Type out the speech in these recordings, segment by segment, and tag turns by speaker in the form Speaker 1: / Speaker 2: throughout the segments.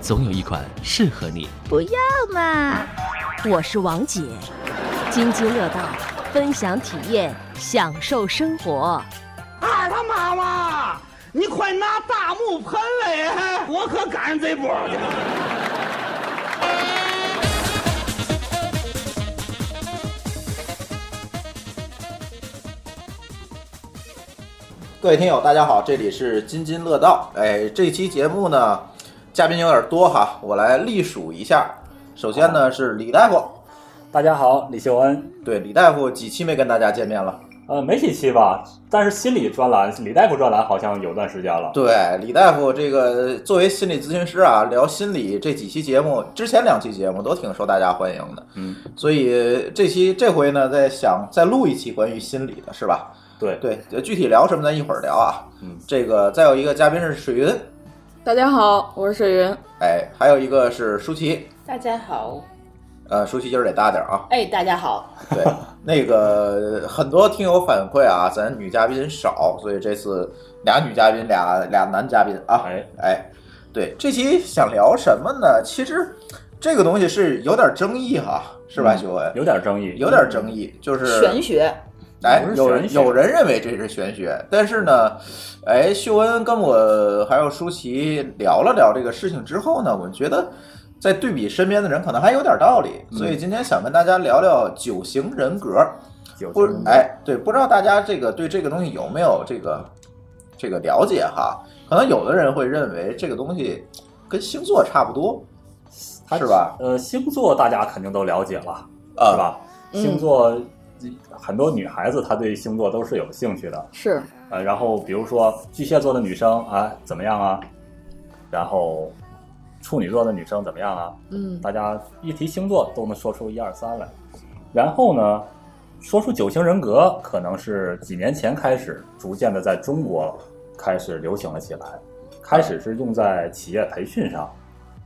Speaker 1: 总有一款适合你。
Speaker 2: 不要嘛！我是王姐，津津乐道，分享体验，享受生活。
Speaker 3: 二他妈妈，你快拿大木盆来，我可赶上这波了。
Speaker 4: 各位听友，大家好，这里是津津乐道。哎，这期节目呢，嘉宾有点多哈，我来历数一下。首先呢是李大夫，
Speaker 5: 大家好，李秀恩。
Speaker 4: 对，李大夫几期没跟大家见面了？
Speaker 5: 呃，没几期吧，但是心理专栏、李大夫专栏好像有段时间了。
Speaker 4: 对，李大夫这个作为心理咨询师啊，聊心理这几期节目，之前两期节目都挺受大家欢迎的。
Speaker 5: 嗯，
Speaker 4: 所以这期这回呢，在想再录一期关于心理的，是吧？
Speaker 5: 对，
Speaker 4: 对，呃具体聊什么咱一会儿聊啊。
Speaker 5: 嗯
Speaker 4: 这个再有一个嘉宾是水云，
Speaker 6: 大家好，我是水云。
Speaker 4: 哎，还有一个是舒淇，
Speaker 6: 大家好，
Speaker 4: 呃，舒淇今儿得大点儿啊。
Speaker 6: 哎，大家好，
Speaker 4: 对，那个很多听友反馈啊，咱女嘉宾少，所以这次俩女嘉宾，俩俩男嘉宾啊。
Speaker 5: 哎
Speaker 4: 哎，对，这期想聊什么呢？其实这个东西是有点争议哈，是吧，
Speaker 5: 嗯
Speaker 4: 修文？
Speaker 5: 有点争议，
Speaker 4: 有点争议，就是
Speaker 6: 玄学，
Speaker 4: 哎，有
Speaker 5: 有人
Speaker 4: 人
Speaker 5: 玄学
Speaker 4: 有人认为这是玄学，但是呢，哎，秀恩跟我还有舒淇聊了聊这个事情之后呢，我觉得在对比身边的人，可能还有点道理，
Speaker 5: 嗯
Speaker 4: 所以今天想跟大家聊聊九型人格。
Speaker 5: 有
Speaker 4: 不
Speaker 5: 争议，
Speaker 4: 哎，对，不知道大家这个对这个东西有没有这个这个了解哈？可能有的人会认为这个东西跟星座差不多，
Speaker 5: 它
Speaker 4: 是吧？
Speaker 5: 呃，星座大家肯定都了解了，
Speaker 4: 啊、
Speaker 5: 是吧？
Speaker 6: 嗯
Speaker 5: 星座、很多女孩子她对星座都是有兴趣的。
Speaker 6: 是
Speaker 5: 呃，然后比如说巨蟹座的女生啊，怎么样啊？然后处女座的女生怎么样啊？
Speaker 6: 嗯
Speaker 5: 大家一提星座都能说出一二三来。然后呢，说出九型人格可能是几年前开始逐渐的在中国开始流行了起来，开始是用在企业培训上，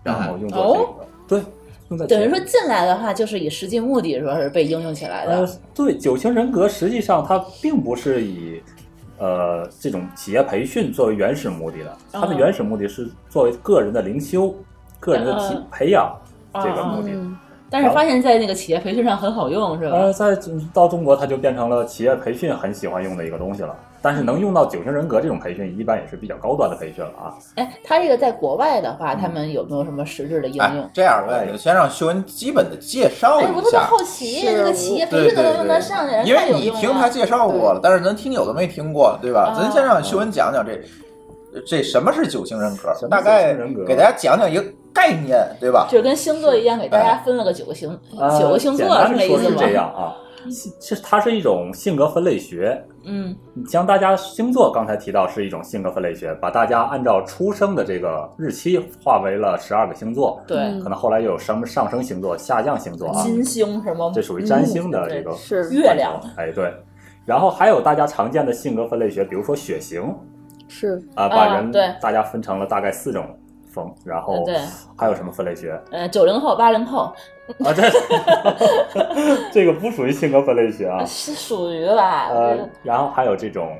Speaker 5: 然后用作这个、
Speaker 7: 哦
Speaker 5: 对，用在企业
Speaker 7: 等于说进来的话，就是以实际目的说是被应用起来的。
Speaker 5: 呃，对，九型人格实际上它并不是以呃这种企业培训作为原始目的的，它的
Speaker 7: 嗯
Speaker 5: 原始目的是作为个人的灵修、个人的提
Speaker 7: 嗯
Speaker 5: 培养这个目的。
Speaker 7: 嗯，但是发现在那个企业培训上很好用，是吧？
Speaker 5: 呃，在到中国，它就变成了企业培训很喜欢用的一个东西了。但是能用到九型人格这种培训，一般也是比较高端的培训了啊。
Speaker 7: 哎，它这个在国外的话，他们有没有什么实质的应
Speaker 4: 哎
Speaker 7: 用，？
Speaker 4: 这样吧，你先让秀恩基本的介绍
Speaker 7: 哎，
Speaker 4: 一
Speaker 7: 我特别
Speaker 4: 下。
Speaker 7: 好奇，
Speaker 6: 是
Speaker 7: 这个企业培
Speaker 4: 对对
Speaker 7: 训都能用
Speaker 4: 对
Speaker 7: 得上，人，
Speaker 4: 因
Speaker 7: 太
Speaker 4: 为
Speaker 7: 有
Speaker 4: 你
Speaker 7: 用
Speaker 4: 听他
Speaker 7: 了。
Speaker 4: 介绍过了，但是咱听友都没听过，对吧？
Speaker 7: 啊
Speaker 4: 咱先让秀恩讲讲这这什么是九型人格
Speaker 5: 什，么
Speaker 4: 大
Speaker 5: 是九
Speaker 4: 概
Speaker 5: 型人格
Speaker 4: 给大家讲讲一个概念，对吧？
Speaker 7: 就跟星座一样，给大家分了个九个星，
Speaker 5: 呃
Speaker 7: 九个星座
Speaker 5: 简单
Speaker 7: 是
Speaker 5: 地
Speaker 7: 这意
Speaker 5: 说
Speaker 7: 思
Speaker 5: 是这
Speaker 7: 吗？
Speaker 5: 样啊，其实它是一种性格分类学，
Speaker 7: 嗯，
Speaker 5: 你像大家星座刚才提到是一种性格分类学，把大家按照出生的这个日期划为了十二个星座，
Speaker 7: 对，
Speaker 5: 可能后来又有什么上升星座、下降星座啊，
Speaker 7: 金星什么
Speaker 5: 这属于占星的
Speaker 7: 对
Speaker 5: 这个
Speaker 6: 是
Speaker 7: 月亮，
Speaker 5: 哎对。然后还有大家常见的性格分类学，比如说血型
Speaker 6: 是，
Speaker 5: 啊，
Speaker 7: 啊
Speaker 5: 把人
Speaker 7: 对啊
Speaker 5: 大家分成了大概四种风，然后
Speaker 7: 对，
Speaker 5: 还有什么分类学
Speaker 7: 呃，九零后、八零后
Speaker 5: 啊？这这个不属于性格分类学啊，
Speaker 7: 是啊属于吧？
Speaker 5: 呃，然后还有这种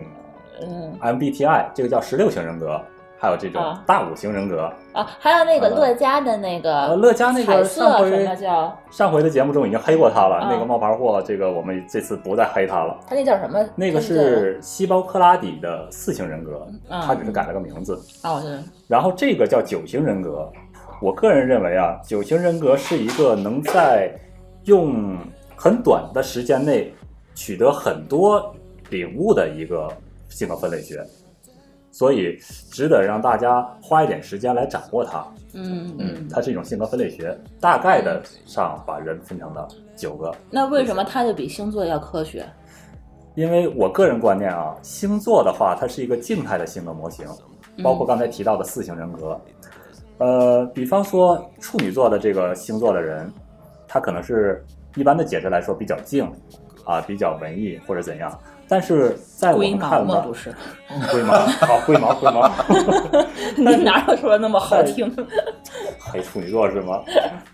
Speaker 7: 嗯
Speaker 5: MBTI，这个叫十六型人格，还有这种
Speaker 7: 啊
Speaker 5: 大五型人格。
Speaker 7: 啊，还有那个
Speaker 5: 好的
Speaker 7: 乐嘉的那
Speaker 5: 呃，
Speaker 7: 个
Speaker 5: 乐嘉那
Speaker 7: 彩
Speaker 5: 个
Speaker 7: 色
Speaker 5: 上
Speaker 7: 什么
Speaker 5: 回
Speaker 7: 叫？
Speaker 5: 上回的节目中已经黑过他了，
Speaker 7: 啊
Speaker 5: 那个冒牌货，这个我们这次不再黑他了。
Speaker 7: 他那叫什么？
Speaker 5: 那个是西包克拉底的四型人格，
Speaker 7: 嗯
Speaker 5: 他只是改了个名字。
Speaker 7: 啊，我就是
Speaker 5: 然后这个叫九型人格，我个人认为啊，九型人格是一个能在用很短的时间内取得很多领悟的一个性格分类学，所以值得让大家花一点时间来掌握它。
Speaker 7: 嗯嗯。
Speaker 5: 它是一种性格分类学，大概的上把人分成了九个。
Speaker 7: 那为什么它就比星座要 科学？
Speaker 5: 因为我个人观念啊，星座的话，它是一个静态的性格模型，包
Speaker 7: 嗯
Speaker 5: 括刚才提到的四型人格。呃，比方说处女座的这个星座的人，它可能是一般的解释来说比较静，啊，比较文艺或者怎样。但是在我
Speaker 7: 龟
Speaker 5: 们
Speaker 7: 毛
Speaker 5: 看
Speaker 7: 嘛
Speaker 5: 来， 嗯
Speaker 7: 不是？
Speaker 5: 龟毛，好，龟毛，龟毛。
Speaker 7: 你哪有说那么
Speaker 5: 哎
Speaker 7: 好听？
Speaker 5: 嗯还处女座是吗？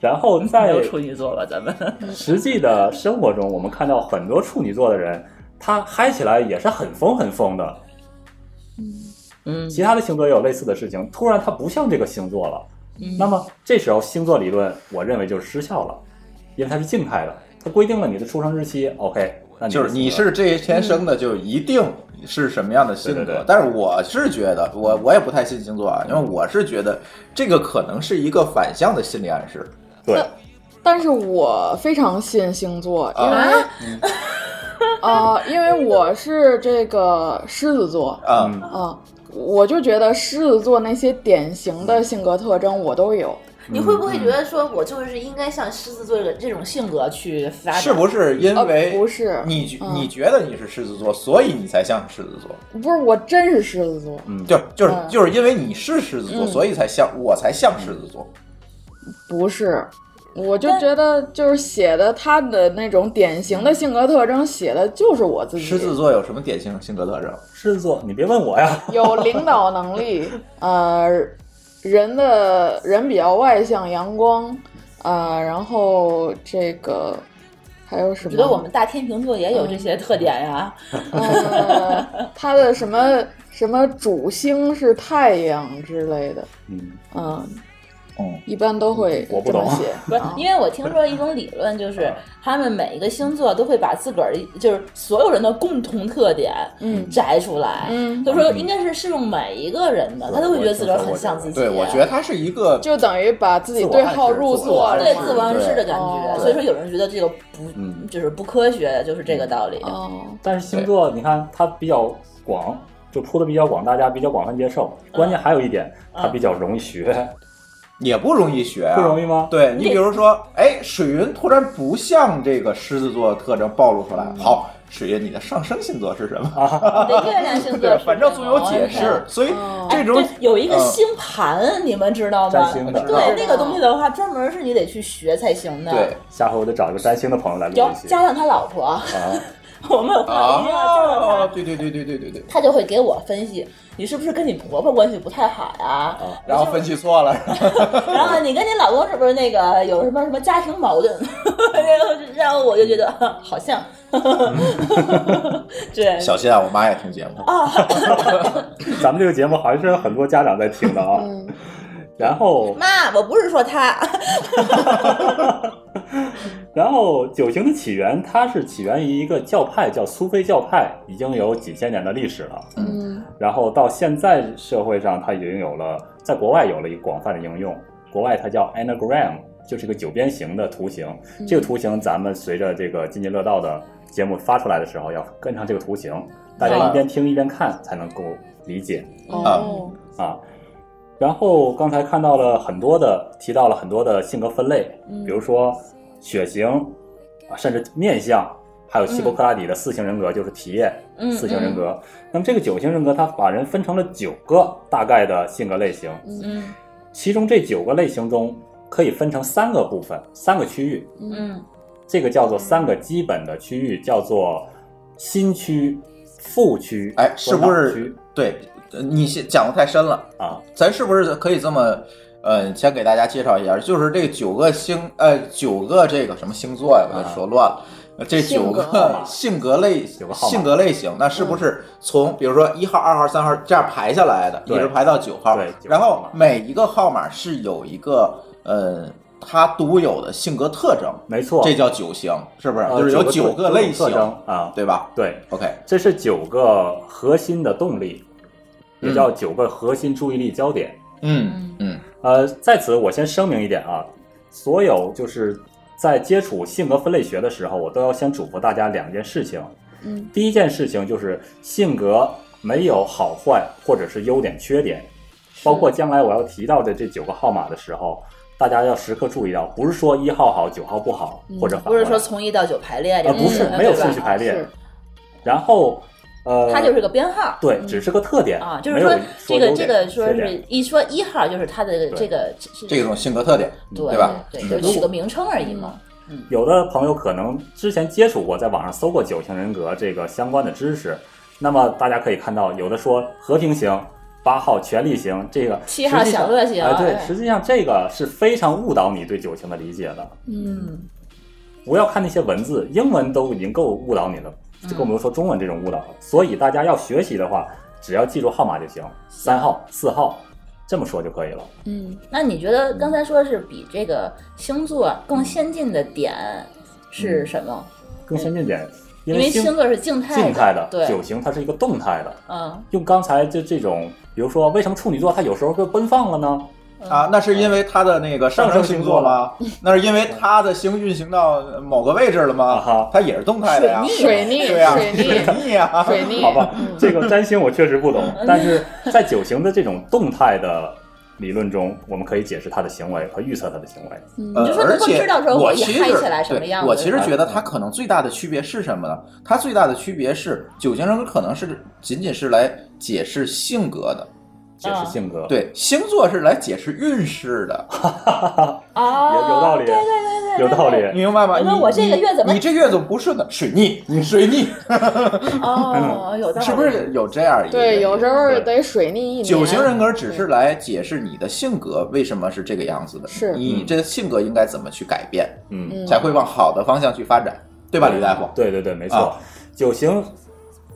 Speaker 5: 然后
Speaker 7: 没
Speaker 5: 在
Speaker 7: 有处女座吧？咱们
Speaker 5: 实际的生活中，我们看到很多处女座的人，他嗨起来也是很疯很疯的。
Speaker 7: 嗯
Speaker 5: 其他的星座也有类似的事情，突然他不像这个星座了，
Speaker 7: 嗯
Speaker 5: 那么这时候星座理论，我认为就是失效了，因为它是静态的，它规定了你的出生日期。OK，那你
Speaker 4: 就是你
Speaker 5: 星座
Speaker 4: 是这一天生的，就一定是什么样的性格。
Speaker 5: 对对对
Speaker 4: 但是我是觉得，我我也不太信星座啊，因为我是觉得这个可能是一个反向的心理暗示。
Speaker 5: 对，
Speaker 6: 但是我非常信星座，
Speaker 7: 呃
Speaker 6: 因为
Speaker 4: 啊
Speaker 6: 啊、因为我是这个狮子座
Speaker 4: 啊、
Speaker 5: 嗯
Speaker 6: 啊、我就觉得狮子座那些典型的性格特征我都有。
Speaker 7: 你会不
Speaker 5: 嗯
Speaker 7: 会觉得说我就是应该像狮子座这种性格去发展？哦
Speaker 4: 是不是因
Speaker 6: 呃，
Speaker 4: 为
Speaker 6: 不是，
Speaker 4: 你觉
Speaker 6: 嗯
Speaker 4: 你觉得你是狮子座，所以你才像狮子座？
Speaker 6: 不是，我真是狮子座，
Speaker 5: 嗯，
Speaker 4: 就就是
Speaker 6: 嗯
Speaker 4: 就是因为你是狮子座，
Speaker 6: 嗯
Speaker 4: 所以才像我才像狮子座。
Speaker 6: 不是。我就觉得，就是写的他的那种典型的性格特征，写的就是我自己。
Speaker 4: 狮子座有什么典型性格特征？
Speaker 5: 狮子座，你别问我呀，
Speaker 6: 有领导能力，呃，人的人比较外向、阳光，呃，然后这个还有什
Speaker 7: 我
Speaker 6: 么？
Speaker 7: 觉得我们大天秤座也有这些特点呀。
Speaker 6: 呃，他的什么什么主星是太阳之类的，
Speaker 5: 嗯，哦
Speaker 6: 嗯、
Speaker 4: 嗯，
Speaker 6: 一般都会
Speaker 5: 我不
Speaker 6: 这么
Speaker 5: 懂
Speaker 6: 写。啊
Speaker 7: 不是，因为我听说一种理论，
Speaker 4: 啊
Speaker 7: 就是他们每一个星座都会把自个儿，就是所有人的共同特点
Speaker 6: 嗯
Speaker 7: 摘出来，
Speaker 6: 嗯
Speaker 7: 就说应该是适用每一个人 的，他都会觉得自个儿很像自己。
Speaker 4: 对，我觉得他是一个
Speaker 6: 就等于把自己对号入座了
Speaker 7: 对
Speaker 6: 嘛。哦
Speaker 7: 自我暗示的感觉，
Speaker 6: 对
Speaker 7: 所以说有人觉得这个不
Speaker 5: 嗯
Speaker 7: 就是不科学，就是这个道理。
Speaker 6: 哦，
Speaker 5: 但是星座你看它比较广，就铺的比较广，大家比较广泛接受。
Speaker 7: 嗯
Speaker 5: 关键还有一点，它比较容易学，
Speaker 4: 也不容易学啊，
Speaker 5: 不容易吗？
Speaker 4: 对你比如说，哎，水云突然不像这个狮子座的特征暴露出来。
Speaker 5: 嗯
Speaker 4: 好，水云，你的上升星座是什么？
Speaker 5: 啊
Speaker 7: 对月亮星 座
Speaker 4: 对，，反正总有解释。。所以这种
Speaker 7: 哎对，有一个
Speaker 4: 嗯
Speaker 7: 星盘，你们知道
Speaker 5: 占
Speaker 7: 吗？
Speaker 5: 星的
Speaker 7: 对那个东西的话，专门是你得去学才行的。
Speaker 4: 对，
Speaker 5: 下回我得找一个占星的朋友来录
Speaker 7: 要
Speaker 5: 一期
Speaker 7: 加上他老婆，
Speaker 5: 啊。
Speaker 7: 我们有朋友一定要加上他
Speaker 4: 哦对对对对对对对，
Speaker 7: 他就会给我分析，你是不是跟你婆婆关系不太好 呀、
Speaker 5: 啊
Speaker 4: 然后分析错了，然后
Speaker 7: 然后你跟你老公是不是那个有什么什么家庭矛盾？ 然后然后我就觉得 啊好像，对，啊
Speaker 4: 小心啊，我妈也听节
Speaker 7: 哦
Speaker 4: 目。
Speaker 5: 咱们这个节目还是很多家长在听的啊。
Speaker 6: 嗯，
Speaker 5: 然后，
Speaker 7: 妈，啊我不是说他，
Speaker 5: 然后九型的起源，它是起源于一个教派，叫苏菲教派，已经有几千年的历史了。
Speaker 6: 嗯，
Speaker 5: 然后到现在社会上，它已经有了，在国外有了一个广泛的应用。国外它叫 anagram，就是一个九边形的图形。
Speaker 6: 嗯
Speaker 5: 这个图形咱们随着这个津津乐道的节目发出来的时候，要跟上这个图形，
Speaker 6: 嗯
Speaker 5: 大家一边听一边看才能够理解。
Speaker 6: 哦，
Speaker 5: 啊。然后刚才看到了很多的，提到了很多的性格分类，
Speaker 6: 嗯
Speaker 5: 比如说血型，啊甚至面相，还有希
Speaker 6: 嗯
Speaker 5: 波克拉底的四型人格，就是体液、
Speaker 7: 嗯
Speaker 5: 四型人格。那么这个九型人格，它把人分成了九个大概的性格类型，
Speaker 7: 嗯
Speaker 5: 其中这九个类型中可以分成三个部分，三个区域，
Speaker 7: 嗯
Speaker 5: 这个叫做三个基本的区域，叫做新区、副区，
Speaker 4: 哎，是不
Speaker 5: 多囊
Speaker 4: 是
Speaker 5: 区？
Speaker 4: 对，呃你先讲的太深了。
Speaker 5: 啊？
Speaker 4: 咱是不是可以这么，呃，先给大家介绍一下，就是这九个星，呃，九个这个什么星座呀？我
Speaker 5: 啊
Speaker 4: 给说乱了。呃这九
Speaker 6: 性格号
Speaker 4: 个
Speaker 5: 码
Speaker 4: 性格类
Speaker 5: 九个号码嗯
Speaker 4: 性格类型，那是不是从比如说一号、二号、三号这样排下来的，一
Speaker 5: 对
Speaker 4: 直排到九号？
Speaker 5: 对九个
Speaker 4: 然
Speaker 5: 号
Speaker 4: 后
Speaker 5: 码
Speaker 4: 每一个号码是有一个呃它独有的性格特征，
Speaker 5: 没错，
Speaker 4: 这叫九型，是不是？
Speaker 5: 呃
Speaker 4: 就是有
Speaker 5: 九
Speaker 4: 九
Speaker 5: 个
Speaker 4: 个
Speaker 5: 特
Speaker 4: 类
Speaker 5: 特
Speaker 4: 型，
Speaker 5: 征啊
Speaker 4: 对吧
Speaker 5: 对。
Speaker 4: ？OK，
Speaker 5: 这是九个核心的动力，也叫九个核心注意力焦点。
Speaker 4: 嗯嗯
Speaker 5: 呃，在此我先声明一点啊，所有就是在接触性格分类学的时候，我都要先嘱咐大家两件事情。
Speaker 6: 嗯，
Speaker 5: 第一件事情就是性格没有好坏或者是优点缺点，包括将来我要提到的这九个号码的时候，大家要时刻注意到，不是说一号好，九号不好，或者反
Speaker 7: 嗯不是
Speaker 5: 过
Speaker 7: 说
Speaker 5: 来
Speaker 7: 从一到九排列这
Speaker 5: 呃，
Speaker 7: 种
Speaker 5: 不是
Speaker 7: 嗯
Speaker 5: 没有
Speaker 7: 对吧
Speaker 5: 顺序排列
Speaker 6: 是。
Speaker 5: 然后，呃，
Speaker 7: 它就是个编号。
Speaker 5: 对，只是个特点
Speaker 7: 啊，就是
Speaker 5: 没有
Speaker 7: 说这个
Speaker 5: 优
Speaker 7: 这
Speaker 5: 点
Speaker 7: 个说
Speaker 5: 缺
Speaker 7: 是
Speaker 5: 点
Speaker 7: 一说一号就是他的这个
Speaker 5: 对
Speaker 7: 这个
Speaker 4: 这种性格特点，
Speaker 7: 对
Speaker 4: 对吧？嗯
Speaker 5: 嗯
Speaker 7: 对，就取个名称而已嘛。嗯
Speaker 5: 有的朋友可能之前接触过，在网上搜过九型人格这个相关的知识。那么大家可以看到，有的说和平型、八号权力型，这个
Speaker 7: 七号
Speaker 5: 实际上
Speaker 7: 享乐型
Speaker 5: 哎，对
Speaker 7: 哎，
Speaker 5: 实际上这个是非常误导你对九型的理解的。
Speaker 7: 嗯，
Speaker 5: 不要看那些文字，英文都已经够误导你了，就更不
Speaker 7: 嗯
Speaker 5: 用说中文这种误导了。所以大家要学习的话，只要记住号码就行，三号、四号，这么说就可以了。
Speaker 7: 嗯，那你觉得刚才说是比这个星座
Speaker 5: 嗯
Speaker 7: 更先进的点是什么？
Speaker 5: 更先进点，嗯因
Speaker 7: 嗯因
Speaker 5: 为
Speaker 7: 为
Speaker 5: 星
Speaker 7: 星座是静态
Speaker 5: 静态的，
Speaker 7: 对，
Speaker 5: 九型它是一个动态的。
Speaker 7: 嗯，
Speaker 5: 用刚才就这种，比如说为什么处女座它有时候会奔放了呢？
Speaker 4: 啊，那是因为他的那个上升星座吗？ 那是因为他的星运行到某个位置了
Speaker 5: 啊
Speaker 4: 吗
Speaker 5: 哈？
Speaker 4: 它也是动态的呀，
Speaker 6: 水逆
Speaker 4: 对呀，
Speaker 6: 水逆
Speaker 4: 水逆啊呀，
Speaker 6: 水逆，
Speaker 5: 好吧
Speaker 6: 嗯，
Speaker 5: 这个占星我确实不懂，
Speaker 7: 嗯
Speaker 5: 但是在九型的这种动态的理论中，我们可以解释它的行为和预测它的行为。
Speaker 4: 呃
Speaker 7: 嗯你就说能
Speaker 4: 而
Speaker 7: 够
Speaker 4: 且
Speaker 7: 知道说
Speaker 4: 我
Speaker 7: 我一
Speaker 4: 其实
Speaker 7: 嗨起来什么
Speaker 4: 对
Speaker 7: 样嗯子
Speaker 4: 我其实
Speaker 7: 是吧
Speaker 4: 觉得它可能最大的区别是什么呢？它最大的区别是九型人格可能是仅仅是来解释性格的，
Speaker 5: 解释性格，，
Speaker 4: 对，星座是来解释运势的，
Speaker 7: 啊，
Speaker 5: 有有道理
Speaker 7: 对对对对，对
Speaker 5: 有道理。。
Speaker 4: 你明白吗？
Speaker 7: 我
Speaker 4: 你
Speaker 7: 说我这个月怎么
Speaker 4: 你这月怎么不顺呢？水逆，你水逆，
Speaker 7: 哦，有道 理，
Speaker 4: 是不是有这样一个？
Speaker 6: 对，有时候得水逆一年。
Speaker 4: 九型人格只是来解释你的性格为什么是这个样子的，
Speaker 6: 是
Speaker 4: 你这性格应该怎么去改变，
Speaker 5: 嗯，
Speaker 6: 嗯
Speaker 4: 才会往好的方向去发展，对吧，李大夫？
Speaker 5: 对对对，没错。
Speaker 4: 啊
Speaker 5: 九型，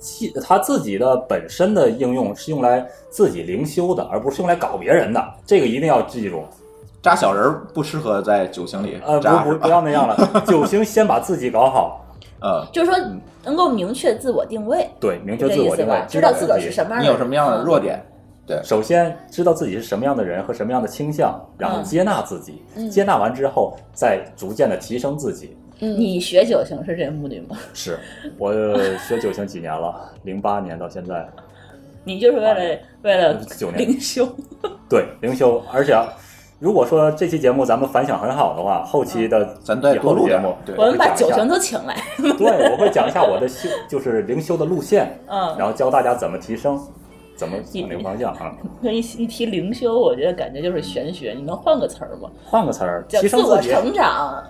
Speaker 5: 其它自己的本身的应用是用来自己灵修的，而不是用来搞别人的，这个一定要记住。
Speaker 4: 扎小人儿不适合在九型里
Speaker 5: 呃，
Speaker 4: 扎，
Speaker 5: 不
Speaker 4: 是
Speaker 5: 不不
Speaker 4: 吧？
Speaker 5: 要那样了，九型先把自己搞好，
Speaker 4: 嗯，
Speaker 7: 就是说能够明确自我定位，
Speaker 5: 对，明确
Speaker 7: 这
Speaker 5: 自
Speaker 7: 意
Speaker 5: 我
Speaker 7: 思
Speaker 5: 定位
Speaker 7: 吧？，知道自
Speaker 5: 自
Speaker 7: 个儿
Speaker 5: 己
Speaker 7: 是什么样的人，嗯
Speaker 4: 你有什么样的弱 点？
Speaker 5: 首先知道自己是什么样的人和什么样的倾向，然后
Speaker 7: 嗯
Speaker 5: 接纳自己，
Speaker 6: 嗯
Speaker 5: 接纳完之后再逐渐的提升自己。
Speaker 7: 嗯？
Speaker 6: 嗯，
Speaker 7: 你学九型是这目的吗？
Speaker 5: 是我学九型几年了，零八年到现在，
Speaker 7: 你就是为了为了
Speaker 5: 九年
Speaker 7: 灵修，
Speaker 5: 对灵修，而且啊如果说这期节目咱们反响很好的话，后期的
Speaker 4: 咱再
Speaker 5: 以
Speaker 4: 多
Speaker 5: 后
Speaker 4: 录
Speaker 5: 的节
Speaker 4: 点儿
Speaker 5: 目，
Speaker 4: 对
Speaker 7: 我们把
Speaker 5: 会讲
Speaker 7: 九
Speaker 5: 一下
Speaker 7: 型都请来，
Speaker 5: 对，我会讲一下我的修，就是灵修的路线，
Speaker 7: 嗯
Speaker 5: 然后教大家怎么提升，怎么
Speaker 7: 你
Speaker 5: 往那个方向啊。
Speaker 7: 一一提灵修，我觉得感觉就是玄学，你能换个词儿吗？
Speaker 5: 换个词儿，
Speaker 7: 叫
Speaker 5: 提
Speaker 7: 自
Speaker 5: 升
Speaker 7: 我
Speaker 5: 自己，
Speaker 7: 成长，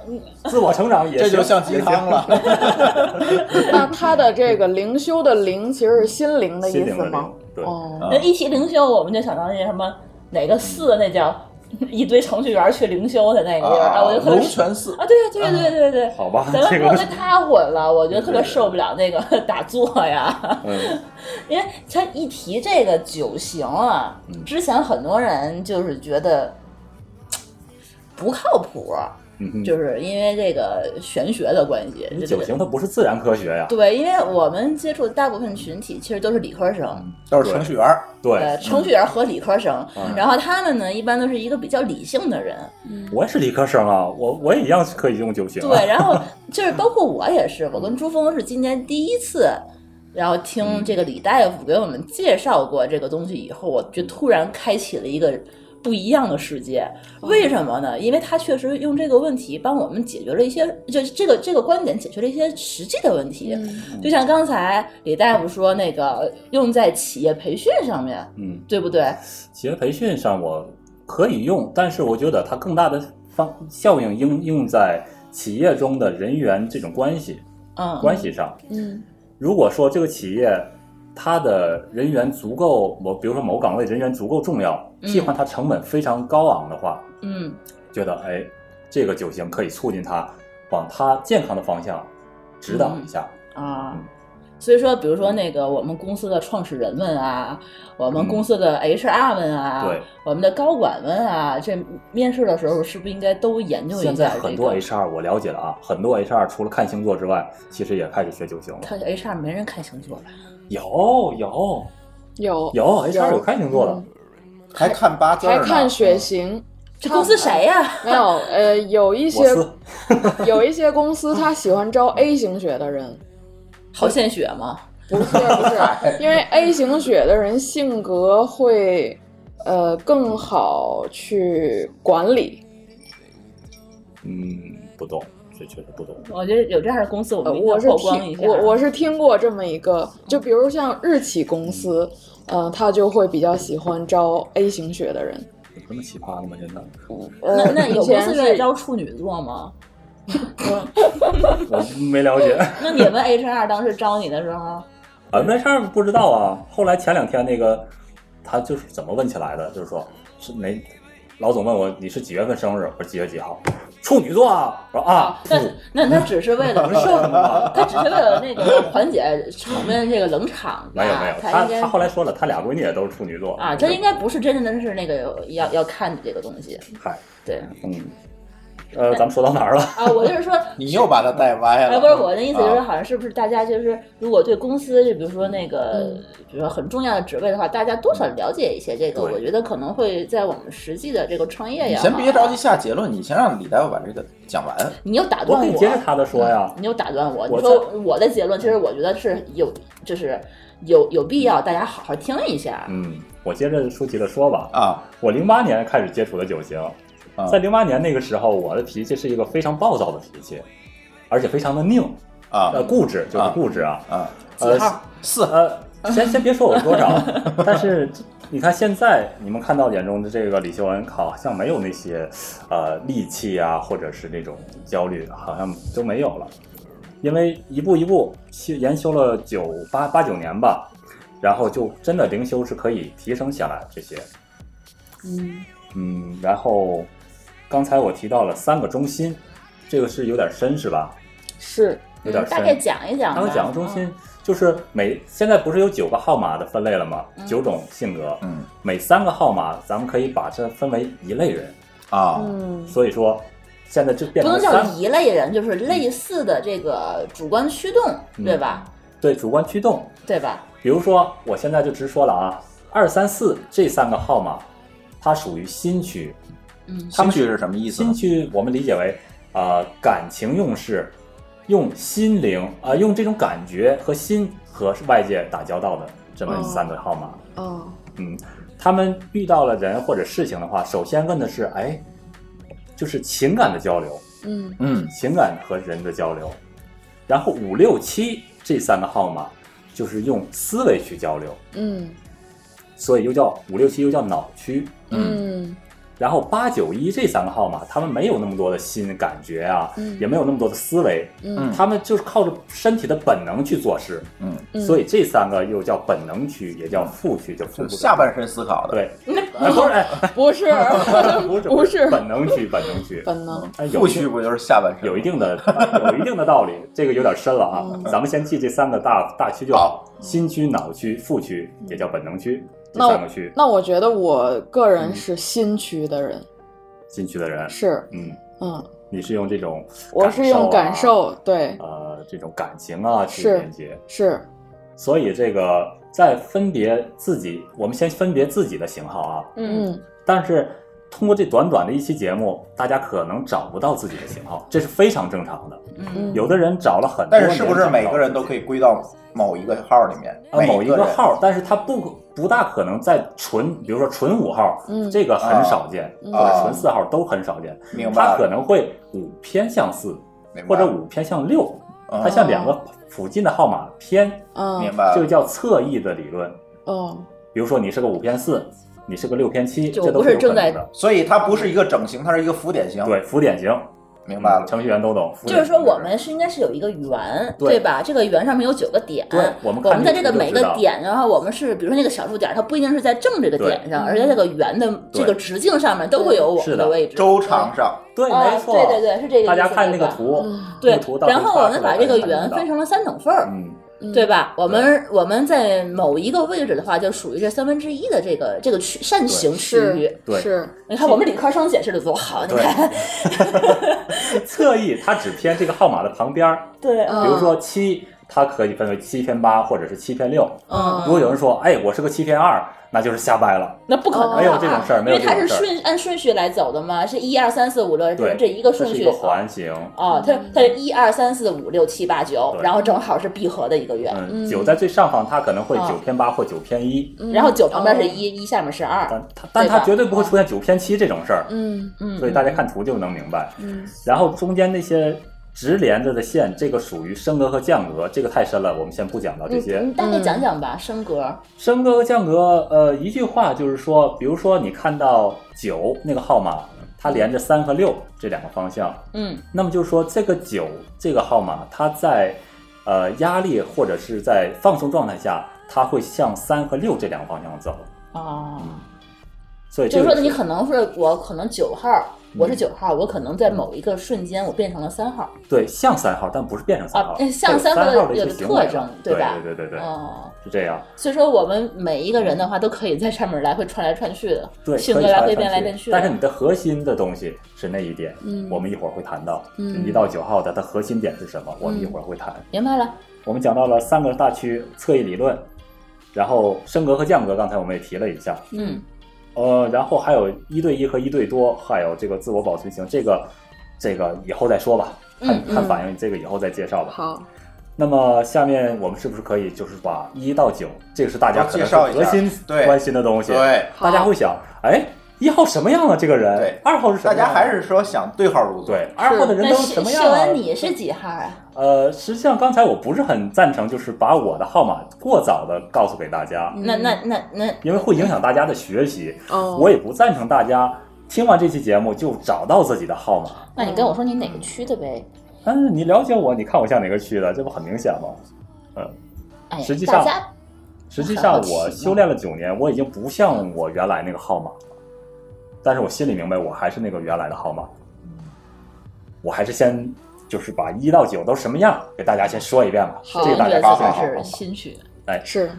Speaker 5: 自我成长也
Speaker 4: 这就
Speaker 5: 行
Speaker 4: 像鸡汤了。
Speaker 6: 那他的这个灵修的灵其实是心灵的
Speaker 5: 心
Speaker 6: 意
Speaker 5: 灵
Speaker 6: 思
Speaker 5: 的
Speaker 6: 吗
Speaker 5: 灵？，对，
Speaker 6: 哦，
Speaker 7: 那一提灵修，我们就想到那什么哪个寺，那叫 一堆程序员去灵修的那个地方，啊，我就特
Speaker 4: 龙
Speaker 7: 别
Speaker 4: 泉寺
Speaker 7: 啊，对对对对对。
Speaker 5: 好吧，
Speaker 7: 咱们
Speaker 5: 这
Speaker 7: 不要
Speaker 5: 个
Speaker 7: 跟他混了，我觉得特别受不了那个打坐呀，
Speaker 5: 嗯
Speaker 7: 因为他一提这个九型啊，之前很多人就是觉得不靠谱，
Speaker 5: 嗯哼，
Speaker 7: 就是因为这个玄学的关系
Speaker 5: 因。为
Speaker 7: 这
Speaker 5: 九
Speaker 7: 个
Speaker 5: 型它不是自然科学呀，
Speaker 7: 对，因为我们接触的大部分群体其实都是理科生，
Speaker 4: 都是程序员儿，
Speaker 7: 呃，
Speaker 5: 对，
Speaker 7: 程序员和理科生，
Speaker 5: 嗯
Speaker 7: 然后他们呢一般都是一个比较理性的人，
Speaker 5: 我也是理科生啊，我我也一样可以用九型啊，
Speaker 7: 对，然后就是包括我也是，我跟朱峰是今年第一次，然后
Speaker 5: 嗯
Speaker 7: 听这个李大夫给我们介绍过这个东西以后，我就突然开启了一个不一样的世界。为什么呢？因为他确实用这个问题帮我们解决了一些，就是这个这个观点解决了一些实际的问题。
Speaker 5: 嗯
Speaker 7: 就像刚才李大夫说那个用在企业培训上面，
Speaker 5: 嗯。
Speaker 7: 对不对？
Speaker 5: 企业培训上我可以用，但是我觉得它更大的方效应应用在企业中的人员这种关系
Speaker 7: 嗯，
Speaker 5: 关系上。
Speaker 6: 嗯
Speaker 5: 如果说这个企业它的人员足够某，比如说某岗位人员足够重要，
Speaker 7: 嗯
Speaker 5: 替换它成本非常高昂的话，
Speaker 7: 嗯
Speaker 5: 觉得哎，这个九型可以促进它往它健康的方向指导一下。
Speaker 7: 啊
Speaker 5: 嗯。
Speaker 7: 所以说，比如说那个我们公司的创始人们啊，我们公司的 HR 们啊，
Speaker 5: 嗯对，
Speaker 7: 我们的高管们啊，这面试的时候是不是应该都研究一下、这
Speaker 5: 现
Speaker 7: 个？
Speaker 5: 在很多 HR 我了解了啊，很多 HR 除了看星座之外，其实也开始学九型了。
Speaker 7: 他 HR 没人看星座吧？
Speaker 5: 有有
Speaker 7: 哦
Speaker 6: 有
Speaker 5: 有 HR 有看星座的，
Speaker 4: 嗯还看八字儿
Speaker 6: 还
Speaker 4: 呢，
Speaker 6: 看血型，
Speaker 7: 这公司谁呀、
Speaker 6: 没有？呃，有一
Speaker 5: 我
Speaker 6: 些
Speaker 5: 司
Speaker 6: 有一些公司他喜欢招 A 型血的人，
Speaker 7: 好献血吗？
Speaker 6: 不是不
Speaker 5: 哎
Speaker 6: 是，因为 A 型血的人性格会呃更好去管理。
Speaker 5: 嗯，不懂，这确实不懂。
Speaker 7: 我觉得有这样的公司，我
Speaker 6: 呃，
Speaker 7: 们一定要
Speaker 6: 我是
Speaker 7: 曝光一
Speaker 6: 听
Speaker 7: 下。
Speaker 6: 我我是听过这么一个，就比如像日企公司，呃，他就会比较喜欢招 A 型血的人。
Speaker 5: 有这么奇葩的吗？真的？
Speaker 7: 那
Speaker 6: 呃，
Speaker 7: 那
Speaker 6: 以
Speaker 7: 有公
Speaker 6: 前
Speaker 7: 司
Speaker 6: 是
Speaker 7: 愿意招处女座吗？
Speaker 5: 我没了解
Speaker 7: 那你们 HR 当时招你的时候，
Speaker 5: 啊，那事儿不知道啊。后来前两天那个他就是怎么问起来的，就是说是哪老总问我你是几月份生日，我说几月几号，处女座啊，我说啊，处
Speaker 7: 那那他只是为了
Speaker 5: 我说什么啊？
Speaker 7: 他只是为了那个缓解场面这个冷场吧？
Speaker 5: 没有没有，
Speaker 7: 啊他
Speaker 5: 他
Speaker 7: 应该
Speaker 5: 他后来说了，他俩闺女也都是处女座
Speaker 7: 啊，这应该不是真正的是那个要要看你这个东西，
Speaker 5: 嗨，
Speaker 7: 对
Speaker 5: 嗯，呃，咱们说到哪儿了？
Speaker 7: 啊，我 就是说，
Speaker 4: 你又把他带歪了。
Speaker 7: 哎，不是我的意思，就是
Speaker 4: 啊
Speaker 7: 好像是不是大家就是如果对公司，就比如说那个
Speaker 6: 嗯，
Speaker 7: 比如说很重要的职位的话，大家多少了解一些这个，
Speaker 5: 对
Speaker 7: 我觉得可能会在我们实际的这个创业啊
Speaker 4: 你
Speaker 7: 呀，
Speaker 4: 先别着急，下结论，你先让李大夫把这个讲完。
Speaker 7: 你又打
Speaker 5: 我
Speaker 7: 断
Speaker 5: 可以
Speaker 7: 我，嗯
Speaker 5: 接着他的说呀，
Speaker 7: 你又打断
Speaker 5: 我
Speaker 7: 我，你说我的结论，其实我觉得是有，就是有有必要大家好好听一下。
Speaker 5: 嗯，我接着舒淇的说吧。
Speaker 4: 啊
Speaker 5: 我零八年开始接触的酒精，
Speaker 4: 啊
Speaker 5: 在零八年那个时候，我的脾气是一个非常暴躁的脾气，而且非常的拧，
Speaker 4: 啊
Speaker 5: 呃，固执就是固执啊，
Speaker 4: 啊！
Speaker 5: 呃
Speaker 4: 四
Speaker 5: 呃，先先别说我多少， 但是你看现在你们看到眼中的这个李秀恩，好像没有那些呃戾气啊，或者是那种焦虑，好像都没有了，因为一步一步修研修了九八八九年吧，然后就真的灵修是可以提升下来这些，
Speaker 6: 嗯，
Speaker 5: 嗯，然后刚才我提到了三个中心，这个是有点深是吧？
Speaker 6: 是
Speaker 5: 有点
Speaker 7: 嗯
Speaker 5: 深。
Speaker 7: 大概讲一讲吧。
Speaker 5: 刚讲个中心就是每现在不是有九个号码的分类了吗？九种性格，
Speaker 4: 嗯
Speaker 5: 每三个号码咱们可以把这分为一类人，
Speaker 4: 啊
Speaker 6: 嗯
Speaker 5: 所以说现在就变
Speaker 7: 不
Speaker 5: 成
Speaker 7: 能
Speaker 5: 了
Speaker 7: 叫
Speaker 5: 三
Speaker 7: 一类人，就是类似的这个主观驱动，
Speaker 5: 嗯
Speaker 7: 对吧？
Speaker 5: 对主观驱动。
Speaker 7: 对吧？
Speaker 5: 比如说我现在就直说了啊，二三四这三个号码，它属于心区，
Speaker 7: 嗯，
Speaker 4: 新区是什么意思
Speaker 5: 心
Speaker 4: 呢？
Speaker 5: 区我们理解为呃感情用事，用心灵啊、呃用这种感觉和心和外界打交道的这么三个号码。
Speaker 6: 哦，
Speaker 5: 嗯，他们遇到了人或者事情的话，首先问的是，哎，就是情感的交流，
Speaker 6: 嗯
Speaker 4: 嗯
Speaker 5: 情感和人的交流。然后五六七这三个号码就是用思维去交流，
Speaker 6: 嗯
Speaker 5: 所以又叫五六七，又叫脑区。
Speaker 4: 嗯
Speaker 6: 嗯
Speaker 5: 然后八九一这三个号码，他们没有那么多的心感觉啊，
Speaker 6: 嗯
Speaker 5: 也没有那么多的思维，
Speaker 6: 嗯
Speaker 5: 他们就是靠着身体的本能去做事，
Speaker 4: 嗯，
Speaker 6: 嗯
Speaker 5: 所以这三个又叫本能区，也叫副区，叫副
Speaker 4: 就是
Speaker 5: 部
Speaker 4: 下半身思考的。
Speaker 5: 对，哎不是，哎，
Speaker 6: 不 是啊
Speaker 5: 不是
Speaker 6: 不是
Speaker 5: 本能区，本能区，
Speaker 6: 本能，
Speaker 5: 哎，有
Speaker 4: 腹
Speaker 5: 一定
Speaker 4: 区不就是下半身？
Speaker 5: 有一定的 有一定的道理，这个有点深了啊。
Speaker 6: 哦
Speaker 5: 咱们先记这三个大大区就好，心区、脑区、腹区，也叫本能区，这嗯
Speaker 6: 那我
Speaker 5: 三个区，
Speaker 6: 那我觉得我个人是新区的人，
Speaker 5: 进去的人，
Speaker 6: 是
Speaker 5: 嗯，
Speaker 6: 嗯，
Speaker 5: 你是用这种
Speaker 6: 我是用感
Speaker 5: 受
Speaker 6: 受，对，
Speaker 5: 啊，呃，这种感情啊去
Speaker 6: 是
Speaker 5: 连接，
Speaker 6: 是，
Speaker 5: 所以这个在分别自己，我们先分别自己的型号啊，
Speaker 7: 嗯，
Speaker 6: 嗯
Speaker 5: 但是通过这短短的一期节目，大家可能找不到自己的型号，这是非常正常的。
Speaker 6: 嗯，
Speaker 5: 有的人找了很 多
Speaker 4: 但
Speaker 5: 年，
Speaker 4: 是是不是每个人都可以归到某一个号里面？
Speaker 5: 啊某一
Speaker 4: 个
Speaker 5: 个
Speaker 4: 人，
Speaker 5: 号？但是他不不大可能在纯，比如说纯五号，
Speaker 6: 嗯
Speaker 5: 这个很少见，
Speaker 6: 嗯
Speaker 5: 或者纯四号都很少见。
Speaker 4: 啊明白
Speaker 5: 他
Speaker 4: 了
Speaker 5: 可能会五偏向四，
Speaker 4: 明白
Speaker 5: 或者五偏向六，
Speaker 4: 嗯
Speaker 5: 它向两个附近的号码偏，
Speaker 6: 嗯
Speaker 4: 明白了
Speaker 5: 这个叫侧翼的理论。
Speaker 6: 哦，
Speaker 5: 比如说你是个五偏四，你是个六偏七，
Speaker 7: 就
Speaker 5: 这都
Speaker 7: 不是
Speaker 5: 有可
Speaker 7: 正在
Speaker 5: 能的。
Speaker 4: 所以它不是一个整形，它是一个浮点型。
Speaker 5: 对，，浮点型，
Speaker 4: 明白
Speaker 5: 嗯
Speaker 4: 了。
Speaker 5: 程序员都懂。浮
Speaker 7: 就
Speaker 5: 点
Speaker 7: 是说，
Speaker 5: 型
Speaker 7: 我们是应该是有一个圆，
Speaker 5: 对
Speaker 7: 对吧？这个圆上面有九个点，
Speaker 5: 对我
Speaker 7: 我
Speaker 5: 们看
Speaker 7: 在
Speaker 5: 这
Speaker 7: 这
Speaker 5: 个
Speaker 7: 个
Speaker 5: 就
Speaker 7: 每
Speaker 5: 知
Speaker 7: 个
Speaker 5: 道
Speaker 7: 点，然后我们是比如说那个小数点，它不一定是在正这个
Speaker 5: 对嗯
Speaker 7: 点上，而且这个圆的这个直径上面都会有我
Speaker 5: 是
Speaker 7: 们
Speaker 5: 的
Speaker 7: 的位置。
Speaker 4: 周长上，
Speaker 5: 对，
Speaker 7: 啊
Speaker 5: 没错，
Speaker 7: 对对对，是这个意思。
Speaker 5: 大家看那个
Speaker 7: 对吧嗯
Speaker 5: 图，那
Speaker 7: 对
Speaker 5: 个图，到时候
Speaker 7: 然后我们把这个
Speaker 5: 发出来
Speaker 7: 圆
Speaker 5: 大家才能知道
Speaker 7: 分成了三等份儿，
Speaker 5: 嗯，
Speaker 6: 嗯
Speaker 7: 对？吧？我们我们在某一个位置的话，就属于这三分之一的这个这个区扇形区域
Speaker 6: 是。
Speaker 5: 对
Speaker 6: 是，嗯
Speaker 7: 你看，我们理科生解释的多好，你
Speaker 5: 对
Speaker 7: 看，
Speaker 5: 侧翼它只偏这个号码的旁边儿，
Speaker 7: 对，
Speaker 6: 嗯
Speaker 5: 比如说七，它可以分为七偏八或者是七偏六。
Speaker 7: 嗯
Speaker 5: 如果有人说，哎，我是个七偏二，那就是瞎掰了。
Speaker 7: 那不可能啊，
Speaker 5: 没有这种事儿
Speaker 7: 因
Speaker 5: 没有
Speaker 7: 为
Speaker 5: 这
Speaker 7: 它
Speaker 5: 种
Speaker 7: 是
Speaker 5: 事儿
Speaker 7: 顺按顺序来走的嘛，是一二三四五六，
Speaker 5: 对，
Speaker 7: 这一个
Speaker 5: 这
Speaker 7: 顺
Speaker 5: 是
Speaker 7: 序
Speaker 5: 一个环形。
Speaker 7: 啊，它
Speaker 6: 嗯
Speaker 7: 它是一二三四五六七八九，
Speaker 5: 对
Speaker 7: 然后正好是闭合的一个圆，
Speaker 5: 嗯，九在最上方，它可能会
Speaker 7: 啊
Speaker 5: 九偏八或九偏一，
Speaker 6: 嗯
Speaker 7: 然后九旁边是，一，一下面是二，
Speaker 5: 但它但
Speaker 7: 对吧
Speaker 5: 它绝对不会出现九偏七这种事儿。
Speaker 6: 嗯
Speaker 7: 嗯，
Speaker 5: 所以大家看图就能明白。
Speaker 6: 嗯
Speaker 5: 然后中间那些直连着的线，这个属于升格和降格，这个太深了，我们先不讲啊到这些。
Speaker 7: 嗯你你大概讲讲吧，升格，
Speaker 5: 升格和降格，呃，一句话就是说，比如说你看到九那个号码，它连着三和六这两个方向。
Speaker 6: 嗯
Speaker 5: 那么就是说，这个九这个号码，它在呃压力或者是在放松状态下，它会向三和六这两个方向走。
Speaker 6: 啊，
Speaker 5: 所以
Speaker 7: 就
Speaker 5: 这
Speaker 7: 是
Speaker 5: 个嗯
Speaker 7: 说你可能是我可能九号，我是九号，我可能在某一个瞬间我变成了三号。
Speaker 5: 对像三号，但不是变成三号
Speaker 7: 啊，像
Speaker 5: 三
Speaker 7: 三号
Speaker 5: 的一些
Speaker 7: 有的
Speaker 5: 行为
Speaker 7: 特
Speaker 5: 嘛
Speaker 7: 征
Speaker 5: 对
Speaker 7: 对吧
Speaker 5: 对对对对，
Speaker 7: 哦，
Speaker 5: 是这样。
Speaker 7: 所以说我们每一个人的话都可以在上面来回串来串去的，
Speaker 5: 对，
Speaker 7: 性
Speaker 5: 可以
Speaker 7: 格来
Speaker 5: 传来
Speaker 7: 回变
Speaker 5: 传
Speaker 7: 来变去的。
Speaker 5: 但是你的核心的东西是那一点，
Speaker 7: 嗯
Speaker 5: 我们一会儿会谈到，
Speaker 7: 嗯
Speaker 5: 一到九号的它核心点是什么，我们一会儿会谈。
Speaker 7: 明白了，
Speaker 5: 我们讲到了三个大区侧翼理论，然后升格和降格，刚才我们也提了一下，
Speaker 7: 嗯
Speaker 5: 呃，然后还有一对一和一对多，还有这个自我保存型，这个这个以后再说吧，看
Speaker 7: 嗯
Speaker 5: 看反应，这个以后再介绍吧。
Speaker 6: 好，
Speaker 5: 那么下面我们是不是可以就是把一到九，这个是大家
Speaker 4: 我
Speaker 5: 可
Speaker 4: 介
Speaker 5: 能
Speaker 4: 绍一
Speaker 5: 核
Speaker 4: 下
Speaker 5: 心
Speaker 4: 对
Speaker 5: 关心的东西，
Speaker 4: 对，
Speaker 5: 大
Speaker 6: 好
Speaker 5: 家会想，哎，一号什么样啊？这个人，
Speaker 4: 对
Speaker 5: 二号是什
Speaker 4: 大
Speaker 5: 么样
Speaker 4: 家
Speaker 5: 啊？
Speaker 4: 还是说想对号入座。
Speaker 5: 对二号的人
Speaker 7: 那
Speaker 5: 都
Speaker 7: 秀
Speaker 5: 什么样
Speaker 7: 秀
Speaker 5: 啊？
Speaker 7: 恩你是几号啊？
Speaker 5: 呃，实际上刚才我不是很赞成，就是把我的号码过早的告诉给大家，
Speaker 7: 那那那那
Speaker 5: 因为会影响大家的学习。
Speaker 6: 哦，
Speaker 5: 我也不赞成大家听完这期节目就找到自己的号码。
Speaker 7: 那你跟我说你哪个区的呗？
Speaker 5: 但是你了解我，你看我像哪个区的，这不很明显吗？
Speaker 7: 哎呀，
Speaker 5: 实际
Speaker 7: 大
Speaker 5: 上
Speaker 7: 家
Speaker 5: 实际上
Speaker 7: 很好奇
Speaker 5: 我修炼了九年，我已经不像我原来那个号码了，但是我心里明白，我还是那个原来的号码。我还是先就是把一到九都什么样给大家先说一遍吧，
Speaker 6: 好
Speaker 5: 这个
Speaker 7: 我
Speaker 5: 大家
Speaker 7: 觉得
Speaker 5: 先
Speaker 4: 好好
Speaker 7: 这
Speaker 4: 好
Speaker 7: 是心虚。
Speaker 6: 是
Speaker 5: 哎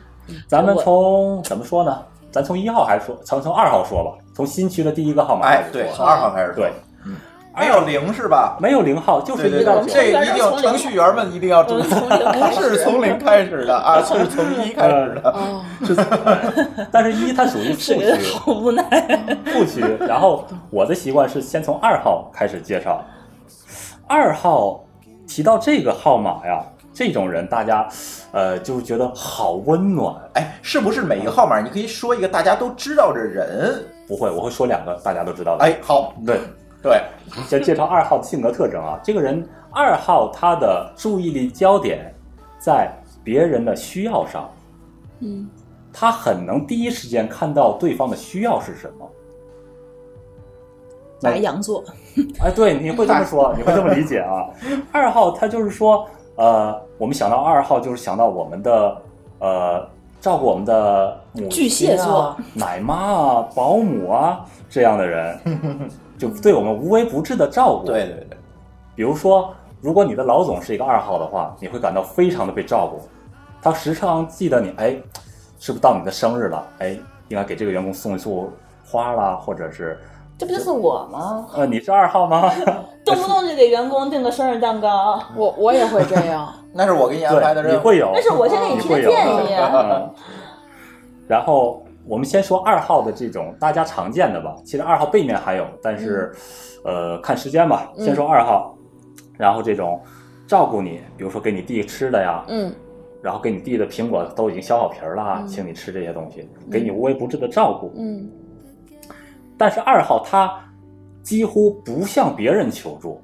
Speaker 5: 咱们从怎么说呢？咱从一号还是说，从从二号说吧，从新区的第一个号码开
Speaker 4: 哎
Speaker 5: 始，
Speaker 4: 对，
Speaker 5: 说
Speaker 4: 从二号开始说
Speaker 5: 对，，
Speaker 4: 没有零是吧？
Speaker 5: 没有零号，就是
Speaker 4: 对对
Speaker 5: 一到
Speaker 4: 对，
Speaker 5: 九。
Speaker 4: 这一定要程序 员们一定要注意，不是从零开始的啊，是从一开始的。
Speaker 6: 哦，
Speaker 5: 但是一它属于
Speaker 7: 是
Speaker 5: 副
Speaker 7: 觉得
Speaker 5: 区，
Speaker 7: 好无奈。
Speaker 5: 副区。然后我的习惯是先从二号开始介绍。二号提到这个号码呀，这种人大家，呃，就是觉得好温暖。
Speaker 4: 哎，是不是每一个号码你可以说一个大家都知道的人？
Speaker 5: 不会，我会说两个大家都知道的。
Speaker 4: 哎，好，
Speaker 5: 对，
Speaker 4: 对，
Speaker 5: 先介绍二号的性格特征啊。这个人二号他的注意力焦点在别人的需要上，
Speaker 6: 嗯，
Speaker 5: 他很能第一时间看到对方的需要是什么。
Speaker 7: 白羊座，
Speaker 5: 哎，对，你会这么说，你会这么理解 啊。二号他就是说，呃，我们想到二号就是想到我们的呃，照顾我们的母、啊、
Speaker 7: 巨蟹座、
Speaker 5: 奶妈啊、保姆啊这样的人，
Speaker 8: 嗯
Speaker 5: 就对我们无微不至的照顾。
Speaker 4: 对对对，
Speaker 5: 比如说，如果你的老总是一个二号的话，你会感到非常的被照顾，他时常记得你，哎，是不是到你的生日了？哎，应该给这个员工送一束花啦，或者是，
Speaker 7: 这不就是我吗？
Speaker 5: 呃，你是二号吗？
Speaker 7: 动不动就给员工订个生日蛋糕，
Speaker 6: 我我也会这样，
Speaker 4: 那是我给你安排的
Speaker 5: 对，你
Speaker 4: 任务。
Speaker 5: 会有，
Speaker 7: 那是我先给
Speaker 5: 你
Speaker 7: 提的
Speaker 5: 会有
Speaker 7: 建
Speaker 5: 的
Speaker 7: 议。啊
Speaker 5: 嗯 然后我们先说二号的这种大家常见的吧，其实二号背面还有，但
Speaker 7: 嗯
Speaker 5: 是、呃看时间吧，先说二号，然后这种照顾你，比如说给你递吃的呀，
Speaker 6: 嗯
Speaker 5: 然后给你递的苹果都已经削好皮儿了，
Speaker 7: 嗯
Speaker 5: 请你吃这些东西，给你无微不至的照顾。
Speaker 6: 嗯
Speaker 5: 但是二号他几乎不向别人求助，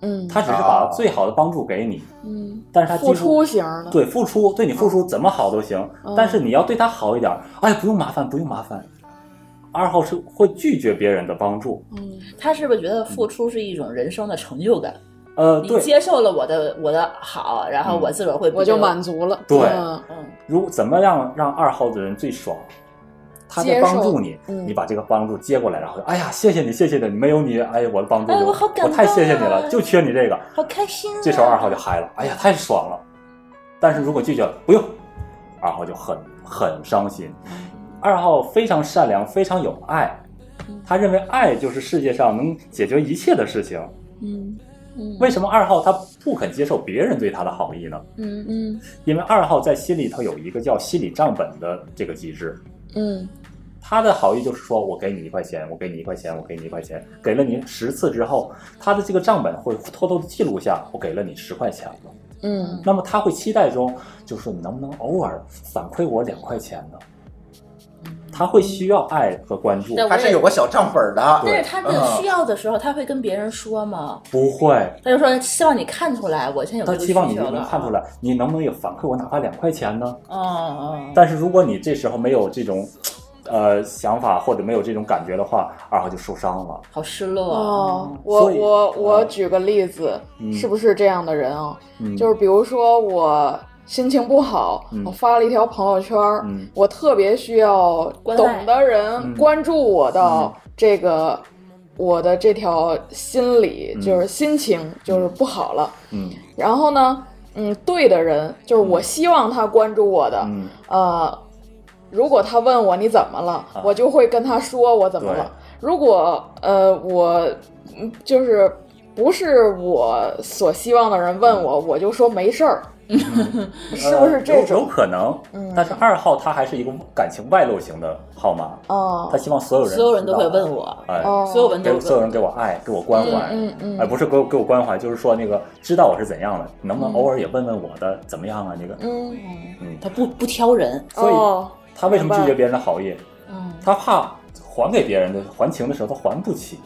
Speaker 6: 嗯
Speaker 5: 他只是
Speaker 4: 啊
Speaker 5: 把最好的帮助给你，
Speaker 6: 嗯，
Speaker 5: 但是他几乎
Speaker 6: 付出型的，
Speaker 5: 对付出，对你付出怎么好都行，
Speaker 6: 嗯
Speaker 5: 但是你要对他好一点儿。哎，不用麻烦，不用麻烦。二号是会拒绝别人的帮助，
Speaker 6: 嗯
Speaker 7: 他是不是觉得付出是一种人生的成就感？
Speaker 5: 呃，
Speaker 7: 你
Speaker 5: 对，嗯
Speaker 7: 接受了我的我的好，啊然后我自个儿会
Speaker 6: 我就满
Speaker 7: 满
Speaker 6: 足了，
Speaker 5: 对
Speaker 6: 嗯
Speaker 7: 嗯，
Speaker 5: 如怎么样让二号的人最爽？他在帮助你，
Speaker 6: 嗯
Speaker 5: 你把这个帮助接过来，然后哎呀，谢谢你，谢谢你，没有你，哎，我的帮助，
Speaker 7: 哎我好感动啊
Speaker 5: 我太谢谢你了，就缺你这个。
Speaker 7: 好开心啊！
Speaker 5: 这时候二号就嗨了，哎呀，太爽了。但是如果拒绝了，不用，二号就很很伤心。二号非常善良，非常有爱，他认为爱就是世界上能解决一切的事情。
Speaker 6: 嗯嗯
Speaker 5: 为什么二号他不肯接受别人对他的好意呢？
Speaker 6: 嗯嗯
Speaker 5: 因为二号在心里头有一个叫心理账本的这个机制，
Speaker 6: 嗯
Speaker 5: 他的好意就是说我给你一块钱，我给你一块钱，我给你一块钱，给了你十次之后，他的这个账本会偷偷的记录下我给了你十块钱了。
Speaker 6: 嗯
Speaker 5: 那么他会期待中，就是说你能不能偶尔反馈我两块钱呢？他会需要爱和关注，
Speaker 7: 但
Speaker 4: 他是有个小账本
Speaker 5: 啊
Speaker 4: 的，
Speaker 7: 但是他这个需要的时候，他会跟别人说吗？
Speaker 5: 嗯不会，
Speaker 7: 他就说希望你看出来，我现在
Speaker 5: 他
Speaker 7: 有这个
Speaker 5: 期
Speaker 7: 需啊
Speaker 5: 望你
Speaker 7: 求
Speaker 5: 能
Speaker 7: 了。
Speaker 5: 看出来，你能不能有反馈我哪怕两块钱呢？
Speaker 7: 嗯嗯，
Speaker 5: 但是如果你这时候没有这种呃想法或者没有这种感觉的话，二号就受伤了。
Speaker 7: 好失落啊！
Speaker 6: 哦，我
Speaker 5: 所以
Speaker 6: 我我
Speaker 5: 嗯
Speaker 6: 举个例子，
Speaker 5: 嗯
Speaker 6: 是不是这样的人啊？
Speaker 5: 嗯，
Speaker 6: 就是比如说我心情不好，
Speaker 5: 嗯
Speaker 6: 我发了一条朋友圈儿，
Speaker 5: 嗯
Speaker 6: 我特别需要
Speaker 7: 关爱
Speaker 6: 懂的人
Speaker 5: 嗯
Speaker 6: 关注我的这个、我的这条心理，
Speaker 5: 嗯
Speaker 6: 就是心情就是不好了。
Speaker 5: 嗯
Speaker 6: 然后呢，嗯，对的人就是我希望他关注我的，
Speaker 5: 嗯
Speaker 6: 呃，如果他问我你怎么了，
Speaker 5: 啊
Speaker 6: 我就会跟他说我怎么了。如果呃我嗯就是不是我所希望的人问
Speaker 5: 嗯
Speaker 6: 我，我就说没事儿，是不是这
Speaker 5: 呃有有
Speaker 6: 种？
Speaker 5: 可能
Speaker 6: 嗯，
Speaker 5: 但是二号他还是一个感情外露型的号码，
Speaker 6: 哦
Speaker 5: 他希望所有人
Speaker 7: 所有人都会问
Speaker 5: 我，
Speaker 7: 我，
Speaker 5: 哎，
Speaker 6: 哦，
Speaker 7: 所有人都
Speaker 5: 给所
Speaker 7: 会
Speaker 5: 有
Speaker 7: 问
Speaker 5: 人给我爱，给我关怀，
Speaker 6: 嗯嗯
Speaker 5: 哎，
Speaker 6: 嗯
Speaker 5: 不是给我给我关怀，就是说那个知道我是怎样的，你能不能偶尔也问问我的怎么样啊？那个，
Speaker 6: 嗯，
Speaker 5: 嗯，
Speaker 7: 嗯他不不挑人，
Speaker 5: 所以
Speaker 6: 哦
Speaker 5: 他为什么拒
Speaker 6: 明白
Speaker 5: 绝别人的好意？
Speaker 7: 嗯，
Speaker 5: 他怕还给别人的还情的时候他还不起，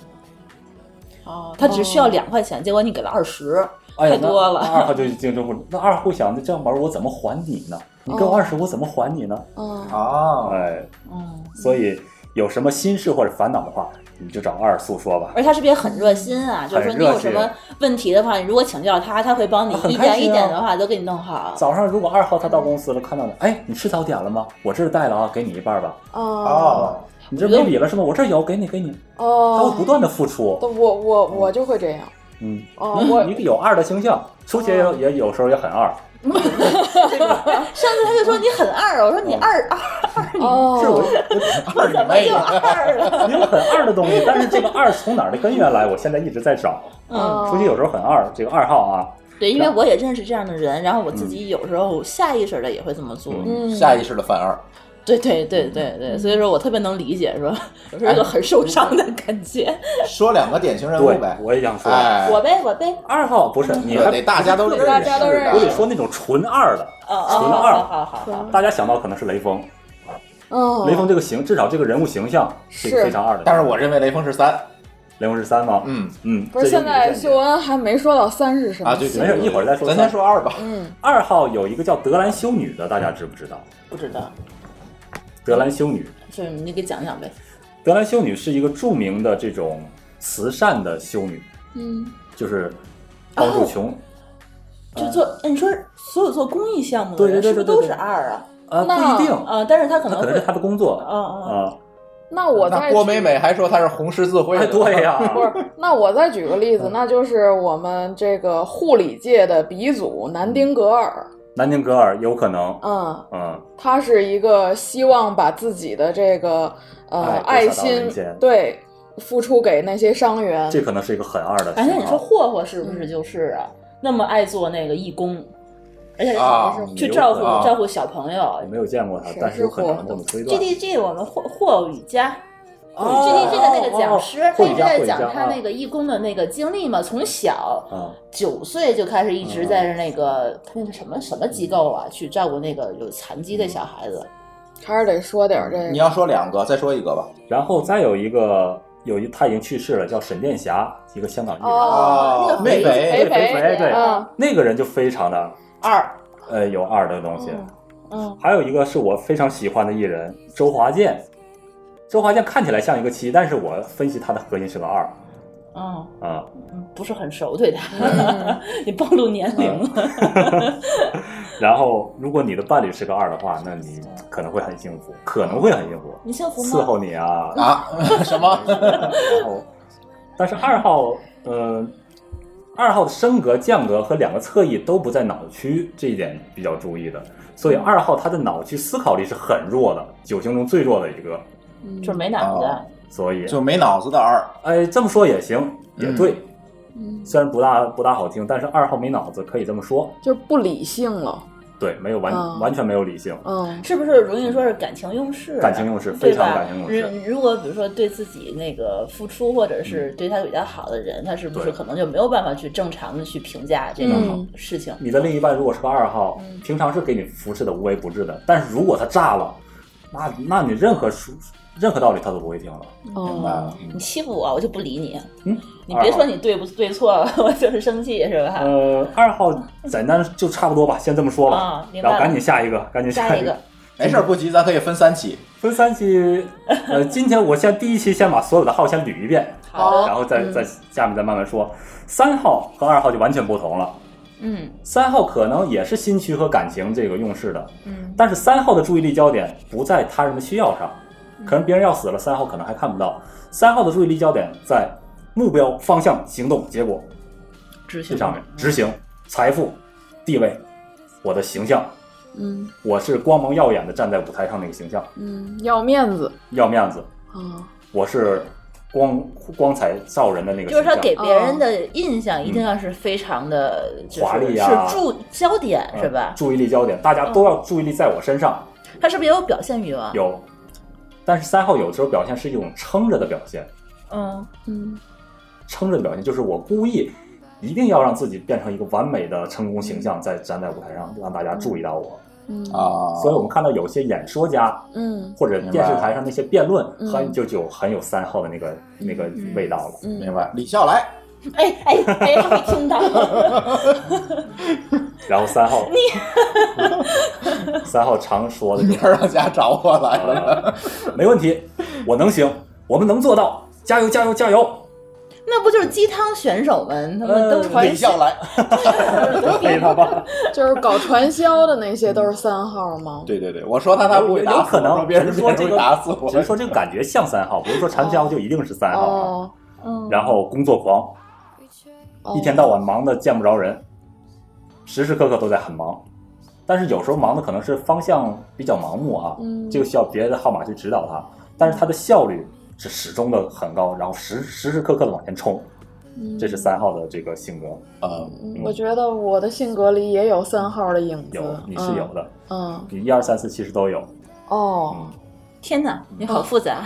Speaker 7: 哦，他只需要两块钱，结果你给了二十，
Speaker 5: 哎呀，
Speaker 7: 太多了
Speaker 5: 那那二号就就就不，那二号想这样玩我怎么还你呢？你给我
Speaker 6: 哦
Speaker 5: 二十，我怎么还你呢？
Speaker 6: 哦
Speaker 4: 啊，
Speaker 5: 哎，
Speaker 7: 嗯，
Speaker 5: 所以有什么心事或者烦恼的话，你就找二诉说吧。
Speaker 7: 而他是不是也很热心啊？就是说你有什么问题的话，你如果请教他，他会帮你
Speaker 5: 很
Speaker 7: 一
Speaker 5: 开
Speaker 7: 点
Speaker 5: 心啊
Speaker 7: 一点的话都给你弄好。
Speaker 5: 早上如果二号他到公司了，看到你，哎，你吃早点了吗？我这儿带了啊，给你一半吧。
Speaker 6: 哦
Speaker 4: 哦，
Speaker 5: 你这没理了是吗？我这儿有，给你，给你。他会不
Speaker 6: 哦，
Speaker 5: 断的付出，
Speaker 6: 我我我就会这样。
Speaker 5: 嗯，
Speaker 6: 哦，我哦
Speaker 5: 你有二的倾向，舒淇也有也有时候也很二，
Speaker 7: 上次他
Speaker 5: 嗯
Speaker 7: 就说你很二，我说你二二
Speaker 6: 哦
Speaker 4: 二你妹
Speaker 7: 就！二了，
Speaker 6: 啊
Speaker 5: 你有很二的东西，但是这个二从哪儿的根源来，我现在一直在找。
Speaker 6: 哦
Speaker 7: 嗯，
Speaker 5: 舒淇有时候很二，这个二号啊，
Speaker 7: 对，因为我也认识这样的人，然后我自己有时候下意识的也会这么做。
Speaker 5: 嗯
Speaker 6: 嗯
Speaker 4: 下意识的犯二，
Speaker 7: 对对对对对，所以说我特别能理解，说
Speaker 5: 哎
Speaker 7: 有时候就很受伤的感觉。
Speaker 4: 说两个典型人物
Speaker 5: 对
Speaker 4: 呗，。
Speaker 5: 我也想说，
Speaker 4: 哎，
Speaker 7: 我呗，我呗，
Speaker 5: 二号哦不是 你
Speaker 4: 这
Speaker 5: 还
Speaker 4: 得大家都认识，
Speaker 6: 嗯大家都认识
Speaker 5: 我得说那种纯二的，
Speaker 7: 哦哦，
Speaker 5: 纯
Speaker 7: 好好
Speaker 5: 二，
Speaker 7: 好好好，
Speaker 5: 大家想到可能是雷锋，
Speaker 6: 哦，
Speaker 5: 雷锋这个形，至少这个人物形象是一个
Speaker 6: 是
Speaker 5: 非常二的。
Speaker 4: 但是我认为雷锋是三，
Speaker 5: 雷锋是三吗？
Speaker 4: 嗯
Speaker 5: 嗯，
Speaker 6: 不是
Speaker 5: 这就
Speaker 6: 现在
Speaker 5: 见解
Speaker 6: 秀恩还没说到三是什么
Speaker 4: 啊，对，
Speaker 6: 星
Speaker 4: 对
Speaker 5: 没事
Speaker 4: 对
Speaker 5: 一会儿再说
Speaker 4: 咱先说二吧。
Speaker 6: 嗯
Speaker 5: 二号有一个叫德兰修女的，大家知不知道？
Speaker 7: 不知道，
Speaker 5: 德兰修女，
Speaker 7: 就是你给讲讲呗。
Speaker 5: 德兰修女是一个著名的这种慈善的修女，
Speaker 6: 嗯
Speaker 5: 就是帮
Speaker 6: 哦
Speaker 5: 助穷。
Speaker 7: 就做，哎你说所有做公益项目的
Speaker 5: 对对
Speaker 7: 人
Speaker 5: 对
Speaker 7: 是不是
Speaker 5: 对对
Speaker 7: 都
Speaker 5: 对
Speaker 7: 是二啊？
Speaker 5: 呃，不
Speaker 6: 那
Speaker 5: 一定，
Speaker 7: 啊，但是他可
Speaker 5: 她
Speaker 7: 能
Speaker 5: 可能
Speaker 7: 会
Speaker 5: 是，她的工作
Speaker 7: 嗯嗯嗯，
Speaker 5: 啊。
Speaker 6: 那我再
Speaker 4: 那郭
Speaker 6: 举
Speaker 4: 美美还说她是红十字会
Speaker 5: 哎，
Speaker 4: 的，
Speaker 5: 对呀，
Speaker 6: 不是，那我再举个例
Speaker 5: 嗯
Speaker 6: 子，那就是我们这个护理界的鼻祖南
Speaker 5: 嗯
Speaker 6: 丁格尔，
Speaker 5: 南丁格尔有可能，
Speaker 6: 嗯，
Speaker 5: 嗯，
Speaker 6: 他是一个希望把自己的这个呃
Speaker 5: 爱
Speaker 6: 爱
Speaker 5: 给撒到人
Speaker 6: 心
Speaker 5: 间
Speaker 6: 对付出给那些伤员，
Speaker 5: 这可能是一个很二的
Speaker 7: 哎，那你
Speaker 5: 型
Speaker 7: 说
Speaker 5: 号。
Speaker 7: 霍霍是不是就是啊？那么爱做那个义工，而且
Speaker 4: 啊
Speaker 7: 是去照顾
Speaker 4: 有可能
Speaker 7: 照顾小朋友
Speaker 5: 我。没有见过他
Speaker 6: 谁，
Speaker 5: 但是有可
Speaker 6: 是
Speaker 5: 能
Speaker 6: 霍
Speaker 5: 这么推断。
Speaker 7: GDG 我们霍霍偶瑜伽
Speaker 5: 哦
Speaker 7: ，GDG 的那个讲师，
Speaker 4: 哦
Speaker 7: 他
Speaker 5: 霍
Speaker 7: 一
Speaker 5: 瑜
Speaker 7: 直
Speaker 5: 伽
Speaker 7: 在
Speaker 5: 霍瑜
Speaker 7: 讲
Speaker 5: 伽
Speaker 7: 他
Speaker 5: 啊
Speaker 7: 那个义工的那个经历嘛，从小
Speaker 5: 啊，
Speaker 7: 九岁就开始一直在那
Speaker 4: 嗯
Speaker 7: 个他那个什么什么机构啊，去照顾那个有残疾的小孩子。
Speaker 6: 还是得说点这
Speaker 4: 你
Speaker 6: 个。
Speaker 4: 要说两个，再说一个吧。
Speaker 5: 然后再有一个，有一他已经去世了，叫沈殿霞，一个香港艺人。
Speaker 6: 哦
Speaker 7: 那个
Speaker 4: 美
Speaker 7: 肥
Speaker 4: 美
Speaker 6: 肥
Speaker 5: 肥肥对
Speaker 6: 嗯
Speaker 5: 那个人就非常的
Speaker 7: 二，
Speaker 5: 呃有二的
Speaker 8: 哦
Speaker 5: 东西。
Speaker 7: 嗯，
Speaker 5: 还有一个是我非常喜欢的艺人周华健，周华健看起来像一个七，但是我分析他的核心是个二
Speaker 7: 嗯，
Speaker 5: 啊、
Speaker 7: 嗯不是很熟对他
Speaker 6: 嗯，
Speaker 7: 你暴露年龄了。
Speaker 5: 然后如果你的伴侣是个二的话，那你可能会很幸福，可能会很幸福，
Speaker 7: 你幸福
Speaker 5: 伺
Speaker 7: 吗？
Speaker 5: 候你 啊。
Speaker 4: 啊，什 么？
Speaker 5: 然后，但是二号，呃，二号的升格、降格和两个侧翼都不在脑区，这一点比较注意的。所以二号他的脑区思考力是很弱的，九型中最弱的一个。
Speaker 7: 就是没脑子。啊
Speaker 4: 哦
Speaker 5: 所以，
Speaker 4: 就没脑子的二，
Speaker 5: 哎，这么说也行，也
Speaker 4: 嗯
Speaker 5: 对。
Speaker 6: 嗯
Speaker 5: 虽然不大不大好听，但是二号没脑子可以这么说，
Speaker 6: 就是不理性了，
Speaker 5: 对，没有完、
Speaker 6: 嗯
Speaker 5: 完全没有理性，
Speaker 6: 嗯
Speaker 7: 是不是容易说是感情用事啊、
Speaker 5: 感情用事
Speaker 7: 对
Speaker 5: 非常
Speaker 7: 吧
Speaker 5: 感情用事
Speaker 7: 如如果比如说对自己那个付出，或者是对他比较好的人，他是不是
Speaker 5: 嗯对
Speaker 7: 可能就没有办法去正常的去评价这个
Speaker 6: 嗯
Speaker 7: 事情？
Speaker 5: 你的另一半如果是个二号，平常是给你扶持的无微不至的，但是如果他炸了，那那你任何说任何道理他都不会听了。
Speaker 4: 明白
Speaker 6: 哦，
Speaker 4: 了。
Speaker 7: 你欺负我，我就不理你。
Speaker 5: 嗯，
Speaker 7: 你别说
Speaker 5: 二号
Speaker 7: 你对不对错了， 我就是生气，是吧？
Speaker 5: 呃，二号简单就差不多吧，先这么说吧。
Speaker 7: 啊明白
Speaker 5: 然后赶
Speaker 7: 了
Speaker 5: 紧下一个，赶紧
Speaker 7: 下
Speaker 5: 一
Speaker 7: 一个，
Speaker 8: 嗯
Speaker 4: 没事儿，不急，咱可以分三期。
Speaker 5: 分三期，呃，今天我先第一期先把所有的号先捋一遍，
Speaker 7: 好
Speaker 5: 然后再
Speaker 7: 嗯
Speaker 5: 再下面再慢慢说。三号和二号就完全不同了，
Speaker 7: 嗯
Speaker 5: 三号可能也是心虚和感情这个用事的，
Speaker 7: 嗯
Speaker 5: 但是三号的注意力焦点不在他人的需要上，可能别人要死了，三号可能还看不到。三号的注意力焦点在目标、方向、行动、结果
Speaker 7: 执行
Speaker 5: 这上面，执行、财富、地位、我的形象，
Speaker 6: 嗯
Speaker 5: 我是光芒耀眼的站在舞台上那个形象，
Speaker 6: 嗯，要面子
Speaker 5: 要面子，
Speaker 6: 啊，
Speaker 5: 我是光光彩照人的那个
Speaker 7: 就是
Speaker 5: 形
Speaker 7: 他
Speaker 5: 象，嗯
Speaker 7: 给别
Speaker 6: 哦
Speaker 7: 人的印象一定要是非常的就是
Speaker 5: 华丽啊
Speaker 7: 是注焦点
Speaker 5: 嗯
Speaker 7: 是吧？嗯
Speaker 5: 注意力焦点，大家都要注意力在我身上。
Speaker 7: 他是不是也有表现欲望？，
Speaker 5: 有，但是三号有的时候表现是一种撑着的表现，
Speaker 7: 嗯
Speaker 6: 嗯
Speaker 5: 撑着的表现就是我故意一定要让自己变成一个完美的成功形象，在站在舞台上让大家注意到我。
Speaker 6: 嗯
Speaker 4: 啊，
Speaker 5: 所以我们看到有些演说家
Speaker 6: 嗯
Speaker 5: 或者电视台上那些辩论，
Speaker 6: 嗯
Speaker 5: 很就就很有三号的那个那个味道了。
Speaker 6: 嗯，
Speaker 4: 明白。李笑来，
Speaker 7: 哎哎哎，他没听到，
Speaker 5: 然后三 号， 三号常说的就
Speaker 4: 明
Speaker 5: 是
Speaker 4: 儿让家找我来了。
Speaker 5: 呃，没问题，我能行，我们能做到，加油加油加 油！
Speaker 7: 那不就是鸡汤选手们他们都
Speaker 5: 呃
Speaker 7: 传
Speaker 4: 李笑来，
Speaker 5: 黑他吧，
Speaker 6: 就是搞传销的那
Speaker 5: 嗯
Speaker 6: 些都是三号吗？
Speaker 4: 对对对，我说他他不会
Speaker 5: 有
Speaker 4: 打死
Speaker 5: 可
Speaker 4: 我，
Speaker 5: 能
Speaker 4: 说别人
Speaker 5: 只是说
Speaker 4: 别
Speaker 5: 这
Speaker 4: 人
Speaker 5: 个
Speaker 4: 会打死我。
Speaker 5: 只是说这个感觉像三号，不是说传销就一定是三号啊。
Speaker 6: 哦，
Speaker 5: 然后工作狂，
Speaker 6: 哦
Speaker 5: 一天到晚忙得见不着人，时时刻刻都在很忙。但是有时候忙的可能是方向比较盲目啊，
Speaker 6: 嗯
Speaker 5: 就需要别的号码去指导他。但是他的效率是始终的很高，然后时时时刻刻的往前冲，
Speaker 6: 嗯
Speaker 5: 这是三号的这个性格
Speaker 4: 嗯，
Speaker 6: 我觉得我的性格里也有三号的影子
Speaker 5: 有，，你是有的，
Speaker 6: 嗯，
Speaker 5: 你一二三四其实都有。
Speaker 6: 嗯，哦，
Speaker 7: 天哪，你好复杂，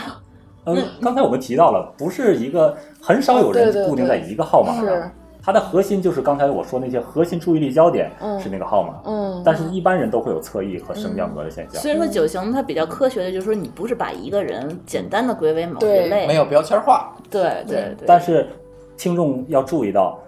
Speaker 5: 嗯，刚才我们提到了，不是一个很少有
Speaker 6: 对对
Speaker 5: 人
Speaker 6: 对
Speaker 5: 固定在一个号码
Speaker 6: 是
Speaker 5: 上，它的核心就是刚才我说那些核心注意力焦点
Speaker 6: 嗯
Speaker 5: 是那个号码，
Speaker 6: 嗯，
Speaker 5: 但是嗯一般人都会有侧翼和升降格的现象。
Speaker 7: 嗯虽然说九型它比较科学的，就是说你不是把一个人简单的归为某一
Speaker 6: 对
Speaker 7: 类，
Speaker 4: 没有标签化，
Speaker 7: 对对对，
Speaker 5: 但是听众要注意到，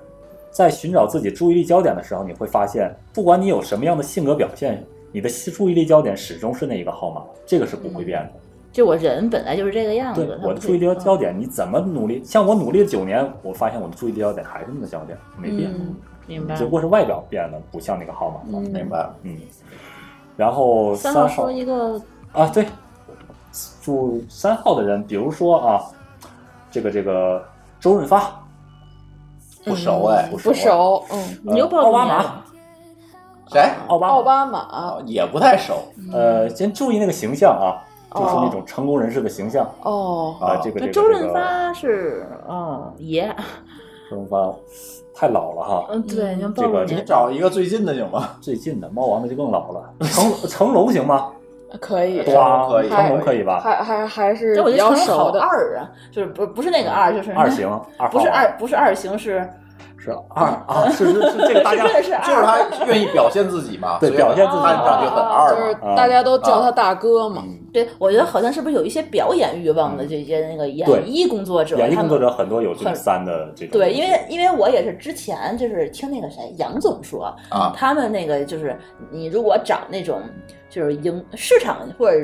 Speaker 5: 在寻找自己注意力焦点的时候，你会发现，不管你有什么样的性格表现，你的注意力焦点始终是那一个号码，这个是不会变的。
Speaker 7: 就我人本来就是这个样
Speaker 5: 对
Speaker 7: 子，它
Speaker 5: 我
Speaker 7: 不
Speaker 5: 的
Speaker 7: 是
Speaker 5: 注意力焦点，你怎么努力？像我努力了九年，我发现我的注意力焦点还是那么焦点，没变，
Speaker 7: 嗯明白
Speaker 5: 只。不过是外表变了，不像那个号码了。
Speaker 4: 明白？
Speaker 5: 嗯然后
Speaker 7: 三
Speaker 5: 三
Speaker 7: 号说一个
Speaker 5: 啊，对，住三号的人，比如说啊，这个这个周润发，
Speaker 7: 嗯
Speaker 4: 不熟哎，
Speaker 6: 不熟，嗯，
Speaker 5: 呃
Speaker 7: 你又暴
Speaker 5: 奥
Speaker 7: 露
Speaker 5: 巴
Speaker 7: 年
Speaker 5: 马
Speaker 7: 了，
Speaker 4: 谁？
Speaker 7: 嗯
Speaker 5: 奥巴
Speaker 6: 奥
Speaker 5: 马，
Speaker 6: 巴马，
Speaker 4: 也不太熟。
Speaker 5: 呃，先注意那个形象啊，就是那
Speaker 6: 哦
Speaker 5: 种成功人士的形象
Speaker 6: 哦，
Speaker 5: 啊
Speaker 4: 啊，
Speaker 5: 这个这
Speaker 7: 那
Speaker 5: 个
Speaker 7: 周
Speaker 5: 这
Speaker 7: 润
Speaker 5: 个
Speaker 7: 发是嗯爷，
Speaker 5: 周润发太老了哈，
Speaker 7: 嗯对，你看暴
Speaker 5: 这个
Speaker 7: 露
Speaker 4: 你
Speaker 7: 年，
Speaker 4: 找一个最近的行吗？
Speaker 5: 最近的猫王的就更老了，成成龙行吗？
Speaker 6: 可以，
Speaker 4: 对
Speaker 5: 哇
Speaker 4: 成龙可以
Speaker 5: 成龙可以吧？
Speaker 6: 还还还是
Speaker 7: 这我
Speaker 6: 比
Speaker 7: 就
Speaker 6: 较
Speaker 7: 成了
Speaker 6: 熟
Speaker 7: 好
Speaker 6: 的，
Speaker 7: 二啊，就是不不是那个二，就是那
Speaker 5: 二型，二号
Speaker 7: 不是
Speaker 5: 啊
Speaker 7: 二，不是二 型，是
Speaker 5: 是二啊，是是是这个大
Speaker 7: 是
Speaker 5: 家
Speaker 7: 真 的是
Speaker 4: 就
Speaker 7: 二
Speaker 4: 是，他愿意表现自己嘛，
Speaker 5: 对
Speaker 4: 所以我
Speaker 5: 表现自己
Speaker 4: 看上去很二
Speaker 6: 就是
Speaker 5: 啊
Speaker 4: 嘛。
Speaker 6: 大家都叫他大哥嘛，
Speaker 5: 嗯
Speaker 7: 对，我觉得好像是不是有一些表演欲望的这些那个
Speaker 5: 对
Speaker 7: 演艺工作者，
Speaker 5: 演艺
Speaker 7: 他
Speaker 5: 工作
Speaker 7: 们
Speaker 5: 者很多有这种
Speaker 7: 很
Speaker 5: 三的这种东
Speaker 7: 对，
Speaker 5: 西，
Speaker 7: 因为因为我也是之前就是听那个谁杨总说，
Speaker 4: 啊
Speaker 7: 他们那个就是你如果找那种就是营市场或者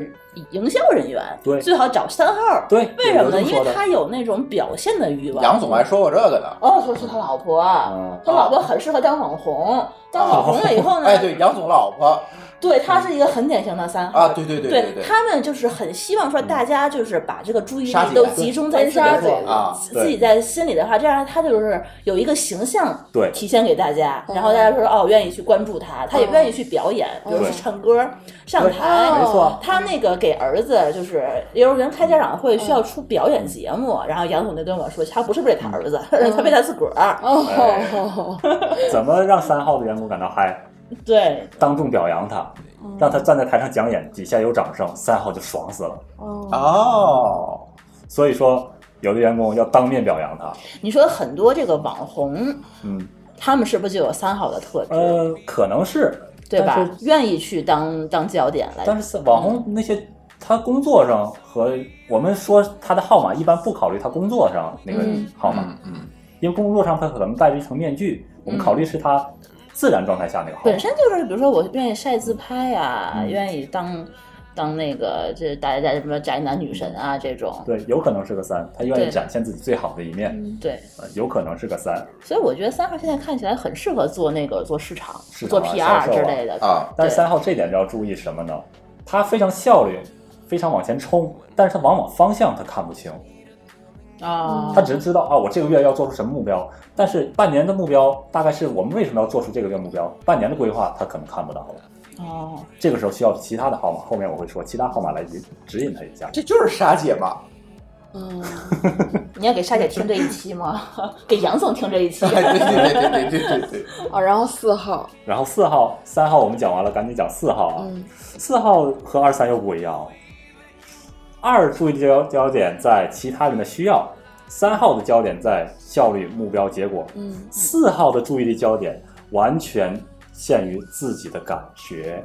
Speaker 7: 营销人员，
Speaker 5: 对
Speaker 7: 最好找三号。
Speaker 5: 对，
Speaker 7: 为什么
Speaker 5: 有
Speaker 7: 呢？
Speaker 5: 人
Speaker 7: 因
Speaker 5: 说
Speaker 7: 为
Speaker 5: 的
Speaker 7: 他有那种表现的欲望。
Speaker 4: 杨总还说过这个呢。
Speaker 7: 哦，说是他老婆，
Speaker 5: 嗯啊
Speaker 7: 他老婆很适合当网红，当网红了以后呢，
Speaker 4: 哎，对，杨总老婆
Speaker 7: 对，他是一个很典型的三号。
Speaker 4: 啊，对对对对
Speaker 7: 他们就是很希望说大家就是把这个注意力
Speaker 4: 杀鸡啊
Speaker 7: 都
Speaker 4: 盘
Speaker 7: 集中在自己
Speaker 6: 杀鸡
Speaker 7: 的
Speaker 4: 啊，
Speaker 7: 自
Speaker 5: 对
Speaker 7: 自己在心里的话，这样他就是有一个形象
Speaker 5: 对
Speaker 7: 体现给大家，
Speaker 6: 嗯
Speaker 7: 然后大家说哦愿意去关注他，他也
Speaker 6: 嗯
Speaker 7: 愿意去表演，比如
Speaker 5: 对
Speaker 7: 去唱歌、上台。
Speaker 6: 哦
Speaker 5: 没错，
Speaker 7: 他那个给儿子就是幼儿园开家长会需要出表演节目，然后杨总就跟我说，他不是为他儿子， 他为他自个儿。啊
Speaker 6: 哦，
Speaker 5: 怎么让三号的员工感到嗨？
Speaker 7: 对，
Speaker 5: 当众表扬他，
Speaker 7: 嗯
Speaker 5: 让他站在台上讲演，底下有掌声，三号就爽死了。
Speaker 7: 嗯
Speaker 4: 哦，
Speaker 5: 所以说，有的员工要当面表扬他。
Speaker 7: 你说很多这个网红，
Speaker 5: 嗯，
Speaker 7: 他们是不是就有三好的特质？
Speaker 5: 呃，可能是，
Speaker 7: 对吧
Speaker 5: 但是？
Speaker 7: 愿意去当当焦点来。
Speaker 5: 但是网红那些他工作上和我们说他的号码，一般不考虑他工作上那个
Speaker 7: 嗯
Speaker 5: 号码，
Speaker 4: 嗯嗯，
Speaker 5: 因为工作上他可能戴着一层面具，我们考虑是他自然状态下那个号码
Speaker 7: 本。身就是，比如说我愿意晒自拍啊，
Speaker 5: 嗯
Speaker 7: 愿意当当那个这大家什么宅男女神啊这种，
Speaker 5: 对，有可能是个三，他愿
Speaker 7: 对嗯
Speaker 5: 意展现自己最好的一面，
Speaker 7: 对，
Speaker 5: 呃有可能是个三，
Speaker 7: 所以我觉得三号现在看起来很适合做那个做市场、
Speaker 5: 市场啊
Speaker 7: 做
Speaker 5: 销
Speaker 7: PR
Speaker 5: 售啊
Speaker 7: 之类的
Speaker 4: 啊
Speaker 5: 但是
Speaker 7: 对
Speaker 5: 三号这点要注意什么呢？他非常效率，非常往前冲，但是他往往方向他看不清，
Speaker 6: 哦
Speaker 7: 啊
Speaker 5: 他只是知道啊，我这个月要做出什么目标，但是半年的目标大概是我们为什么要做出这个月目标，半年的规划他可能看不到了。
Speaker 7: 哦，
Speaker 5: 这个时候需要其他的号码，后面我会说其他号码来指指引他一下。
Speaker 4: 这就是沙姐嘛，
Speaker 7: 嗯， 你要给沙姐听这一期吗？ 给杨总听这一期
Speaker 4: 对
Speaker 5: 哎
Speaker 4: 对对对对对对对，
Speaker 6: 啊，然后四号，
Speaker 5: 然后四号、三号我们讲完了，赶紧讲四号啊。
Speaker 6: 嗯
Speaker 5: 四号和二三又不一样哦。二注意力焦焦点在其他人的需要，三号的焦点在效率、目标、结果，
Speaker 6: 嗯，
Speaker 5: 四号的注意力焦点完全限于自己的感觉、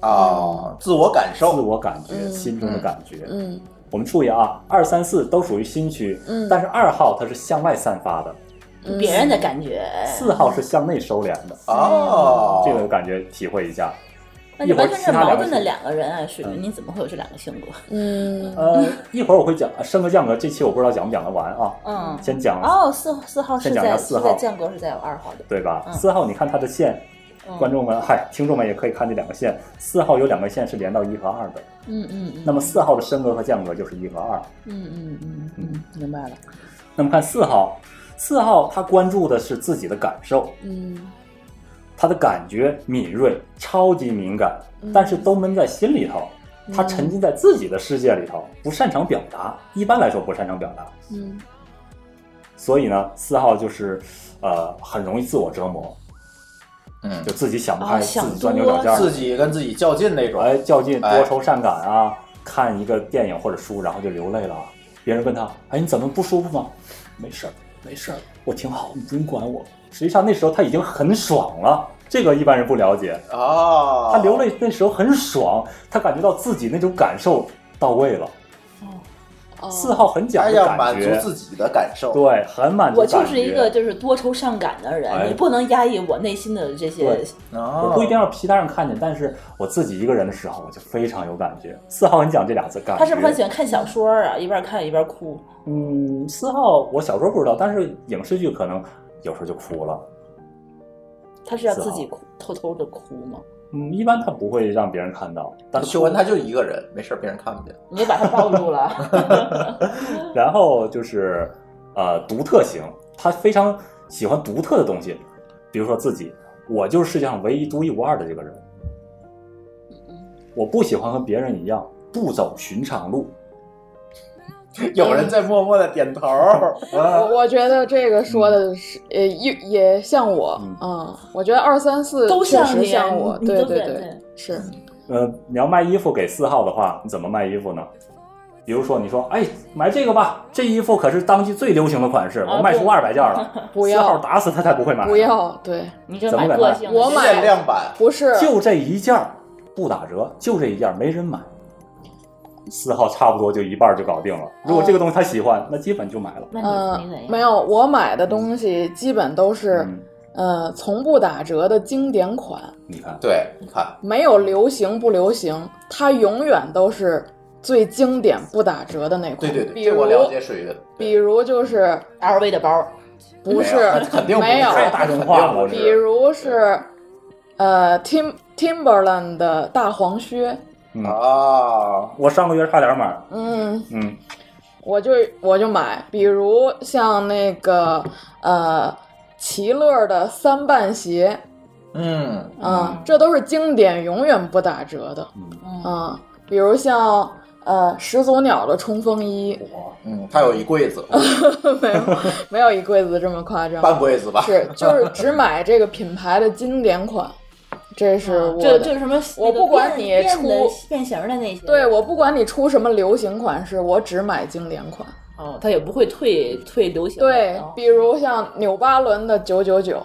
Speaker 4: 啊，自我感
Speaker 5: 自
Speaker 4: 受，
Speaker 5: 我感觉、
Speaker 6: 嗯
Speaker 5: 心中的感觉。
Speaker 6: 嗯
Speaker 5: 我们注意啊，二三四都属于心区，
Speaker 6: 嗯
Speaker 5: 但是二号它是向外散发的，
Speaker 6: 嗯，
Speaker 7: 别人的感觉，
Speaker 5: 四号是向内收敛的。
Speaker 4: 哦，
Speaker 5: 这个我感觉体会一下。
Speaker 7: 那就完全是矛盾的
Speaker 5: 一会儿其他两个
Speaker 7: 两个人啊，水云，你怎么会有这两个性格？
Speaker 6: 嗯
Speaker 5: 嗯呃，一会儿我会讲升格降格，这期我不知道讲不讲得完啊。
Speaker 7: 嗯，
Speaker 5: 先讲
Speaker 7: 哦，四四号是
Speaker 5: 先讲一
Speaker 7: 在
Speaker 5: 下
Speaker 7: 是
Speaker 5: 四号
Speaker 7: 在建国，是在有二号的，
Speaker 5: 对吧？
Speaker 7: 嗯
Speaker 5: 四、号，你看它的线，
Speaker 7: 嗯
Speaker 5: 观众们嗨，听众们也可以看这两个线。四号有两个线是连到一和二的，
Speaker 7: 嗯嗯嗯，
Speaker 5: 那么四号的升格和降格就是一和二。
Speaker 7: 嗯嗯嗯嗯，明白了，
Speaker 5: 那么看四号，四号他关注的是自己的感受，
Speaker 6: 嗯
Speaker 5: 他的感觉敏锐，超级敏感，但是都闷在心里头。他沉浸在自己的世界里头，不擅长表达，一般来说不擅长表达，
Speaker 6: 嗯
Speaker 5: 所以呢，四号就是，呃，很容易自我折磨，
Speaker 4: 嗯
Speaker 5: 就，自己想不
Speaker 7: 啊
Speaker 5: 开，
Speaker 7: 想
Speaker 5: 自己钻牛角尖儿，
Speaker 4: 自己跟自己较劲那种，
Speaker 5: 哎，较劲，
Speaker 4: 哎
Speaker 5: 多愁善感啊！看一个电影或者书，然后就流泪了。别人问他：“哎，你怎么不舒服吗？”没事儿，没事儿，我挺好，你不用管我。实际上那时候他已经很爽了，这个一般人不了解。
Speaker 4: 哦，
Speaker 5: 他流泪那时候很爽，他感觉到自己那种感受到位了。
Speaker 6: 哦
Speaker 5: 四号很讲
Speaker 4: 他
Speaker 5: 究
Speaker 4: 要
Speaker 5: 感
Speaker 4: 满足
Speaker 5: 觉，
Speaker 4: 自己的感受，
Speaker 5: 对，很满足
Speaker 7: 我
Speaker 5: 感觉。
Speaker 7: 就是一个就是多愁善感的人，
Speaker 5: 哎
Speaker 7: 你不能压抑我内心的这些
Speaker 5: 对，
Speaker 4: 哦，
Speaker 5: 我不一定要其他人看见，但是我自己一个人的时候，我就非常有感觉。四号，你讲这俩字，感觉
Speaker 7: 他是不是很喜欢看小说啊？一边看一边哭，
Speaker 5: 嗯，四号我小时候不知道，但是影视剧可能有时候就哭了。
Speaker 7: 他是要
Speaker 5: 是啊
Speaker 7: 自己哭偷偷的哭吗？
Speaker 5: 嗯，一般他不会让别人看到，但是
Speaker 4: 秀文他就一个人，没事儿，别人看不见，
Speaker 7: 你就把他暴露了，
Speaker 5: 然后就是呃独特型，他非常喜欢独特的东西，比如说自己，我就是世界上唯一独一无二的这个人，我不喜欢和别人一样不走寻常路。
Speaker 4: 有人在默默的点头，
Speaker 5: 呃
Speaker 6: 我我觉得这个说的
Speaker 4: 嗯
Speaker 6: 是，也也也像我，
Speaker 5: 嗯
Speaker 6: 嗯，我觉得二三四
Speaker 7: 都
Speaker 6: 确
Speaker 7: 像
Speaker 6: 实
Speaker 7: 你
Speaker 6: 像我，
Speaker 7: 你
Speaker 6: 对
Speaker 7: 都对
Speaker 6: 对，是，
Speaker 4: 嗯
Speaker 5: 呃，你要卖衣服给四号的话，你怎么卖衣服呢？比如说，你说，哎，买这个吧，这衣服可是当季最流行的款式，
Speaker 7: 啊
Speaker 5: 我卖
Speaker 7: 对
Speaker 5: 出二百件 了。
Speaker 6: 不
Speaker 5: 四号
Speaker 6: 要
Speaker 5: 打死他才不会买，
Speaker 6: 不，要，对，
Speaker 7: 你这
Speaker 5: 怎
Speaker 7: 买
Speaker 5: 么敢
Speaker 7: 个
Speaker 5: 卖
Speaker 7: 性，
Speaker 6: 我买
Speaker 4: 限量版，
Speaker 6: 不是，
Speaker 5: 就这一件儿不打折，就这一件儿没人买。四号差不多就一半儿就搞定了。如果这个东西他喜欢，那基本就买了。
Speaker 7: 那你
Speaker 6: 嗯
Speaker 7: 你，
Speaker 6: 没
Speaker 7: 哪样？
Speaker 6: 有，我买的东西基本都是
Speaker 5: 嗯，
Speaker 6: 呃从不打折的经典款，
Speaker 5: 你看，
Speaker 4: 对，你看，
Speaker 6: 没有流行不流行，它永远都是最经典不打折的那
Speaker 7: 嗯
Speaker 6: 款。
Speaker 4: 对对对，
Speaker 6: 比
Speaker 4: 这
Speaker 6: 如
Speaker 4: 我了解水云，
Speaker 6: 比如就是。
Speaker 7: LV 的包，
Speaker 6: 不
Speaker 4: 没
Speaker 6: 是
Speaker 4: 有肯定不是
Speaker 6: 没有，
Speaker 5: 太大众化了，
Speaker 6: 比如是，呃，Tim Timberland 的大黄靴，
Speaker 4: 啊，
Speaker 5: 嗯我上个月差点买，
Speaker 6: 嗯，
Speaker 5: 嗯，
Speaker 6: 我就我就买。比如像那个呃，奇乐的三瓣鞋，
Speaker 4: 嗯，
Speaker 6: 啊、这都是经典，永远不打折的，
Speaker 7: 嗯
Speaker 6: 啊、比如像呃，始祖鸟的冲锋衣，
Speaker 4: 嗯，他有一柜 子，
Speaker 6: 没有没有一柜子这么夸张，
Speaker 4: 半柜子吧，
Speaker 6: 是就是只买这个品牌的经典款，这是 我
Speaker 7: 啊这
Speaker 6: 的。
Speaker 7: 这是什么？
Speaker 6: 我不管你
Speaker 7: 变的
Speaker 6: 出
Speaker 7: 变形的那些，
Speaker 6: 对我不管你出什么流行款式，我只买经典款。
Speaker 7: 哦，他也不会退退流行的。
Speaker 6: 对
Speaker 7: 哦，
Speaker 6: 比如像纽巴伦的九九九，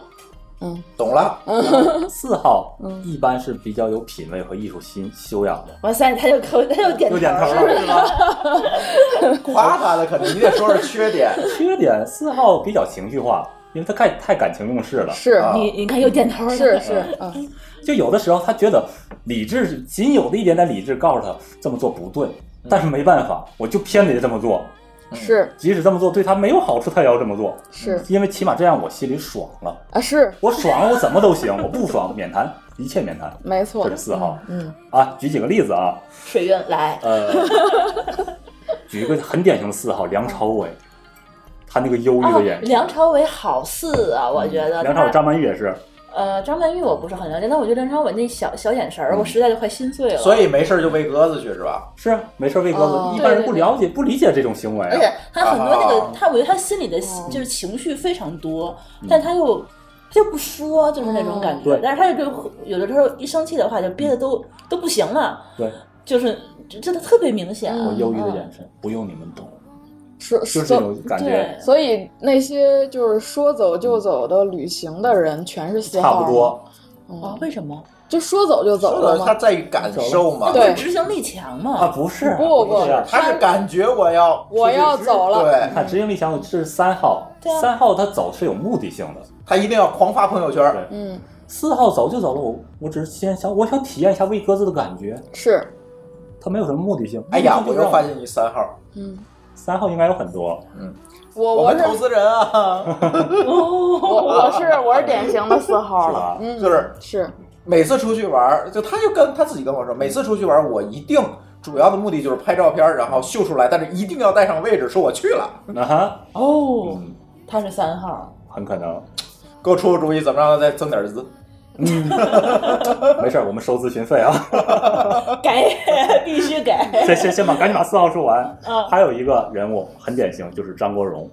Speaker 7: 嗯
Speaker 4: 懂了，
Speaker 5: 啊四号一般是比较有品味和艺术心修养 的，
Speaker 7: 哇塞，他就扣，他就点
Speaker 5: 又点头
Speaker 7: 了
Speaker 5: 了是吧？
Speaker 4: 夸他了，肯定你得说说缺点，
Speaker 5: 缺点，四号比较情绪化，因为他太太感情用事了。
Speaker 6: 是
Speaker 4: 啊
Speaker 7: 你你看又点头了，嗯
Speaker 6: 是是啊，
Speaker 5: 就有的时候他觉得理智仅有的一点点理智告诉他这么做不对，
Speaker 7: 嗯
Speaker 5: 但是没办法，我就偏得这么做。
Speaker 6: 是
Speaker 5: 即使这么做对他没有好处，他也要这么做，
Speaker 6: 是
Speaker 5: 因为起码这样我心里爽了。
Speaker 6: 啊，是
Speaker 5: 我爽了，我怎么都行；我不爽，免谈，一切免
Speaker 7: 嗯
Speaker 5: 谈。
Speaker 6: 没错
Speaker 5: 这是。四号
Speaker 6: 嗯，
Speaker 5: 啊，举几个例子啊，
Speaker 7: 水月来，
Speaker 5: 呃， 举一个很典型的四号，梁朝伟，他那个忧郁
Speaker 7: 哦
Speaker 5: 的眼，睛。
Speaker 7: 梁朝伟好似啊，我觉得
Speaker 5: 嗯梁朝伟、
Speaker 7: 他
Speaker 5: 张曼玉也是，
Speaker 7: 呃张曼玉我不是很了解，但我觉得梁朝伟那小小眼神儿，我实在就快心碎了。
Speaker 4: 所以没事儿就喂鸽子去是吧？
Speaker 5: 是啊，没事儿喂鸽
Speaker 6: 哦
Speaker 5: 子，一般人不了解、不理解这种行为啊。
Speaker 7: 而且他很多那个
Speaker 4: 啊，
Speaker 7: 他我觉得他心里的
Speaker 5: 嗯
Speaker 7: 就是情绪非常多，但他又他又不说，就是那种感
Speaker 5: 哦
Speaker 7: 觉。但是他就有的时候一生气的话，就憋得都都不行了，
Speaker 5: 对，
Speaker 7: 就是真的特别明显。
Speaker 5: 我
Speaker 6: 嗯
Speaker 5: 忧郁的眼神，不用你们懂，
Speaker 6: 说
Speaker 5: 就是这
Speaker 6: 说，
Speaker 5: 种感觉嗯
Speaker 7: 对，，
Speaker 6: 所以那些就是说走就走的旅行的人，全是四
Speaker 5: 差
Speaker 6: 号，
Speaker 5: 不，多。
Speaker 7: 哦
Speaker 6: 嗯，，
Speaker 7: 为什么？
Speaker 6: 就说走就走
Speaker 4: 说
Speaker 6: 了
Speaker 4: 的他
Speaker 6: 嘛。
Speaker 4: 在于感受嘛，
Speaker 6: 对
Speaker 7: 执行力强
Speaker 5: 啊，
Speaker 7: 嘛。
Speaker 5: 不是，
Speaker 6: 不不
Speaker 5: 是，啊
Speaker 4: 他是感觉我要
Speaker 6: 我要走了
Speaker 4: 对嗯
Speaker 5: 看执行力强是三号
Speaker 7: 对，啊
Speaker 5: 三号他走是有目的性的。
Speaker 4: 他一定要狂发朋友圈儿，
Speaker 5: 对，
Speaker 6: 嗯，
Speaker 5: 四号走就走了，我我只是先想，我想体验一下喂鸽子的感觉，
Speaker 6: 是，
Speaker 5: 他没有什么目的性。
Speaker 4: 哎呀，
Speaker 5: 目
Speaker 4: 我
Speaker 5: 的性就让
Speaker 4: 又发现你三号，
Speaker 6: 嗯，
Speaker 5: 三号应该有很多，
Speaker 6: 我
Speaker 4: 我
Speaker 6: 我
Speaker 4: 们
Speaker 6: 是
Speaker 4: 投资人啊，
Speaker 8: 哦
Speaker 6: 我我是我是典型的四号
Speaker 5: 是吧
Speaker 6: 了，嗯，
Speaker 4: 就是
Speaker 6: 是
Speaker 4: 每次出去玩儿，就他就跟他自己跟我说，每次出去玩儿，我一定主要的目的就是拍照片儿，然后秀出来，但是一定要带上位置，说我去了，
Speaker 5: 啊哈，
Speaker 7: 哦
Speaker 5: 嗯，
Speaker 7: 他是三号，
Speaker 5: 很可能。
Speaker 4: 给我出个主意，怎么让他再增点资？
Speaker 5: 嗯 没事儿，我们收咨询费啊。
Speaker 7: 给 必须给。
Speaker 5: 先先先把赶紧把四号说完。
Speaker 7: 嗯
Speaker 5: 还有一个人物很典型，就是张国荣，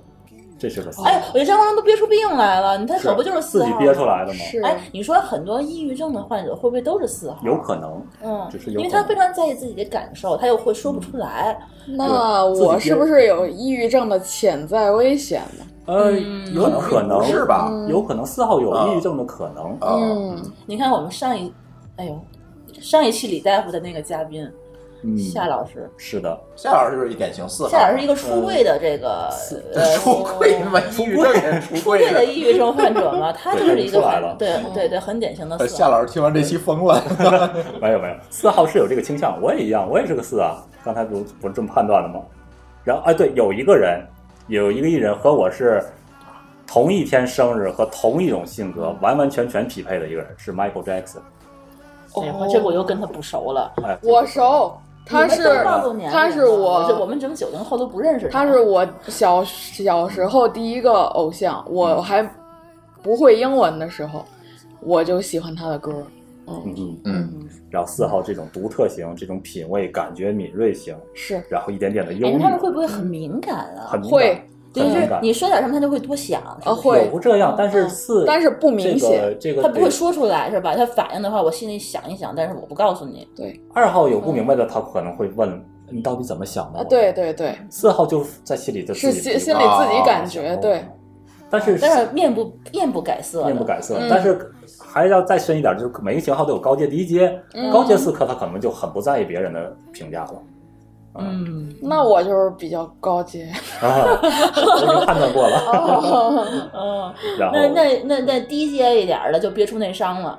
Speaker 5: 这是个
Speaker 6: 哦
Speaker 5: 四号，
Speaker 7: 哎，我觉得张国荣都憋出病来了，你他可不就是四
Speaker 5: 自
Speaker 7: 号
Speaker 5: 己
Speaker 7: 吗
Speaker 5: 憋出来的吗？
Speaker 6: 是，
Speaker 7: 哎，你说很多抑郁症的患者会不会都是四号？
Speaker 5: 有可能，
Speaker 7: 嗯
Speaker 5: 只，是有
Speaker 7: 因为
Speaker 5: 可能
Speaker 7: 他非常在意自己的感受，他又会说不出来。
Speaker 6: 那
Speaker 5: 自己
Speaker 6: 我
Speaker 5: 编
Speaker 6: 是不是有抑郁症的潜在危险呢？
Speaker 5: 呃，
Speaker 7: 嗯
Speaker 5: 有可能
Speaker 4: 不是？吧？
Speaker 5: 有可能四号有抑郁症的可能。
Speaker 4: 啊，
Speaker 6: 嗯，
Speaker 7: 你看我们上一，哎呦，上一期李大夫的那个嘉宾
Speaker 5: 嗯，
Speaker 7: 夏老师，
Speaker 5: 是的，
Speaker 4: 夏老师就是一典型四号，嗯
Speaker 7: 夏老师是一个出柜的这个呃
Speaker 4: 出柜嘛，抑郁症也出
Speaker 7: 出柜
Speaker 4: 柜
Speaker 7: 的
Speaker 4: 了。
Speaker 7: 抑郁症患者 嘛，他就是一
Speaker 5: 对看不
Speaker 7: 个
Speaker 5: 出来了哎
Speaker 7: 对
Speaker 6: 嗯
Speaker 7: 对对，很典型的
Speaker 4: 呃
Speaker 7: 四
Speaker 4: 夏
Speaker 7: 号。
Speaker 4: 老师听完这期疯了，
Speaker 5: 没有没有，四号是有这个倾向，我也一样，我也是个四啊。刚才不不是这么判断的吗？然后哎，对，有一个人，有一个艺人和我是同一天生日和同一种性
Speaker 7: 嗯
Speaker 5: 格，完完全全匹配的一个人是 Michael Jackson。
Speaker 7: 哎呀，这个我又跟他不熟了。
Speaker 5: 哎，
Speaker 6: 我熟，哦他
Speaker 7: 你们
Speaker 6: 是
Speaker 7: 都暴露年龄了
Speaker 6: 他是
Speaker 7: 我这我
Speaker 6: 我
Speaker 7: 们怎么九零后都不认识
Speaker 6: 他是我小小时候第一个偶像，我还不会英文的时候，我就喜欢他的歌。
Speaker 5: 嗯，
Speaker 4: 嗯，
Speaker 5: 然后四号这种独特型，这种品味、感觉敏锐型，
Speaker 6: 是
Speaker 5: 然后一点点的忧
Speaker 7: 哎，
Speaker 5: 郁，
Speaker 7: 他们会不会很敏感啊？
Speaker 5: 很敏
Speaker 6: 会
Speaker 5: 感，
Speaker 7: 对，
Speaker 5: 很
Speaker 7: 就
Speaker 5: 敏
Speaker 7: 是
Speaker 5: 感。
Speaker 7: 你说点什么，他就会多想。是不是
Speaker 6: 啊会
Speaker 5: 有不这样，但是四，
Speaker 6: 但是不明显
Speaker 5: 这个这个
Speaker 7: 他不会
Speaker 5: 得
Speaker 7: 说出来是吧？他反应的话，我心里想一想，但是我不告诉你。
Speaker 5: 二号有不明白的，他可能会问你到底怎么想的
Speaker 6: 啊，。对对对，
Speaker 5: 四号就在心里就是哦自己
Speaker 6: 心心里
Speaker 5: 嘀咕
Speaker 6: 自己感觉，
Speaker 5: 啊
Speaker 6: 对，
Speaker 5: 但是
Speaker 7: 但是面不面不改色的，
Speaker 5: 面不改色，
Speaker 6: 嗯
Speaker 5: 但是还要再深一点，就是每个型号都有高阶、低阶，
Speaker 6: 嗯
Speaker 5: 高阶四颗他可能就很不在意别人的评价了。
Speaker 7: 嗯，
Speaker 6: 那我就是比较高阶。
Speaker 5: 啊，我已经判断过 了。
Speaker 6: 哦
Speaker 7: 嗯，
Speaker 5: 然后
Speaker 7: 那那那那低阶一点儿的就憋出内伤了，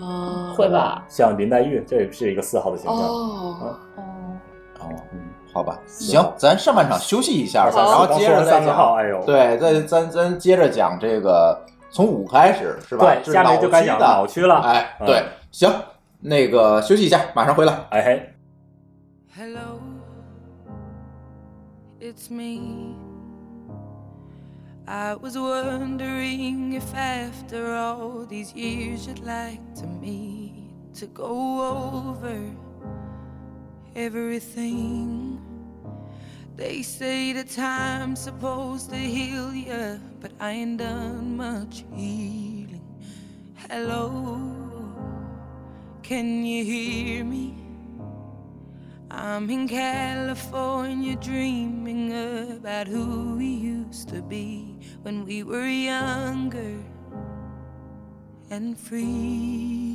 Speaker 6: 啊，
Speaker 7: 会吧？
Speaker 5: 像林黛玉，这是一个四号的形象。
Speaker 6: 哦，
Speaker 7: 哦，
Speaker 4: 哦
Speaker 5: 嗯，
Speaker 4: 好吧，行，咱上半场休息一下
Speaker 5: 二
Speaker 4: 吧，
Speaker 5: 三四
Speaker 4: 然后
Speaker 5: 刚
Speaker 4: 接
Speaker 5: 说
Speaker 4: 着
Speaker 5: 完
Speaker 4: 再
Speaker 5: 三个
Speaker 4: 讲。
Speaker 5: 号，哎呦，
Speaker 4: 对，再咱咱接着讲这个，从五开始是吧？
Speaker 5: 对，下面就该讲
Speaker 4: 的
Speaker 5: 脑区了。
Speaker 4: 哎，
Speaker 5: 嗯
Speaker 4: 对，行，那个休息一下，马上回来。
Speaker 5: 哎嘿，
Speaker 8: Hello, it's me. I was wondering if after all these years you'd like to meet to go over everything. They say the time's supposed to heal ya, but I ain't done much healing. Hello, can you hear me? I'm in California dreaming about who we used to be when we were younger and free.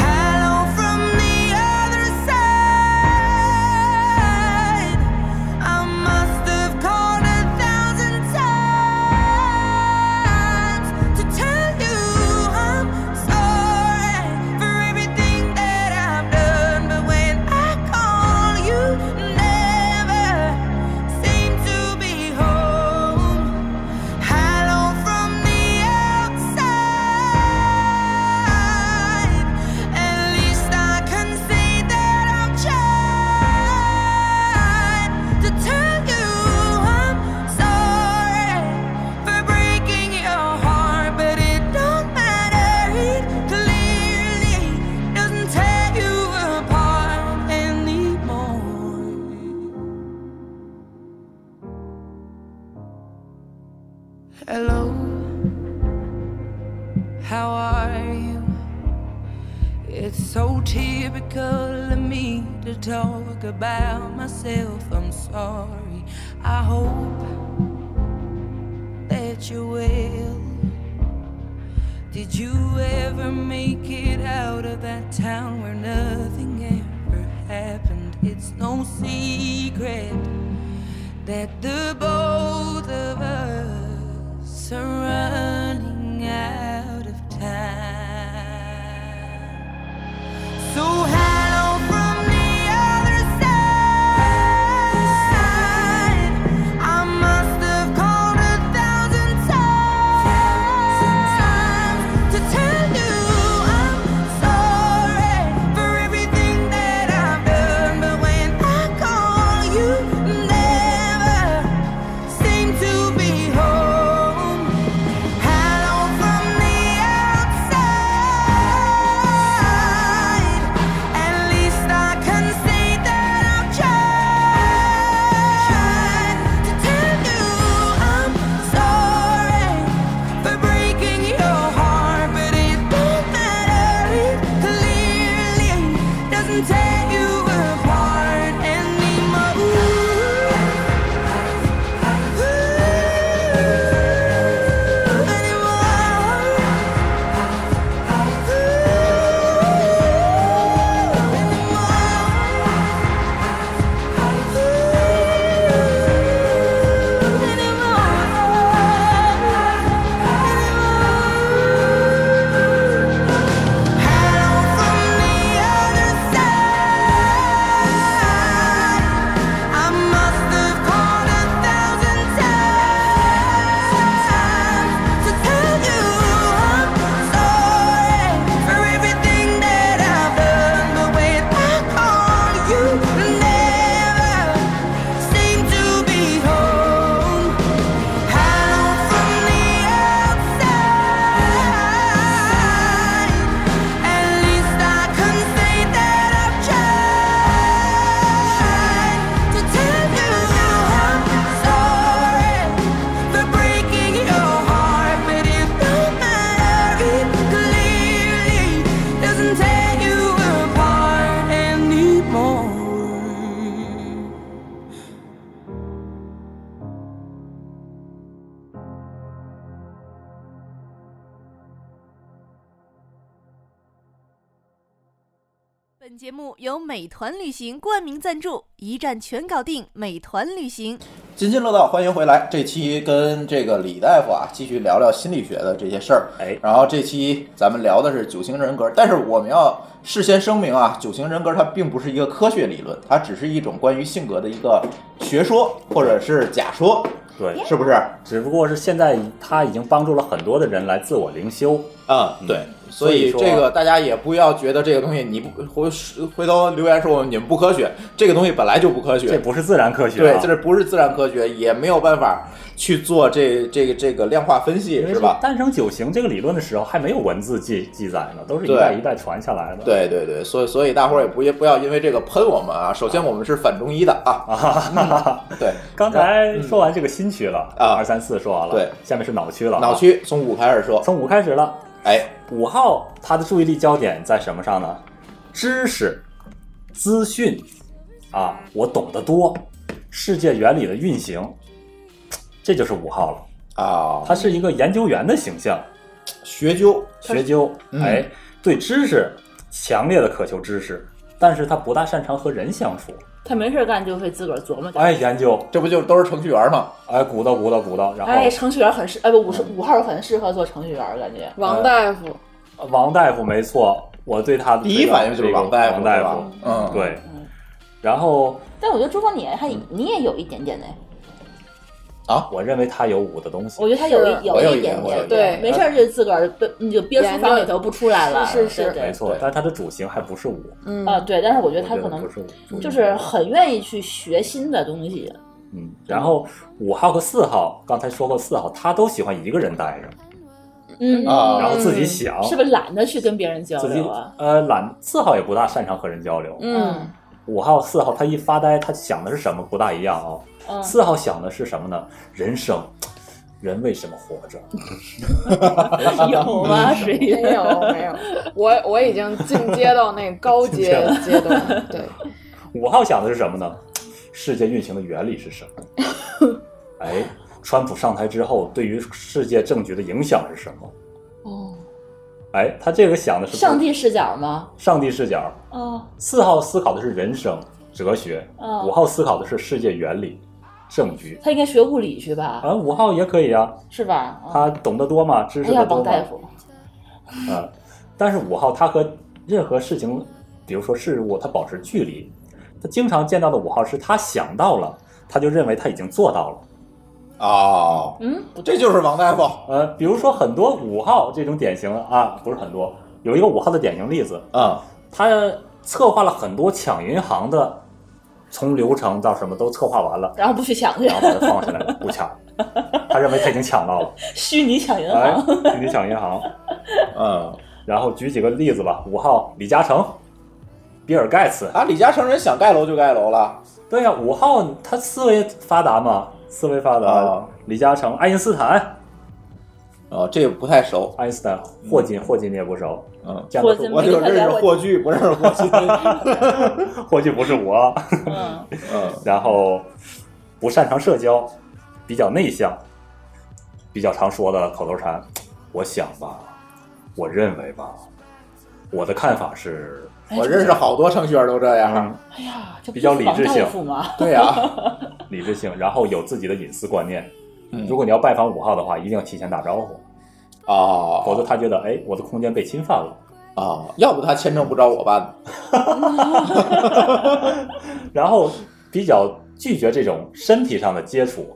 Speaker 8: Hello from the other side. I must have called a thousand times to tell you I'm sorry for everything that I've done. But when I call, you never seem to be home. Hello from the outside. At least I can say that I've tried to tell you I'm sorry for breaking your heart, but it don't matter. It clearly doesn't tear you apart anymore. Hello, how are you? It's so typical of me to talk about myself. I'm sorry. I hope that you will. Did you ever make it out of that town where nothing ever happened? It's no secret that the both of us are running out of time. So hello from the other side. I must have called a thousand times to tell you I'm sorry for everything that I've done. But when I call, you never seem to be home. Hello from the outside. At least I can say that I've tried to tell you I'm sorry for breaking your heart, but it don't matter. It clearly doesn't tear you apart anymore. I must have called a thousand times to tell you I'm sorry for everything that I've done. But when I call, you never seem to be home. Hello from the outside. At least I can say that I've tried to tell you I'm sorry for breaking your heart, but it don't matter. It clearly doesn't tear you apart anymore.
Speaker 9: 本节目由美团旅行冠名赞助，一站全搞定，美团旅行。
Speaker 4: 津津乐道，欢迎回来。这期跟这个李大夫啊，继续聊聊心理学的这些事儿。
Speaker 5: 哎
Speaker 4: 然后这期咱们聊的是九型人格，但是我们要事先声明啊，九型人格它并不是一个科学理论，它只是一种关于性格的一个学说或者是假说，
Speaker 5: 对，
Speaker 4: 是不是？
Speaker 5: 只不过是现在他已经帮助了很多的人来自我灵修。
Speaker 4: 啊、
Speaker 5: 嗯
Speaker 4: 对，所以
Speaker 5: 所以
Speaker 4: 这
Speaker 5: 说啊
Speaker 4: 个大家也不要觉得这个东西你不回回头留言说我们你们不科学，这个东西本来就不科学，
Speaker 5: 这不是自然科学、
Speaker 4: 对
Speaker 5: 啊，，
Speaker 4: 这不是自然科学，也没有办法去做这这个这个量化分析，
Speaker 5: 因为
Speaker 4: 是吧？
Speaker 5: 诞生九型这个理论的时候还没有文字记记载呢，都是一
Speaker 4: 对
Speaker 5: 代一代传下来的。
Speaker 4: 对对对，所以所以大伙儿也不也不要因为这个喷我们啊。首先我们是反中医的啊，嗯
Speaker 5: 啊哈哈哈。
Speaker 4: 对嗯
Speaker 5: 刚才说完这个心区了，
Speaker 4: 啊
Speaker 5: 二三四说完了，
Speaker 4: 对，
Speaker 5: 下面是脑区了啊，
Speaker 4: 脑区从五开始说，
Speaker 5: 从五开始了。
Speaker 4: 哎，
Speaker 5: 五号他的注意力焦点在什么上呢？知识、资讯啊，我懂得多，世界原理的运行，这就是五号了。
Speaker 4: 啊，
Speaker 5: 他是一个研究员的形象，
Speaker 4: 学究
Speaker 5: 学究，
Speaker 4: 嗯
Speaker 5: 哎，对知识强烈的渴求知识，但是他不大擅长和人相处，
Speaker 7: 他没事儿干就会自个儿琢磨。
Speaker 5: 哎，研究，
Speaker 4: 这不就都是程序员吗？
Speaker 5: 哎，鼓捣鼓捣鼓捣，然后嗯
Speaker 7: 哎，程序员很适，哎不，五十五号很适合做程序员儿，感觉。
Speaker 6: 王大夫，
Speaker 5: 王大夫没错，我对他的
Speaker 4: 第一反应就是
Speaker 5: 这个
Speaker 4: 王大夫，
Speaker 5: 王
Speaker 4: 对
Speaker 5: 大
Speaker 4: 吧
Speaker 5: 夫，？
Speaker 4: 嗯，
Speaker 5: 对，然后
Speaker 7: 但我觉得朱峰你还
Speaker 5: 嗯
Speaker 7: 你也有一点点的，
Speaker 5: 我认为他有五的东西
Speaker 7: 我，觉得他有
Speaker 6: 是
Speaker 7: 一
Speaker 4: 啊我有
Speaker 7: 有
Speaker 4: 一点
Speaker 7: 点
Speaker 4: 我有
Speaker 7: 点
Speaker 4: 一，
Speaker 6: 点
Speaker 7: 没事儿就自个儿被你就憋
Speaker 6: 研
Speaker 7: 书
Speaker 6: 究
Speaker 7: 房里头不出来了，
Speaker 6: 是是
Speaker 7: 对
Speaker 6: 是
Speaker 7: 对
Speaker 5: 没错
Speaker 4: 对，
Speaker 5: 但是他的主型还不是五，
Speaker 6: 嗯
Speaker 7: 啊，对，但是我觉得
Speaker 5: 我
Speaker 7: 他
Speaker 5: 觉
Speaker 7: 可
Speaker 5: 得
Speaker 7: 能
Speaker 5: 不是五，
Speaker 7: 就是很愿意去学新的东西，
Speaker 5: 嗯，然后五号和四号，刚才说过四号，他都喜欢一个人待着，
Speaker 7: 嗯
Speaker 4: 啊
Speaker 5: 然后自己想，
Speaker 7: 是不是懒得去跟别人交
Speaker 5: 自己
Speaker 7: 流啊？
Speaker 5: 呃懒，四号也不大擅长和人交流。
Speaker 6: 嗯，
Speaker 5: 五号、四号他一发呆，他想的是什么不大一样啊、
Speaker 7: 嗯，
Speaker 5: 四号想的是什么呢？人生，人为什么活着？
Speaker 7: 有吗？谁
Speaker 6: 没有没有，我我已经进阶到那个高
Speaker 5: 进阶
Speaker 6: 阶
Speaker 5: 了
Speaker 6: 阶段，对，
Speaker 5: 五号想的是什么呢？世界运行的原理是什么？哎，川普上台之后对于世界政局的影响是什么？
Speaker 6: 哦，
Speaker 5: 哎，他这个想的是
Speaker 7: 上帝视角吗？
Speaker 5: 上帝视角。
Speaker 7: 哦，
Speaker 5: 四号思考的是人生哲学，
Speaker 7: 哦
Speaker 5: 五号思考的是世界原理政局。
Speaker 7: 他应该学物理去吧？
Speaker 5: 啊，五号也可以啊，
Speaker 7: 是吧？啊
Speaker 5: 他懂得多嘛，知识
Speaker 7: 哎呀，
Speaker 5: 的多
Speaker 7: 王
Speaker 5: 嘛。
Speaker 7: 大夫，
Speaker 5: 啊，但是五号他和任何事情，比如说事物，他保持距离。他经常见到的五号是他想到了，他就认为他已经做到了。
Speaker 4: 哦，
Speaker 7: 嗯，不
Speaker 4: 这就是王大夫
Speaker 5: 呃，比如说很多五号这种典型的啊，不是很多，有一个五号的典型例子，
Speaker 4: 啊，
Speaker 5: 他策划了很多抢银行的，从流程到什么都策划完了，
Speaker 7: 然后不去抢去
Speaker 5: 然，后把它放下来不抢，他认为他已经抢到了，
Speaker 7: 虚拟抢银
Speaker 5: 哎
Speaker 7: 行，，
Speaker 5: 自己抢银行。
Speaker 4: 嗯
Speaker 5: 然后举几个例子吧，五号李嘉诚、比尔盖茨，
Speaker 4: 啊，李嘉诚人想盖楼就盖楼了，
Speaker 5: 对呀、五号他思维发达嘛，思维发达。
Speaker 4: 啊
Speaker 5: 李嘉诚、爱因斯坦，
Speaker 4: 哦，这个不太熟，
Speaker 5: 爱因斯坦、霍金，霍金你也不熟，
Speaker 4: 嗯，
Speaker 5: 见过
Speaker 7: 霍金
Speaker 4: 我就认识霍炬，不认识霍金，
Speaker 5: 霍金不是我。
Speaker 7: 嗯，
Speaker 4: 嗯
Speaker 5: 然后不擅长社交，比较内向，比较常说的口头禅。我想吧，我认为吧，我的看法是，
Speaker 7: 哎
Speaker 4: 我认识好多程序员都这样，
Speaker 5: 嗯，
Speaker 7: 哎呀，这不
Speaker 5: 比较
Speaker 7: 是
Speaker 5: 理
Speaker 7: 王
Speaker 5: 智
Speaker 7: 大
Speaker 5: 性啊
Speaker 7: 夫吗？
Speaker 4: 对啊呀，
Speaker 5: 理智性，然后有自己的隐私观念。
Speaker 4: 嗯
Speaker 5: 如果你要拜访五号的话，一定要提前打招呼，否
Speaker 4: 哦
Speaker 5: 则他觉得，哎，我的空间被侵犯了。
Speaker 4: 哦，要不他签证不找我办呢，
Speaker 5: 然后比较拒绝这种身体上的接触。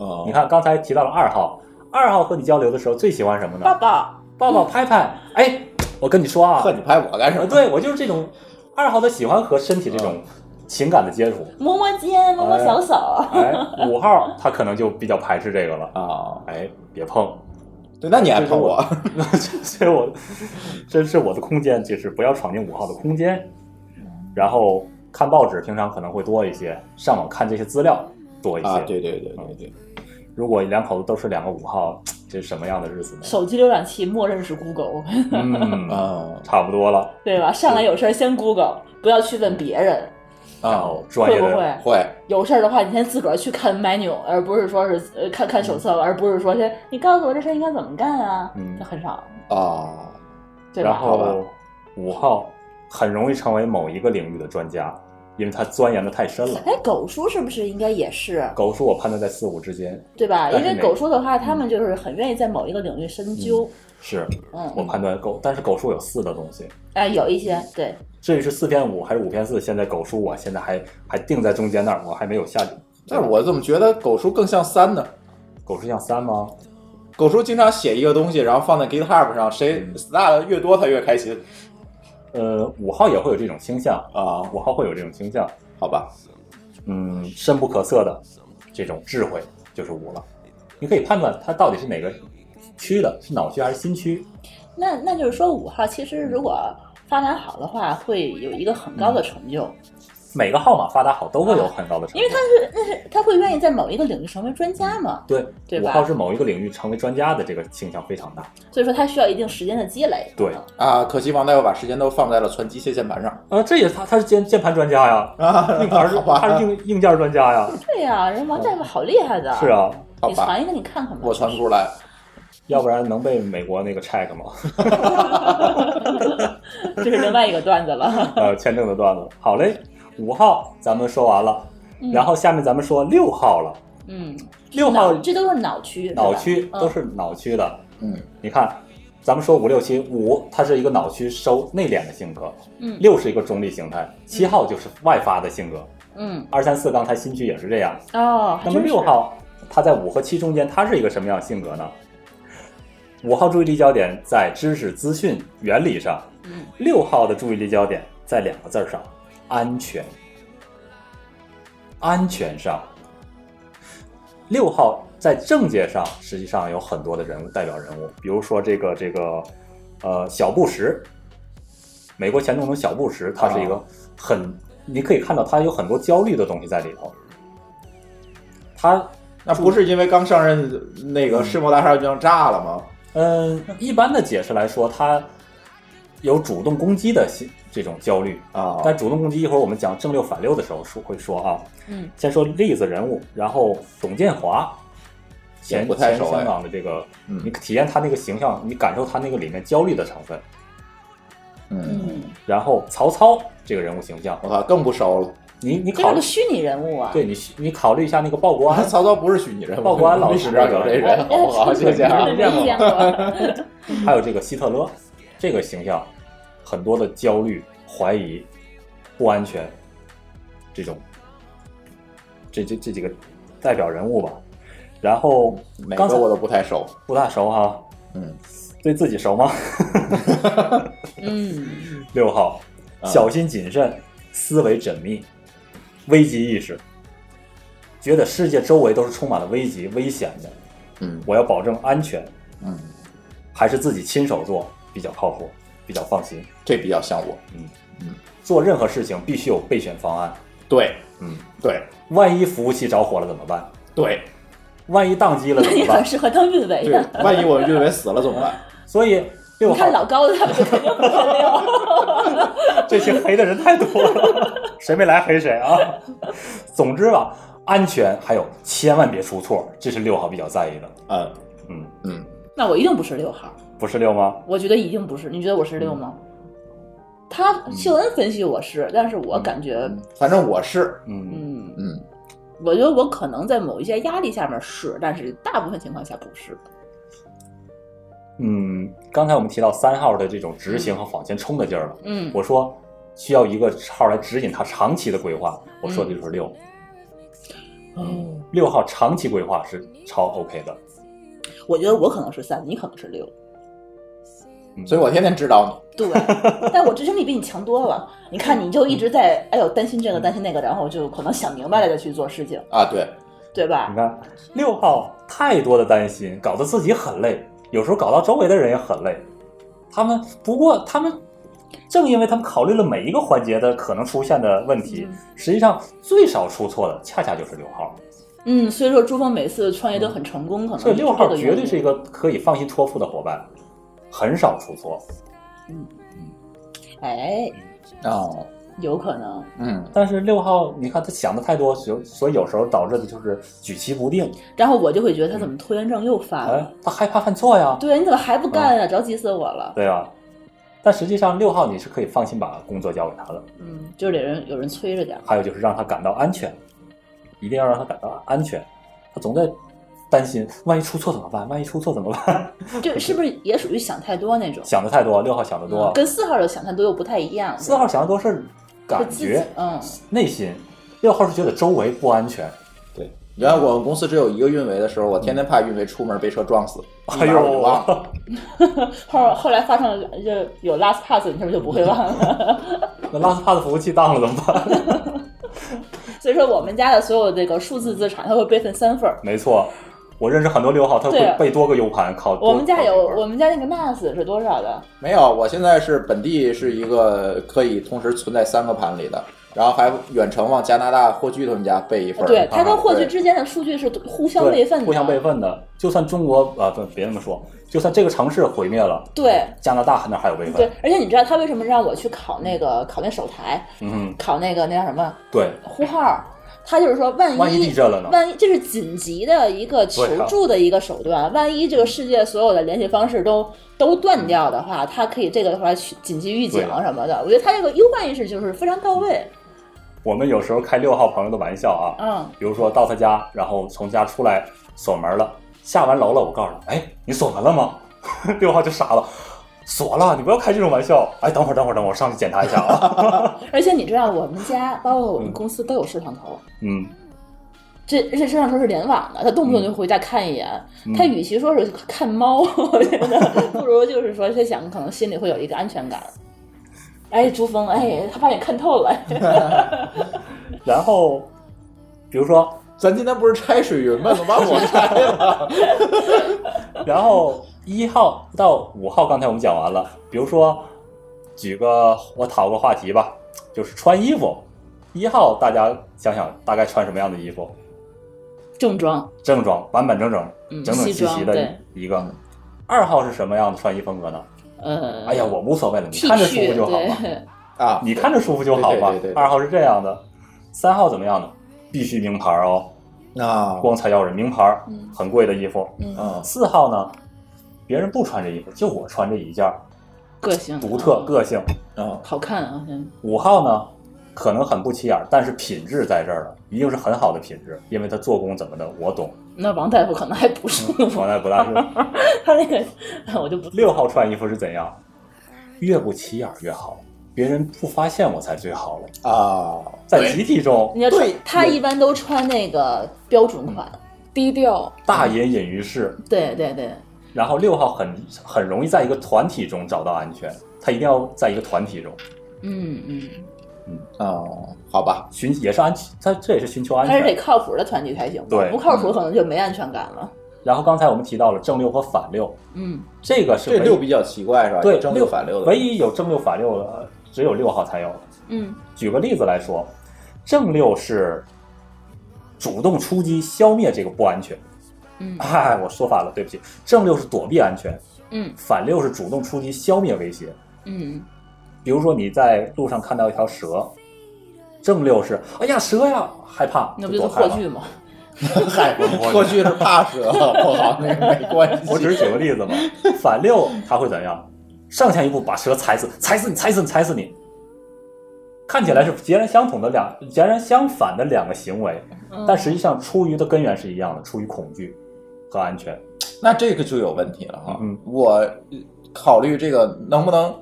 Speaker 4: 嗯，
Speaker 5: 你看，刚才提到了二号，二号和你交流的时候最喜欢什么呢
Speaker 7: 爸？爸，
Speaker 5: 抱抱、拍拍。哎，我跟你说啊
Speaker 4: 呵，，你拍我干什
Speaker 5: 呃
Speaker 4: 么？啊
Speaker 5: 对我就是这种二号的喜欢和身体这种情感的接触。
Speaker 7: 摸摸肩，摸摸小手，
Speaker 5: 嗯哎，五号他可能就比较排斥这个了。
Speaker 4: 啊，
Speaker 5: 哎，别碰，
Speaker 4: 对，那你还碰我？
Speaker 5: 所以我这是我的空间，就是不要闯进五号的空间。
Speaker 7: 嗯
Speaker 5: 然后看报纸，平常可能会多一些，上网看这些资料多一些。嗯
Speaker 4: 啊，对对对对对，
Speaker 5: 如果两口子都是两个五号，这是什么样的 日子呢？
Speaker 7: 手机浏览器默认是 Google，
Speaker 5: 嗯，
Speaker 4: 啊
Speaker 5: 差不多了。
Speaker 7: 对吧？上来有事儿先 Google，不要去问别人，
Speaker 5: 然
Speaker 4: 啊，
Speaker 5: 后专
Speaker 7: 会
Speaker 5: 业
Speaker 7: 不
Speaker 5: 的
Speaker 7: 会？
Speaker 4: 会，
Speaker 7: 有事儿的话，你先自个儿去看 menu，而不是说是呃看看手册，而不是说先你告诉我这事儿应该怎么干啊，
Speaker 5: 嗯
Speaker 7: 就很少，
Speaker 4: 啊，
Speaker 7: 对吧？
Speaker 5: 然后五号很容易成为某一个领域的专家，因为他钻研的太深了。
Speaker 7: 哎，狗叔是不是应该也是
Speaker 5: 狗叔我判断在四五之间，
Speaker 7: 对吧？
Speaker 5: 但
Speaker 7: 因
Speaker 5: 是
Speaker 7: 为
Speaker 5: 没
Speaker 7: 狗叔的话，他们就是很愿意在某一个领域深究，
Speaker 5: 是
Speaker 7: 嗯，
Speaker 5: 我判断狗，但是狗叔有四的东西。
Speaker 7: 哎有一些对，
Speaker 5: 至于是四偏五还是五偏四，现在狗叔我现在还还定在中间那儿，我还没有下。
Speaker 4: 但是我怎么觉得狗叔更像三呢？
Speaker 5: 狗叔像三吗？
Speaker 4: 狗叔经常写一个东西，然后放在 GitHub 上，谁 star 的越多，他越开心
Speaker 5: 嗯呃，五号也会有这种倾向，
Speaker 4: 啊。
Speaker 5: 五号会有这种倾向。
Speaker 4: 好吧，
Speaker 5: 嗯，深不可测的这种智慧就是五了。你可以判断它到底是哪个区的，是脑区还是心区。
Speaker 7: 那那
Speaker 5: 嗯
Speaker 7: 就是说五号其实如果发展好的话，会有一个很高的成就，
Speaker 5: 每个号码发达好都会有很高的成就，
Speaker 7: 啊因为他是那是他会愿意在某一个领域成为专家嘛，
Speaker 5: 对
Speaker 7: 对
Speaker 5: 五
Speaker 7: 吧啊
Speaker 5: 号是某一个领域成为专家的这个倾向非常大。
Speaker 7: 所以说他需要一定时间的积累。
Speaker 5: 对
Speaker 7: 嗯
Speaker 4: 啊，可惜王大夫把时间都放在了传机械键盘上
Speaker 5: 啊，这也是他他是键键盘专家呀，
Speaker 4: 啊，
Speaker 5: 硬盘是
Speaker 4: 好吧
Speaker 5: 他是硬硬件专家呀，
Speaker 7: 对呀、人王大夫好厉害的。
Speaker 5: 是，啊，
Speaker 4: 好
Speaker 7: 你
Speaker 4: 吧
Speaker 7: 传，一个你看看吧。
Speaker 4: 我传不出来。
Speaker 5: 要不然能被美国 那个 check 吗？
Speaker 7: 这是另外一个段子了。
Speaker 5: 呃，签证的段子。好嘞，五号咱们说完了，然后下面咱们说六号了，
Speaker 7: 嗯，
Speaker 5: 六号
Speaker 7: 脑这都是脑区，对吧
Speaker 5: 脑区
Speaker 7: 嗯
Speaker 5: 都是脑区的。
Speaker 4: 嗯，
Speaker 5: 你看，咱们说五六七五，它是一个脑区收内敛的性格，
Speaker 7: 嗯
Speaker 5: 六是一个中立形态，七号就是外发的性格，
Speaker 7: 嗯
Speaker 5: 二三四刚才新区也是这样。
Speaker 7: 哦，还
Speaker 5: 那么
Speaker 7: 真是
Speaker 5: 六号，它在五和七中间，它是一个什么样的性格呢？五号注意力焦点在知识资讯原理上，
Speaker 7: 嗯
Speaker 5: 六号的注意力焦点在两个字儿上：安全。安全上，六号在政界上实际上有很多的人物代表人物，比如说这个这个呃小布什，美国前总统小布什，他是一
Speaker 4: 啊
Speaker 5: 个很、你可以看到他有很多焦虑的东西在里头。他
Speaker 4: 那不是因为刚上任那个世贸大厦就炸了吗？
Speaker 5: 嗯，一般的解释来说，他有主动攻击的心这种焦虑，
Speaker 4: 啊，
Speaker 5: 但主动攻击一会儿我们讲正六反六的时候说会说啊，
Speaker 7: 嗯，
Speaker 5: 先说例子人物，然后董建华，
Speaker 4: 也
Speaker 5: 前
Speaker 4: 不太
Speaker 5: 前
Speaker 4: 熟哎
Speaker 5: 香港的这个，
Speaker 4: 嗯
Speaker 5: 你体验他那个形象，你感受他那个里面焦虑的成分，
Speaker 4: 嗯，
Speaker 7: 嗯，
Speaker 5: 然后曹操这个人物形象，
Speaker 4: 我操，更不熟了。
Speaker 5: 你你
Speaker 7: 这
Speaker 5: 考虑
Speaker 7: 是个，虚拟人物啊。
Speaker 5: 对你你考虑一下那个报国安，
Speaker 4: 曹操不是虚拟人物，
Speaker 5: 报国安老
Speaker 4: 历
Speaker 5: 师
Speaker 4: 史上有这人，好
Speaker 7: 哎
Speaker 4: 不好？谢谢啊。
Speaker 7: 没见过。
Speaker 5: 还有这个希特勒这个形象，很多的焦虑、怀疑、不安全，这种，这这这几个代表人物吧。然后
Speaker 4: 哪
Speaker 5: 刚才
Speaker 4: 个我都不太熟。
Speaker 5: 不大熟哈，
Speaker 4: 嗯，
Speaker 5: 对自己 熟吗？
Speaker 7: 嗯，
Speaker 5: 六号，
Speaker 4: 啊
Speaker 5: 小心谨慎，思维缜密，危机意识，觉得世界周围都是充满了危机、危险的，
Speaker 4: 嗯
Speaker 5: 我要保证安全，
Speaker 4: 嗯，
Speaker 5: 还是自己亲手做比较靠谱，比较放心。嗯
Speaker 4: 这比较像我。嗯
Speaker 5: 做任何事情必须有备选方案。
Speaker 4: 对
Speaker 5: 嗯，
Speaker 4: 对
Speaker 5: 万一服务器着火了怎么办？
Speaker 4: 对
Speaker 5: 万一宕机了
Speaker 7: 那
Speaker 5: 怎
Speaker 7: 你
Speaker 5: 么
Speaker 7: 很
Speaker 5: 办？
Speaker 7: 适合当运维
Speaker 4: 对
Speaker 7: 的。，
Speaker 4: 万一我运维死了怎么办？
Speaker 5: 所以六
Speaker 7: 你看
Speaker 5: 号
Speaker 7: 老高他们就肯定不是六。
Speaker 5: 这些黑的人太多了，谁没来黑谁啊？ 总之吧，安全还有千万别出错，这是六号比较在意的。
Speaker 4: 嗯
Speaker 5: 嗯，
Speaker 4: 嗯，
Speaker 7: 那我一定不是六号，
Speaker 5: 不是六吗？
Speaker 7: 我觉得一定不是。你觉得我是六吗？
Speaker 5: 嗯
Speaker 7: 他秀恩分析我是，但是我感觉，
Speaker 4: 反正我是，
Speaker 5: 嗯，
Speaker 7: 嗯，
Speaker 4: 嗯，
Speaker 7: 我觉得我可能在某一些压力下面是，但是大部分情况下不是。
Speaker 5: 嗯，刚才我们提到三号的这种执行和往前冲的劲儿了，
Speaker 7: 嗯，
Speaker 5: 我说需要一个号来指引他长期的规划，我说的就是六。
Speaker 7: 嗯，
Speaker 5: 六号长期规划是超 OK 的，
Speaker 7: 我觉得我可能是三，你可能是 六。
Speaker 5: 嗯
Speaker 4: 所以我天天指导
Speaker 7: 对，但我执行力比你强多了。你看，你就一直
Speaker 5: 嗯
Speaker 7: 在，哎呦，担心这个，担心那个，然后就可能想明白了再去做事情，
Speaker 4: 你啊。对，
Speaker 7: 对吧
Speaker 5: 你？看，六号太多的担心，搞得自己很累，有时候搞到周围的人也很累。他们不过他们正因为他们考虑了每一个环节的可能出现的问题，实际上最少出错的恰恰就是六号。
Speaker 7: 嗯，所以说朱峰每次创业都很成功，可能
Speaker 5: 所以六号
Speaker 7: 这个原
Speaker 5: 绝
Speaker 7: 因
Speaker 5: 对是一个可以放心托付的伙伴，很少出错。
Speaker 7: 哎，
Speaker 4: 哦，
Speaker 7: 有可能。
Speaker 4: 嗯，
Speaker 5: 但是六号，你看他想的太多，所以所以有时候导致的就是举棋不定。
Speaker 7: 然后我就会觉得他怎么拖延症又犯了？
Speaker 5: 哎，他害怕犯错呀，
Speaker 7: 对，你怎么还不干啊？着急死我了。
Speaker 5: 对啊。但实际上，六号你是可以放心把工作交给他的。
Speaker 7: 嗯，就是得人有人催着点儿。
Speaker 5: 还有就是让他感到安全，一定要让他感到安全。他总在担心，万一出错怎么办？万一出错怎么办？
Speaker 7: 这是不是也属于想太多那种？
Speaker 5: 想的太多，六号想的多
Speaker 7: 嗯，跟四号的想太多又不太一样。
Speaker 5: 四号想的多是感
Speaker 7: 是自己
Speaker 5: 觉、
Speaker 7: 嗯，
Speaker 5: 内心，六号是觉得周围不安全。
Speaker 4: 原来我们公司只有一个运维的时候，我天天怕运维出门被车撞死，
Speaker 5: 哎
Speaker 4: 一晚上我就忘了
Speaker 5: 呦，
Speaker 7: 后后来发生了就有 last pass，你是不是就不会忘了？
Speaker 5: 那拉斯帕的服务器当了怎么办？
Speaker 7: 所以说我们家的所有这个数字资产，它会备份三份儿。
Speaker 5: 没错，我认识很多六号，他
Speaker 7: 对啊
Speaker 5: 会备多个 U 盘，靠多。
Speaker 7: 我们家有
Speaker 5: 靠几本
Speaker 7: 我们家那个 NAS 是多少的？
Speaker 4: 没有，我现在是本地是一个可以同时存在三个盘里的，然后还远程往加拿大霍炬他们家备一份儿。
Speaker 7: 对，它
Speaker 5: 啊
Speaker 7: 跟获取
Speaker 4: 对
Speaker 7: 之间的数据是互相
Speaker 5: 对
Speaker 7: 备份的，啊
Speaker 5: 互相备份的。就算中国啊，不，别那么说，就算这个城市毁灭了，
Speaker 7: 对
Speaker 5: 加拿大那还有备份
Speaker 7: 对。，而且你知道他为什么让我去考那个考那手台，
Speaker 5: 嗯，
Speaker 7: 考那个那叫什么
Speaker 5: 对，
Speaker 7: 呼号？他就是说，万一
Speaker 5: 万一地震了呢
Speaker 7: 万一这是紧急的一个求
Speaker 5: 对啊
Speaker 7: 助的一个手段，万一这个世界所有的联系方式都都断掉的话，他可以这个的话去紧急预警
Speaker 5: 对啊
Speaker 7: 什么的。我觉得他这个忧患意识就是非常到位。
Speaker 5: 我们有时候开六号朋友的玩笑啊，
Speaker 7: 嗯，
Speaker 5: 比如说到他家，然后从家出来锁门了，下完楼了，我告诉他，哎，你锁门了吗？ 六号就傻了，锁了，你不要开这种玩笑。哎，等会儿，等会儿，等会儿，我上去检查一下啊。
Speaker 7: 而且你知道，我们家包括我们公司都有摄像头，
Speaker 5: 嗯，
Speaker 7: 这这摄像头是联网的，他动不动就回家看一眼。
Speaker 5: 嗯
Speaker 7: 他与其说是看猫，我觉 得不如就是说他想可能心里会有一个安全感。哎，珠峰，哎，他把你看透了。
Speaker 5: 然后比如说
Speaker 4: 咱今天不是拆水云吗？怎么把我 拆了？
Speaker 5: 然后一号到五号，刚才我们讲完了。比如说，举个我讨个话题吧，就是穿衣服。一号大家想想大概穿什么样的衣服？
Speaker 7: 正装，
Speaker 5: 正装，板板正正、
Speaker 7: 嗯
Speaker 5: 整整齐
Speaker 7: 西装
Speaker 5: 齐的
Speaker 7: 对
Speaker 5: 一个。二号是什么样的穿衣风格呢？
Speaker 7: 呃，
Speaker 5: 哎呀，我无所谓了，你
Speaker 7: T
Speaker 5: 看着舒服
Speaker 7: 恤，
Speaker 5: 就好嘛，
Speaker 7: 对，
Speaker 4: 啊，
Speaker 5: 你看着舒服就好
Speaker 4: 对
Speaker 5: 嘛
Speaker 4: 对对对。对
Speaker 5: 二号是这样的，三号怎么样呢？必须名牌哦，
Speaker 4: 啊
Speaker 5: 光彩耀人，名牌，
Speaker 7: 嗯
Speaker 5: 很贵的衣服。
Speaker 4: 啊，
Speaker 5: 四号呢，别人不穿这衣服，就我穿这一件儿，
Speaker 7: 个性
Speaker 5: 独特个性。
Speaker 4: 啊，
Speaker 7: 好看啊，嗯
Speaker 5: 五号呢，可能很不起眼儿，但是品质在这儿了，一定是很好的品质，因为它做工怎么的我懂，
Speaker 7: 那王大夫可能还不是
Speaker 5: 从来不大是。
Speaker 7: 他那个， 我就不
Speaker 5: 六号穿衣服是怎样？越不起眼儿越好，别人不发现我才最好了。
Speaker 4: 啊，
Speaker 5: 在集体中，
Speaker 7: 你要穿
Speaker 4: 对
Speaker 7: 他一般都穿那个标准款，
Speaker 6: 低调，
Speaker 5: 大隐隐于市。
Speaker 7: 对对对，
Speaker 5: 然后六号很很容易在一个团体中找到安全，他一定要在一个团体中
Speaker 7: 嗯嗯，
Speaker 4: 哦，好吧，
Speaker 5: 寻，也是安，他这也是寻求安
Speaker 7: 还是得
Speaker 5: 全。
Speaker 7: 靠谱的团体才行吧，
Speaker 5: 对嗯
Speaker 7: 不靠谱可能就没安全感了，
Speaker 5: 然后刚才我们提到了正六和反六，
Speaker 7: 嗯，
Speaker 5: 这个是
Speaker 4: 这
Speaker 5: 唯
Speaker 4: 六比较奇怪是吧？
Speaker 5: 对
Speaker 4: 有正六反六的，
Speaker 5: 唯一有正六反六的只有六号才有。
Speaker 7: 嗯，
Speaker 5: 举个例子来说，正六是主动出击消灭这个不安全。
Speaker 7: 嗯
Speaker 5: 哎，我说反了，对不起，正六是躲避安全，
Speaker 7: 嗯，
Speaker 5: 反六是主动出击消灭威胁。
Speaker 7: 嗯，
Speaker 5: 比如说你在路上看到一条蛇，正六是哎呀蛇呀害怕，
Speaker 7: 那不
Speaker 5: 就
Speaker 7: 就
Speaker 5: 躲
Speaker 7: 是
Speaker 5: 开
Speaker 7: 霍
Speaker 5: 了
Speaker 7: 炬吗？
Speaker 5: 嗨， 我我
Speaker 4: 过去是怕蛇， 不好那个没关系。
Speaker 5: 我只是举个例子嘛。反六他会怎样？上前一步把蛇踩死，踩死你，踩死你，踩死你。看起来是截然相同的两截然相反的两个行为，
Speaker 7: 嗯
Speaker 5: 但实际上出于的根源是一样的，出于恐惧和安全。
Speaker 4: 那这个就有问题了哈。
Speaker 5: 嗯
Speaker 4: 我呃考虑这个能不能，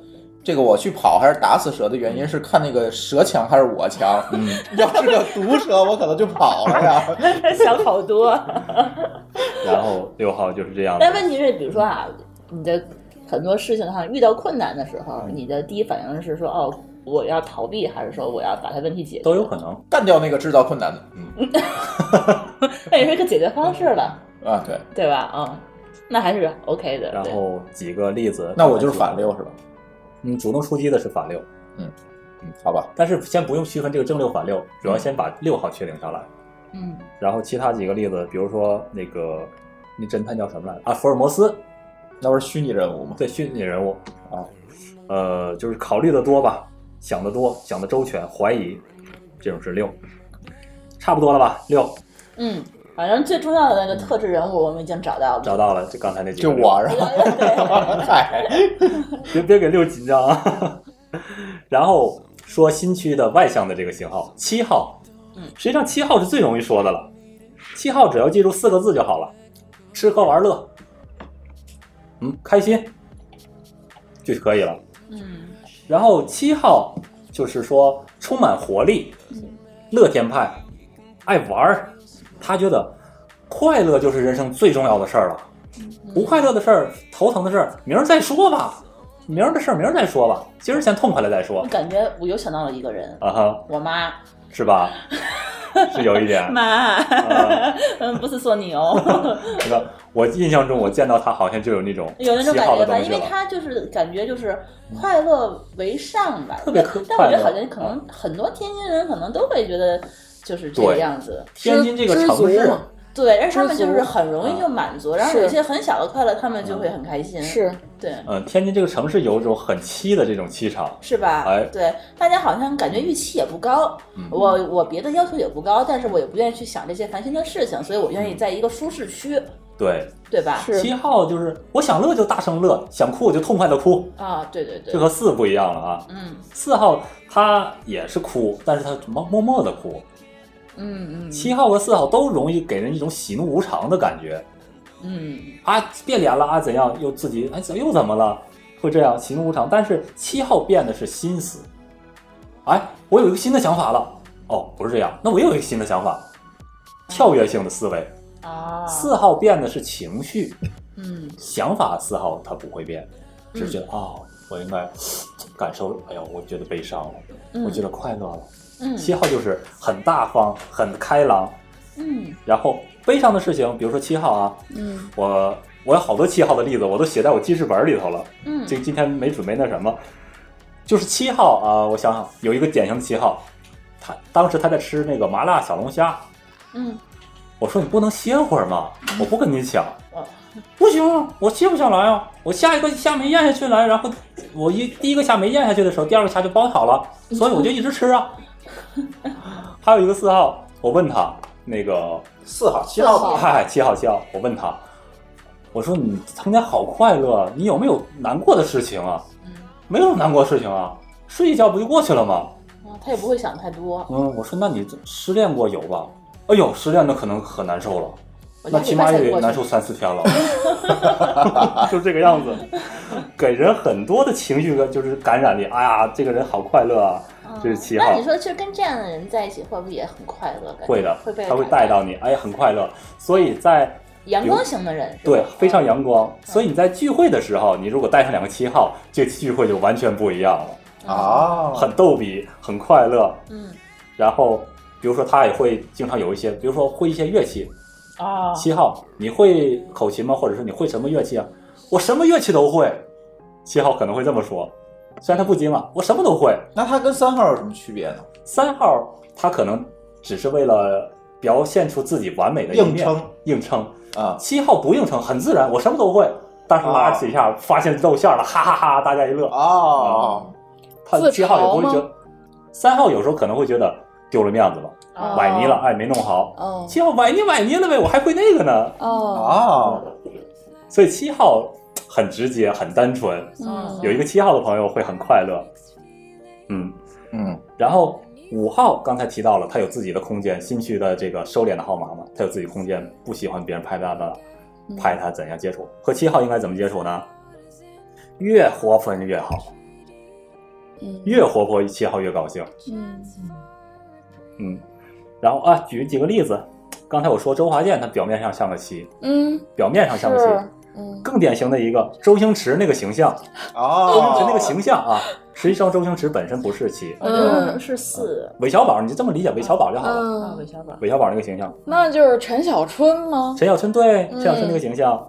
Speaker 4: 这个我去跑还是打死蛇的原因是看那个蛇强还是我强。嗯， 要是个毒蛇，我可能就跑了呀。
Speaker 7: 想好多。
Speaker 5: 啊然后六号就是这样的
Speaker 7: 但问题是，比如说啊，你的很多事情上遇到困难的时候，你的第一反应是说哦，我要逃避，还是说我要把它问题解决？
Speaker 5: 都有可能。
Speaker 4: 干掉那个制造困难的。嗯
Speaker 7: 那也是个解决方式了，
Speaker 4: 啊，对，
Speaker 7: 对吧？嗯，那还是 OK 的。
Speaker 5: 然
Speaker 7: 对
Speaker 5: 后几个例子，
Speaker 4: 那我就是反六是吧？
Speaker 5: 嗯，主动出击的是反六，
Speaker 4: 嗯，好吧。
Speaker 5: 但是先不用区分这个正六反六，主要先把六号确定下来。
Speaker 7: 嗯
Speaker 5: 然后其他几个例子，比如说那个那侦探叫什么来着？啊，福尔摩斯，
Speaker 4: 那不是虚拟人物吗？
Speaker 5: 对，虚拟人物
Speaker 4: 啊，
Speaker 5: 呃，就是考虑的多吧，想的多，想的周全，怀疑，这种是六，差不多了吧？六
Speaker 7: 嗯，反正最重要的那个特质人物我们已经找到了。
Speaker 5: 找到了，就刚才那几个
Speaker 4: 就
Speaker 5: 六，
Speaker 4: 我是吧？嗨，
Speaker 5: 别别给六紧张啊。 然后说新区的外向的这个型号，七号，
Speaker 7: 嗯
Speaker 5: 实际上七号是最容易说的了，七号只要记住四个字就好了，吃喝玩乐，嗯，开心就可以了。
Speaker 7: 嗯
Speaker 5: 然后七号就是说充满活力，
Speaker 7: 嗯
Speaker 5: 乐天派，爱玩儿，他觉得快乐就是人生最重要的事儿了，
Speaker 7: 嗯
Speaker 5: 不快乐的事儿、头疼的事儿，明儿再说吧，明儿的事儿明儿再说吧，今儿先痛快了再说
Speaker 7: 我。感觉我又想到了一个人，
Speaker 5: 啊哈，
Speaker 7: 我妈。
Speaker 5: 是吧？是有一点。
Speaker 7: 妈，
Speaker 5: 啊
Speaker 7: 嗯，不是说你哦，
Speaker 5: 这个我印象中，我见到他好像就有那种
Speaker 7: 有那种
Speaker 5: 喜
Speaker 7: 感
Speaker 5: 好
Speaker 7: 觉
Speaker 5: 的
Speaker 7: 吧，
Speaker 5: 东
Speaker 7: 因
Speaker 5: 西
Speaker 7: 为
Speaker 5: 了。
Speaker 7: 他就是感觉就是快乐为上吧，
Speaker 5: 特别可
Speaker 7: 但我觉
Speaker 5: 快乐啊
Speaker 7: 得好像可能很多天津人可能都会觉得就是这个
Speaker 5: 对
Speaker 7: 样子，
Speaker 5: 天津这个
Speaker 6: 知
Speaker 5: 城
Speaker 6: 足
Speaker 5: 市，
Speaker 6: 嘛
Speaker 7: 对，但是他们
Speaker 6: 知
Speaker 7: 就
Speaker 6: 足啊
Speaker 7: 是很容易就满足，然后有一
Speaker 6: 是
Speaker 7: 些很小的快乐，他们就会很开心，
Speaker 6: 是
Speaker 7: 对，
Speaker 5: 嗯，天津这个城市有一种很凄的这种气场。
Speaker 7: 是吧？
Speaker 5: 哎
Speaker 7: 对，大家好像感觉预期也不高，
Speaker 5: 嗯
Speaker 7: 我我别的要求也不高，但是我也不愿意去想这些烦心的事情，所以我愿
Speaker 5: 嗯
Speaker 7: 意在一个舒适区，
Speaker 5: 对，
Speaker 7: 对吧？
Speaker 6: 是
Speaker 5: 七号就是我想乐就大声乐，想哭我就痛快的哭，
Speaker 7: 啊，对对对
Speaker 5: 这，和四不一样了啊。
Speaker 7: 嗯
Speaker 5: 四号他也是哭，但是他默默默的哭。
Speaker 7: 嗯嗯
Speaker 5: 七号和四号都容易给人一种喜怒无常的感觉
Speaker 7: 嗯，
Speaker 5: 啊，变脸了啊，怎样又自己哎怎又怎么了，会这样喜怒无常。但是七号变的是心思，哎，我有一个新的想法了，哦，不是这样，那我又有一个新的想法，跳跃性的思维。
Speaker 7: 啊，
Speaker 5: 四号变的是情绪，
Speaker 7: 嗯
Speaker 5: 想法四号它不会变，只是觉得啊、我应该感受，哎呦，我觉得悲伤了，
Speaker 7: 嗯
Speaker 5: 我觉得快乐了。
Speaker 7: 嗯
Speaker 5: 七号就是很大方、很开朗，
Speaker 7: 嗯
Speaker 5: 然后悲伤的事情，比如说七号啊，
Speaker 7: 嗯
Speaker 5: 我我有好多七号的例子，我都写在我记事本里头了。
Speaker 7: 嗯
Speaker 5: 这今天没准备那什么，就是七号啊，我想想，有一个典型的七号，他当时他在吃那个麻辣小龙虾，
Speaker 7: 嗯，
Speaker 5: 我说你不能歇会儿吗？我不跟你抢
Speaker 7: 哦，
Speaker 5: 不行啊，我歇不下来啊，我下一个虾没咽下去来，然后我一第一个虾没咽下去的时候，第二个虾就包好了，所以我就一直吃啊。还有一个四号，我问他那个
Speaker 4: 四号、七
Speaker 6: 四
Speaker 4: 号
Speaker 6: 号
Speaker 5: 嗨，七号七号，我问他，我说你成天好快乐啊，你有没有难过的事情啊？没有难过的事情啊，睡一觉不就过去了吗？
Speaker 7: 啊他也不会想太多，
Speaker 5: 嗯，我说那你失恋过有吧？哎呦，失恋那可能可难受了，
Speaker 7: 我
Speaker 5: 那
Speaker 7: 觉得
Speaker 5: 起
Speaker 7: 礼拜
Speaker 5: 码
Speaker 7: 才
Speaker 5: 也得
Speaker 7: 过去
Speaker 5: 难受三四天了， 就这个样子，给人很多的情绪的，就是感染力。哎呀，这个人好快乐啊！
Speaker 7: 嗯
Speaker 5: 这是七号
Speaker 7: 那你说，其实跟这样的人在一起，会不会也很快乐？感觉
Speaker 5: 会的
Speaker 7: 会被，
Speaker 5: 他会
Speaker 7: 感
Speaker 5: 带
Speaker 7: 染
Speaker 5: 到你，哎，很快乐。所以在
Speaker 7: 阳光型的人，是吧
Speaker 5: 对，非常。阳光。所以你在聚会的时候，你如果带上两个七号，这聚会就完全不一样了，
Speaker 4: 啊，
Speaker 5: 很逗比，很快乐。
Speaker 7: 嗯
Speaker 5: 然后，比如说他也会经常有一些，比如说会一些乐器。
Speaker 7: 啊，
Speaker 6: 哦
Speaker 5: 七号，你会口琴吗？或者说你会什么乐器啊？我什么乐器都会。七号可能会这么说，虽然他不精啊，我什么都会。
Speaker 4: 那他跟三号有什么区别呢？
Speaker 5: 三号他可能只是为了表现出自己完美的一面，
Speaker 4: 硬撑，
Speaker 5: 硬撑。
Speaker 4: 啊，
Speaker 5: 七号不硬撑，很自然，我什么都会。但是拉几下，发现露馅了，哈哈哈大家一乐。啊
Speaker 4: 哦，
Speaker 5: 他
Speaker 6: 自嘲
Speaker 5: 七号也不会
Speaker 6: 吗
Speaker 5: 觉得，三号有时候可能会觉得丢了面子了，
Speaker 7: 哦
Speaker 5: 崴泥了，哎，没弄好。
Speaker 6: 哦
Speaker 5: 七号崴泥崴泥了呗，我还会那个呢。啊
Speaker 6: 哦，
Speaker 4: 哦，
Speaker 5: 所以七号很直接，很单纯。
Speaker 7: 嗯
Speaker 5: 有一个七号的朋友会很快乐，嗯。
Speaker 4: 嗯，
Speaker 5: 然后五号刚才提到了，他有自己的空间，心虚的这个收敛的号码嘛，他有自己空间，不喜欢别人拍他的，
Speaker 1: 嗯
Speaker 5: 拍他怎样接触。和七号应该怎么接触呢？越活泼越好，
Speaker 6: 嗯
Speaker 5: 越活泼七号越高兴。
Speaker 6: 嗯
Speaker 5: 嗯，然后啊，举几个例子，刚才我说周华健，他表面上像个七，
Speaker 6: 嗯，
Speaker 5: 表面上像个七，
Speaker 6: 是嗯
Speaker 5: 更典型的一个周星驰那个形象，周星
Speaker 4: 哦，
Speaker 5: 驰那个形象啊，实际上周星驰本身不是七，
Speaker 7: 嗯，是四
Speaker 5: 韦小宝，你就这么理解韦小宝就好了。
Speaker 7: 啊，
Speaker 6: 嗯，
Speaker 7: 韦小宝，
Speaker 5: 韦小宝那个形象，
Speaker 6: 那就是陈小春吗？
Speaker 5: 陈小春对陈小春那
Speaker 6: 嗯
Speaker 5: 个形象，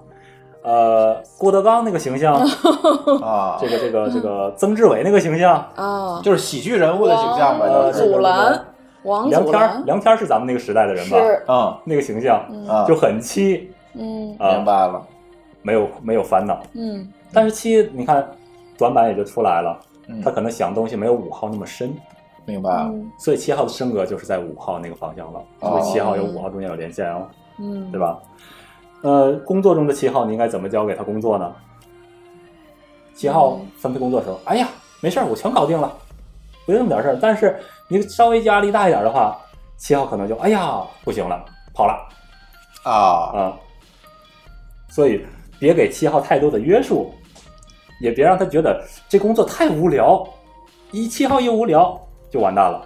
Speaker 5: 呃，郭德纲那个形 象，
Speaker 4: 啊，
Speaker 5: 这个这个这个曾志伟那个形象，
Speaker 6: 啊，
Speaker 4: 就是喜剧人物的形象吧，
Speaker 5: 呃
Speaker 4: 就
Speaker 6: 王
Speaker 4: 是
Speaker 6: 祖蓝，王
Speaker 5: 梁
Speaker 6: 祖
Speaker 5: 天儿
Speaker 6: 蓝
Speaker 5: 梁天儿是咱们那个时代的人吧？
Speaker 6: 是
Speaker 4: 嗯
Speaker 5: 那个形象
Speaker 4: 啊，
Speaker 5: 就很七
Speaker 6: 嗯
Speaker 5: 啊
Speaker 4: 明，白了，
Speaker 5: 没有没有烦恼。
Speaker 6: 嗯
Speaker 5: 但是七，你看短板也就出来了，
Speaker 4: 嗯
Speaker 5: 他可能想的东西没有五号那么深，
Speaker 4: 明白了，
Speaker 6: 嗯
Speaker 5: 所以七号的升格就是在五号那个方向了，
Speaker 4: 哦
Speaker 5: 所以七号有五号中间有连线哦，
Speaker 6: 嗯，
Speaker 5: 对吧？呃，工作中的七号你应该怎么交给他工作呢？七号分配工作的时候，哎呀，没事儿，我全搞定了，不就那么点事儿。但是你稍微压力大一点的话，七号可能就哎呀不行了，跑了。
Speaker 4: 啊，
Speaker 5: 啊，所以别给七号太多的约束，也别让他觉得这工作太无聊，一七号一无聊就完蛋了，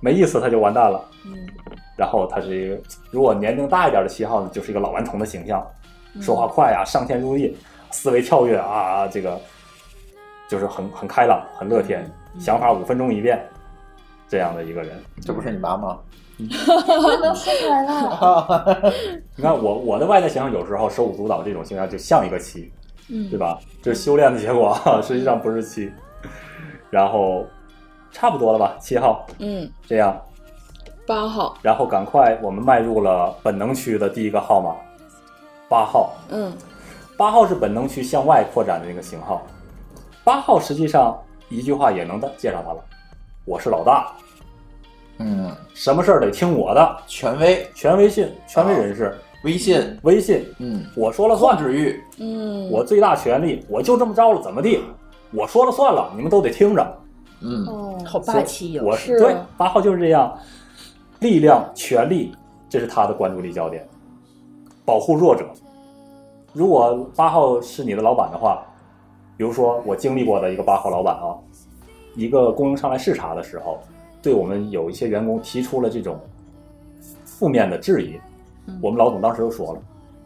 Speaker 5: 没意思他就完蛋了。
Speaker 6: 嗯
Speaker 5: 然后他是一个，如果年龄大一点的七号呢，就是一个老顽童的形象，
Speaker 1: 嗯
Speaker 5: 说话快啊，上天入地，思维跳跃啊，这个就是很很开朗，很乐天，想法五分钟一变。这样的一个人。
Speaker 4: 这不是你妈妈？
Speaker 10: 我都说出来了，
Speaker 5: 你看我我的外在形象有时候手舞足蹈这种形象就像一个妻，
Speaker 7: 嗯
Speaker 5: 对吧？这是修炼的结果， 啊，实际上不是妻。然后差不多了吧，七号
Speaker 6: 嗯，
Speaker 5: 这样，
Speaker 6: 八号，
Speaker 5: 然后赶快我们迈入了本能区的第一个号码，八号。
Speaker 6: 嗯
Speaker 5: 八号是本能区向外扩展的那个型号。八号实际上一句话也能介绍他了，我是老大，
Speaker 4: 嗯，
Speaker 5: 什么事儿得听我的，
Speaker 4: 权威、啊
Speaker 5: 权威信，权威人士，
Speaker 4: 微信，
Speaker 5: 威信，
Speaker 4: 嗯，
Speaker 5: 我说了
Speaker 4: 控
Speaker 5: 算，
Speaker 4: 制欲，
Speaker 6: 嗯，
Speaker 5: 我最大权利，我就这么着了，怎么地，我说了算了，你们都得听着。
Speaker 4: 嗯，
Speaker 6: 哦，
Speaker 7: 好霸气哟！
Speaker 5: 我
Speaker 6: 是
Speaker 5: 对八号就是这样，力量、权力，这是他的关注力焦点，保护弱者。如果八号是你的老板的话，比如说我经历过的一个八号老板啊，一个供应商来视察的时候，对我们有一些员工提出了这种负面的质疑，我们老总当时就说了，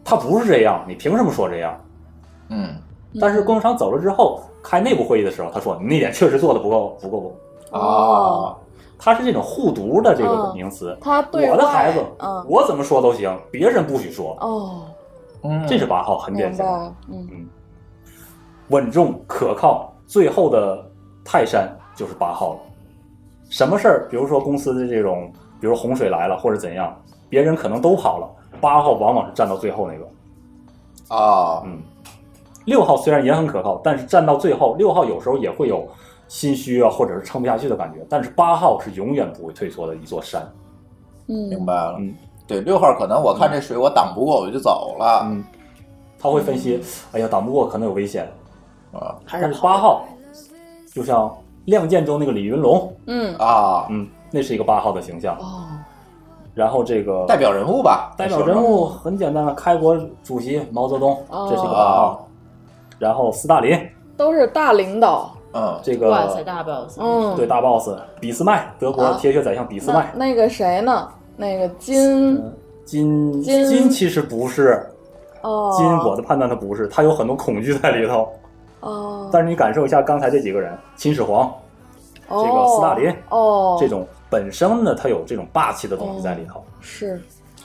Speaker 5: 他不是这样，你凭什么说这样？
Speaker 4: 嗯，
Speaker 5: 但是供应商走了之后，开内部会议的时候，他说你那点确实做的不够不够
Speaker 4: 啊，
Speaker 5: 它是这种护犊的这个
Speaker 6: 哦嗯
Speaker 5: 名词。
Speaker 6: 他对
Speaker 5: 我的
Speaker 6: 外
Speaker 5: 孩子，
Speaker 6: 嗯，
Speaker 5: 我怎么说都行，别人不许说。
Speaker 6: 哦，
Speaker 4: 嗯，
Speaker 5: 这是八号，很典
Speaker 6: 明
Speaker 5: 型
Speaker 6: 白，，嗯
Speaker 5: 稳重可靠。最后的泰山就是八号了。什么事儿，比如说公司的这种，比如洪水来了或者怎样，别人可能都跑了，八号往往是站到最后那个。
Speaker 4: 啊，
Speaker 5: 嗯，六号虽然也很可靠，但是站到最后，六号有时候也会有心虚啊，或者是撑不下去的感觉。但是八号是永远不会退缩的一座山。
Speaker 4: 明
Speaker 6: 嗯，
Speaker 4: 白了
Speaker 5: 嗯。
Speaker 4: 对，六号可能我看这水我挡不过，我就走了嗯
Speaker 5: 嗯，他会分析，哎呀，挡不过可能有危险。
Speaker 4: 啊
Speaker 7: 还
Speaker 5: 但
Speaker 7: 是
Speaker 5: 是八号，就像《亮剑》中那个李云龙，
Speaker 6: 嗯，
Speaker 4: 啊，
Speaker 5: 嗯，那是一个八号的形象。
Speaker 6: 哦，
Speaker 5: 然后这个
Speaker 4: 代表人物吧，
Speaker 5: 代表人物很简单了，开国主席毛泽东，
Speaker 6: 哦
Speaker 5: 这是一个八
Speaker 4: 啊
Speaker 5: 号。，然后斯大林，
Speaker 6: 都是大领导，
Speaker 4: 嗯，
Speaker 5: 这
Speaker 7: 哇塞，
Speaker 5: 个
Speaker 7: 大 boss，
Speaker 6: 嗯，
Speaker 5: 对大 boss 俾斯麦，德国
Speaker 6: 啊
Speaker 5: 铁血宰相俾斯
Speaker 6: 那
Speaker 5: 麦。
Speaker 6: 那个谁呢？那个金
Speaker 5: 金
Speaker 6: 金
Speaker 5: 金其实不是
Speaker 6: 哦，
Speaker 5: 金，我的判断他不是，他有很多恐惧在里头。
Speaker 6: 哦，
Speaker 5: 但是你感受一下刚才这几个人，秦始皇，
Speaker 6: 这
Speaker 5: 这个斯大林
Speaker 6: 哦，
Speaker 5: 这种本身呢，它有这种霸气的东西在里头。
Speaker 6: 是，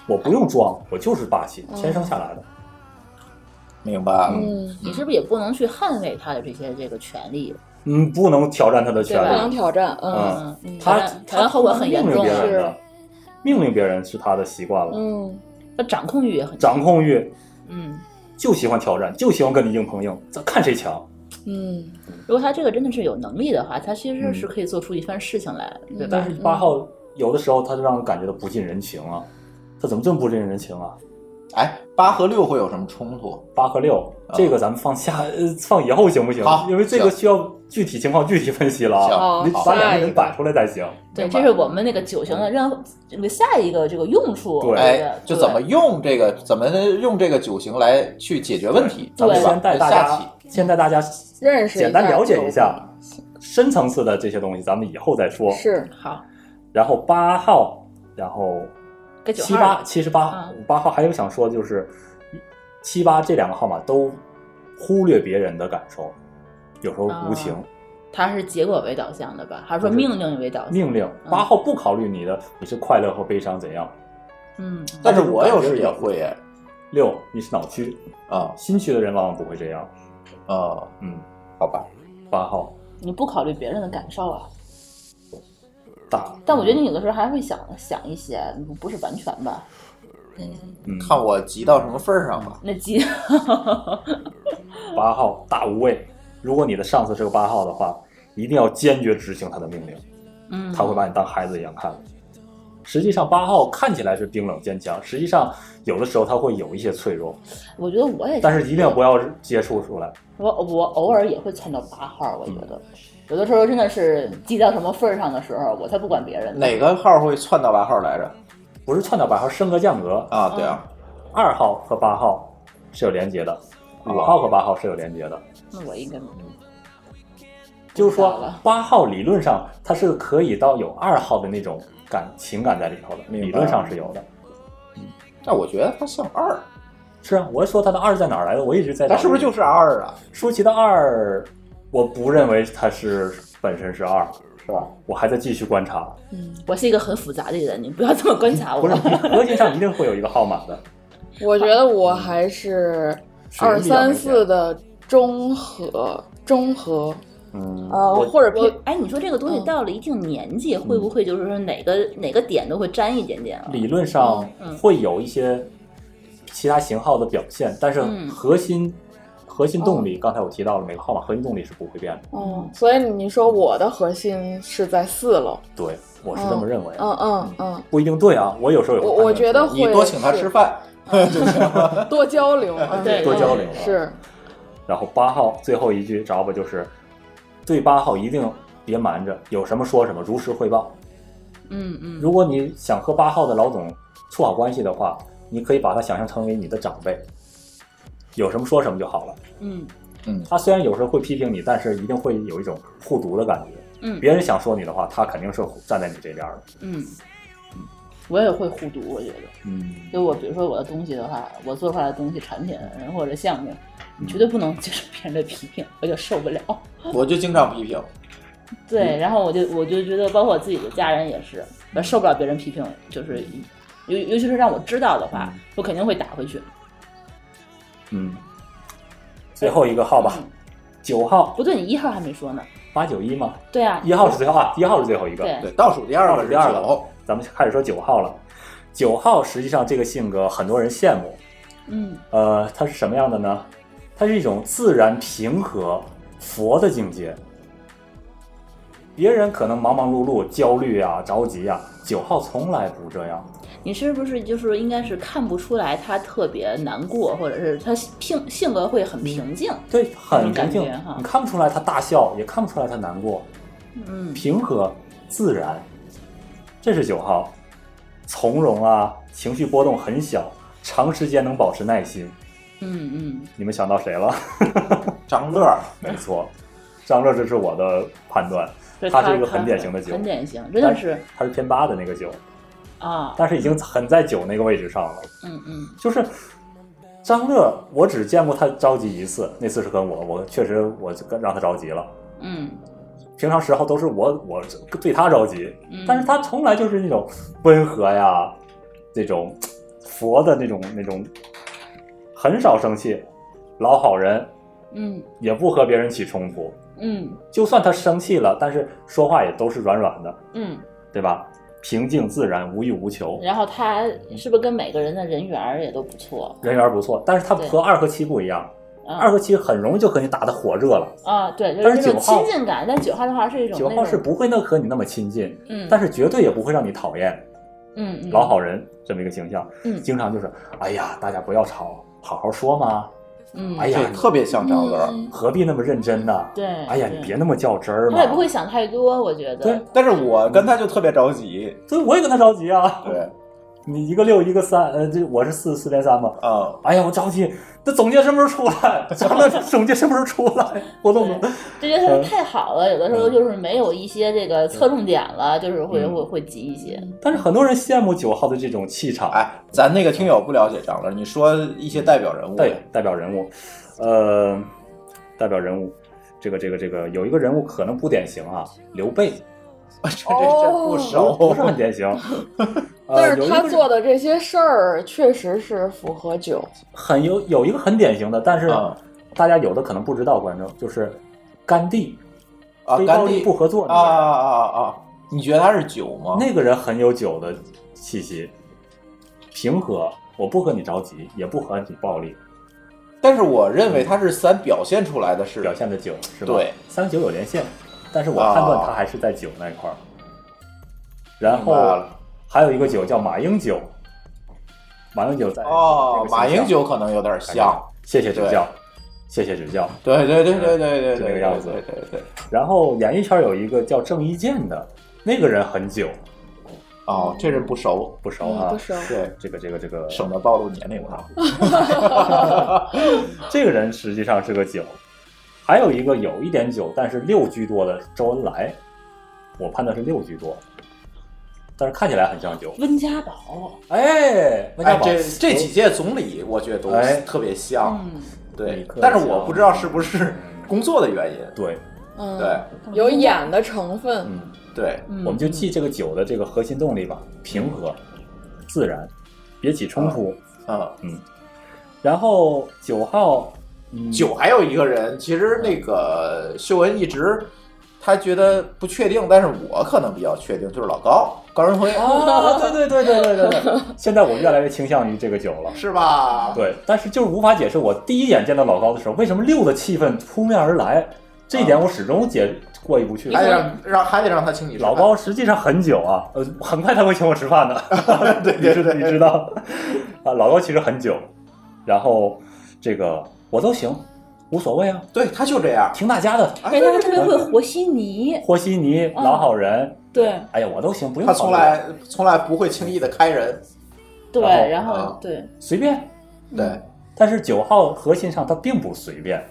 Speaker 5: 我不用装，我就是霸气，
Speaker 6: 哦
Speaker 5: 天生下来的。
Speaker 4: 明白了。
Speaker 6: 嗯，
Speaker 7: 你是不是也不能去捍卫他的这些这个权利？
Speaker 5: 嗯，不能挑战他的权
Speaker 6: 不
Speaker 7: 对
Speaker 6: 能
Speaker 7: 吧
Speaker 5: 利。
Speaker 6: 挑战，嗯
Speaker 5: 嗯，
Speaker 7: 嗯
Speaker 5: 他
Speaker 7: 挑战挑
Speaker 5: 他
Speaker 7: 战后果很严
Speaker 5: 命令
Speaker 7: 重
Speaker 5: 别，人
Speaker 6: 是
Speaker 5: 的，命令别人是他的习惯了。
Speaker 6: 嗯，
Speaker 7: 他掌控欲也很强。
Speaker 5: 掌控欲
Speaker 7: 嗯，
Speaker 5: 就喜欢挑战，就喜欢跟你硬碰硬，咱看谁强。
Speaker 6: 嗯，
Speaker 7: 如果他这个真的是有能力的话，他其实是可以做出一番事情来，
Speaker 6: 嗯
Speaker 7: 对
Speaker 5: 但
Speaker 7: 吧
Speaker 5: 是？嗯八号有的时候他就让人感觉到不近人情啊，他怎么这么不近人情啊？
Speaker 4: 哎，八和六会有什么冲突？嗯
Speaker 5: 八和六，这个咱们放下，呃，放以后行不行？
Speaker 4: 好
Speaker 5: 因为这个
Speaker 4: 行
Speaker 5: 需要具体情况具体分析了啊，
Speaker 6: 好
Speaker 5: 你，把两
Speaker 6: 下
Speaker 5: 个
Speaker 6: 一
Speaker 5: 人摆出来才行。
Speaker 7: 对，这是我们那个九型的任何这个下一个这个用处，
Speaker 5: 嗯对
Speaker 4: 哎，就
Speaker 7: 对
Speaker 4: 怎么用这个，怎么用这个九型来去解决问题，
Speaker 5: 咱们
Speaker 4: 吧？
Speaker 5: 先带大
Speaker 4: 下期
Speaker 5: 家，先带大家
Speaker 6: 认识一下
Speaker 5: 简单了解一下深层次的这些东西，咱们以后再说。
Speaker 6: 是，
Speaker 7: 好？
Speaker 5: 然后八号，然后
Speaker 7: 该九
Speaker 5: 七
Speaker 7: 号了
Speaker 5: 八七十八
Speaker 7: 嗯
Speaker 5: 八号，还有想说的就是七八这两个号码都忽略别人的感受，有时候无情、
Speaker 7: 哦他是结果为导向的吧？还是说
Speaker 5: 不是
Speaker 7: 命令为导向？
Speaker 5: 命令。
Speaker 7: 嗯
Speaker 5: 八号不考虑你的你是快乐和悲伤怎样。
Speaker 7: 嗯，
Speaker 4: 但是我有时也会哎，
Speaker 5: 六，你是脑区，
Speaker 4: 啊
Speaker 5: 新区的人往往不会这样。
Speaker 4: 啊，
Speaker 5: 嗯，
Speaker 4: 好吧，
Speaker 5: 八号
Speaker 7: 你不考虑别人的感受啊？
Speaker 5: 大，
Speaker 7: 但我觉得你有的时候还会想想一些，不是完全吧？
Speaker 5: 嗯
Speaker 4: 看我急到什么份儿上吧。
Speaker 7: 那鸡，
Speaker 5: 八号大无畏。如果你的上司是个八号的话，一定要坚决执行他的命令。
Speaker 7: 嗯，
Speaker 5: 他会把你当孩子一样看。实际上，八号看起来是冰冷坚强，实际上有的时候他会有一些脆弱，
Speaker 7: 我觉得我也，
Speaker 5: 但是一定不要接触出来。
Speaker 7: 我我偶尔也会窜到八号，我觉得有的时候真的是急到什么份儿上的时候，我才不管别人。
Speaker 4: 哪个号会窜到八号来着？
Speaker 5: 不是窜到八号升格降格，
Speaker 4: 啊，对啊，
Speaker 5: 二号和八号是有连接的，五号和八号是有连接的。
Speaker 7: 那我应该没有
Speaker 5: 就是
Speaker 7: 知道
Speaker 5: 说
Speaker 7: 了，
Speaker 5: 八号理论上它是可以到有二号的那种感情感在里头的，
Speaker 4: 明白
Speaker 5: 理论上是有的。
Speaker 4: 但我觉得他像二，
Speaker 5: 是啊，我说他的二在哪儿来的，我一直在
Speaker 4: 他
Speaker 5: 找。
Speaker 4: 是不是就是二啊？
Speaker 5: 舒淇的二？我不认为他是本身是二，是吧？我还在继续观察，
Speaker 7: 嗯，我是一个很复杂的人，你不要这么观察
Speaker 5: 不
Speaker 7: 我啊
Speaker 5: 是。核心上一定会有一个号码的。
Speaker 6: 我觉得我还是
Speaker 5: 嗯水
Speaker 6: 二
Speaker 5: 平比较
Speaker 6: 三
Speaker 5: 明显
Speaker 6: 四的中和，中和，
Speaker 5: 嗯
Speaker 6: 呃，
Speaker 7: 我
Speaker 6: 或者
Speaker 7: 我
Speaker 6: 偏
Speaker 7: 哎，你说这个东西到了一定年纪，会不会就是说哪个哪个点都会沾一点点啊？
Speaker 5: 理论上
Speaker 7: 嗯
Speaker 5: 会有一些其他型号的表现，但是
Speaker 7: 嗯
Speaker 5: 核心、核心动力，刚才我提到了，每个号码核心动力是不会变的。
Speaker 6: 嗯，所以你说我的核心是在四楼，
Speaker 5: 对，我是这
Speaker 7: 哦
Speaker 5: 么认为的。
Speaker 6: 嗯嗯嗯，
Speaker 5: 不一定对啊，我有时候也会
Speaker 6: 我
Speaker 5: 判断
Speaker 6: 我觉得
Speaker 5: 错
Speaker 6: 会是
Speaker 4: 饭，
Speaker 6: 多交流，嗯
Speaker 7: 对
Speaker 5: 多交流啊
Speaker 6: 是，
Speaker 5: 然后八号最后一句找吧，就是对八号一定别瞒着，有什么说什么，如实汇报。
Speaker 7: 嗯嗯，
Speaker 5: 如果你想和八号的老总处好关系的话，你可以把他想象成为你的长辈，有什么说什么就好了。
Speaker 7: 嗯
Speaker 5: 他虽然有时候会批评你，但是一定会有一种护犊的感觉。
Speaker 7: 嗯
Speaker 5: 别人想说你的话，他肯定是站在你这边的。
Speaker 7: 嗯，我也会互读，我觉得。
Speaker 5: 嗯，
Speaker 7: 就我比如说我的东西的话，我做出来的东西、产品或者项目，
Speaker 5: 嗯
Speaker 7: 你绝对不能接受别人的批评，我就受不了。
Speaker 4: 我就经常批评，
Speaker 7: 对，然后我就我就觉得，包括我自己的家人也是，我受不了别人批评，就是
Speaker 5: 嗯
Speaker 7: 尤尤其是让我知道的话，我肯定会打回去。
Speaker 5: 嗯，最后一个号
Speaker 6: 嗯
Speaker 5: 吧，九号
Speaker 7: 不对，你一号还没说呢。
Speaker 5: 八九一嘛，
Speaker 7: 对啊，
Speaker 5: 一号是最后啊，一号是最后一个，
Speaker 7: 对
Speaker 4: 对，倒数第二
Speaker 5: 倒
Speaker 4: 个
Speaker 5: 数
Speaker 4: 是
Speaker 5: 第二个
Speaker 4: 九，
Speaker 5: 咱们开始说九号了。九号实际上这个性格很多人羡慕，
Speaker 7: 嗯
Speaker 5: 呃，它是什么样的呢？它是一种自然平和佛的境界。别人可能忙忙碌碌、焦虑啊、着急啊，九号从来不这样。
Speaker 7: 你是不是就是应该是看不出来他特别难过，或者是他性性格会很平静？
Speaker 5: 嗯对，很
Speaker 7: 感
Speaker 5: 平静
Speaker 7: 觉哈，
Speaker 5: 你看不出来他大笑，也看不出来他难过，
Speaker 7: 嗯
Speaker 5: 平和自然，这是九号，从容啊，情绪波动很小，长时间能保持耐心。
Speaker 7: 嗯嗯，
Speaker 5: 你们想到谁了？
Speaker 4: 张乐，
Speaker 5: 没错，张乐这是我的判断，
Speaker 7: 对
Speaker 5: 他是一个很典型的
Speaker 7: 他
Speaker 5: 九，
Speaker 7: 很典型，真的
Speaker 5: 但
Speaker 7: 是
Speaker 5: 他是偏八的那个九，
Speaker 7: 啊，
Speaker 5: 但是已经很在九那个位置上了。
Speaker 7: 嗯嗯
Speaker 5: 就是张乐，我只见过他着急一次，那次是跟我，我确实我就跟让他着急了。
Speaker 7: 嗯
Speaker 5: 平常时候都是我我对他着急，
Speaker 7: 嗯
Speaker 5: 但是他从来就是那种温和呀，那种佛的那种那种，很少生气，老好人，
Speaker 7: 嗯
Speaker 5: 也不和别人起冲突。
Speaker 7: 嗯
Speaker 5: 就算他生气了，但是说话也都是软软的，
Speaker 7: 嗯，
Speaker 5: 对吧？平静自然，无欲无求，
Speaker 7: 然后他是不是跟每个人的人缘儿也都不错？
Speaker 5: 人缘不错。但是他和
Speaker 7: 对
Speaker 5: 二和七不一样，二
Speaker 7: 啊
Speaker 5: 和七很容易就和你打得火热了。
Speaker 7: 啊，对，就
Speaker 5: 但
Speaker 7: 是
Speaker 5: 是
Speaker 7: 那种
Speaker 5: 九号
Speaker 7: 亲近感，但九号的话是一种
Speaker 5: 九
Speaker 7: 那
Speaker 5: 号
Speaker 7: 种
Speaker 5: 是不会那和你那么亲近，
Speaker 7: 嗯，
Speaker 5: 但
Speaker 7: 是
Speaker 5: 是绝对也不会让你讨厌，
Speaker 7: 嗯嗯
Speaker 5: 老好人这么一个形象。
Speaker 7: 嗯
Speaker 5: 经常就是，哎呀，大家不要吵，好好说嘛。
Speaker 7: 嗯
Speaker 5: 哎呀
Speaker 4: 这，特别像张乐。
Speaker 5: 何必那么认真呢？
Speaker 7: 对，
Speaker 5: 哎呀，
Speaker 7: 对
Speaker 5: 你别那么较真儿嘛。
Speaker 7: 他也不会想太多，我觉
Speaker 5: 对
Speaker 7: 得，
Speaker 4: 但是我跟他就特别着急，
Speaker 7: 嗯
Speaker 5: 对，我也跟他着急啊。
Speaker 4: 对，
Speaker 5: 你一个六，一个三，呃，这我是四四连三嘛。
Speaker 4: 嗯，
Speaker 5: 哎呀，我着急，那总结什么时候出来？ 张乐总结什么时候出来？我都
Speaker 7: 对这觉得
Speaker 5: 嗯
Speaker 7: 他太好了，有的时候就是没有一些这个侧重点了，就是会
Speaker 5: 嗯
Speaker 7: 会会急一些。
Speaker 5: 但是很多人羡慕九号的这种气场，
Speaker 4: 哎，咱那个听友不了解张乐，你说一些代表人物，
Speaker 5: 代代表人物，呃，代表人物，这个这个这个有一个人物可能不典型啊，刘备
Speaker 4: 啊
Speaker 5: 哦
Speaker 4: 这这不
Speaker 5: 不是
Speaker 4: 熟
Speaker 5: 很，典 型，呃
Speaker 6: 但
Speaker 5: 有一
Speaker 6: 是他
Speaker 5: 个
Speaker 6: 做的这些事儿确实是符合九，
Speaker 5: 很有有一个很典型的，但是
Speaker 4: 嗯
Speaker 5: 大家有的可能不知道，观众就是甘地
Speaker 4: 啊，
Speaker 5: 非
Speaker 4: 甘
Speaker 5: 暴力
Speaker 4: 地
Speaker 5: 不合作
Speaker 4: 啊
Speaker 5: 那个人
Speaker 4: 啊啊啊！你觉得他是酒吗？
Speaker 5: 那个人很有酒的气息，平和，我不和你着急，也不和你暴力，
Speaker 4: 但是我认为他是三表现出来的是
Speaker 5: 表现的酒是吧？
Speaker 4: 对，
Speaker 5: 三九有连线，但是我
Speaker 4: 啊
Speaker 5: 判断他还是在酒那一块儿。然
Speaker 4: 明白
Speaker 5: 后
Speaker 4: 了
Speaker 5: 还有一个酒叫马英九，马英九在
Speaker 4: 哦，马英
Speaker 5: 九
Speaker 4: 九可能有点像，，
Speaker 5: 谢谢指教，谢谢指教。
Speaker 4: 对对对对对对
Speaker 5: 就那个
Speaker 4: 对
Speaker 5: 样
Speaker 4: 对
Speaker 5: 子
Speaker 4: 对对对，
Speaker 5: 然后演艺圈有一个叫郑伊健的，那个人很久
Speaker 4: 哦，这人不熟，
Speaker 5: 不熟啊，
Speaker 6: 嗯不熟
Speaker 4: 对，
Speaker 5: 这个这个这个，
Speaker 4: 省得暴露年龄了。
Speaker 5: 这个人实际上是个九，还有一个有一点九，但是六居多的周恩来，我判断是六居多，但是看起来很像九。
Speaker 7: 温家宝，
Speaker 5: 哎，温家
Speaker 4: 哎，
Speaker 5: 宝
Speaker 4: 这这几届总理我觉得都
Speaker 5: 哎
Speaker 4: 特别像，
Speaker 7: 嗯
Speaker 4: 对
Speaker 5: 李克，
Speaker 4: 但是
Speaker 5: 强
Speaker 4: 我不知道是不是工作的原因，
Speaker 5: 对，
Speaker 6: 嗯，
Speaker 4: 对，
Speaker 6: 有演的成分，
Speaker 5: 嗯
Speaker 4: 对，
Speaker 5: 我们就记这个酒的这个核心动力吧，平和、自然，别起冲突。
Speaker 4: 啊，
Speaker 5: 嗯。然后九号，嗯
Speaker 4: 九还有一个人，其实那个秀恩一直他觉得不确定，但是我可能比较确定，就是老高高仁辉。
Speaker 5: 啊，对对对对对对对。 现在我越来越倾向于这个酒了，
Speaker 4: 是吧？
Speaker 7: 啊
Speaker 5: 对，但是就是无法解释，我第一眼见到老高的时候，为什么六的气氛扑面而来，这
Speaker 7: 啊
Speaker 5: 一点我始终解过意不去。
Speaker 4: 还得让让还得让他请你吃饭
Speaker 5: 老高实际上很久啊，呃，很快他会请我吃饭的。 对 对对，你知道啊，老高其实很久，然后这个我都行，无所谓啊。
Speaker 4: 对，他就这样，哎
Speaker 5: 听大家的。呃
Speaker 7: 而且哎他特别会和稀泥，
Speaker 5: 嗯和稀泥，
Speaker 7: 嗯
Speaker 5: 老好人。
Speaker 7: 对
Speaker 5: 哎呀，我都行，不用
Speaker 4: 他
Speaker 5: 考
Speaker 4: 从
Speaker 5: 虑
Speaker 4: 来从来不会轻易的开人。
Speaker 7: 对，
Speaker 5: 然
Speaker 7: 然
Speaker 5: 后啊
Speaker 7: 后对，
Speaker 5: 随便。
Speaker 4: 对，
Speaker 5: 但是九号核心上他并不随便，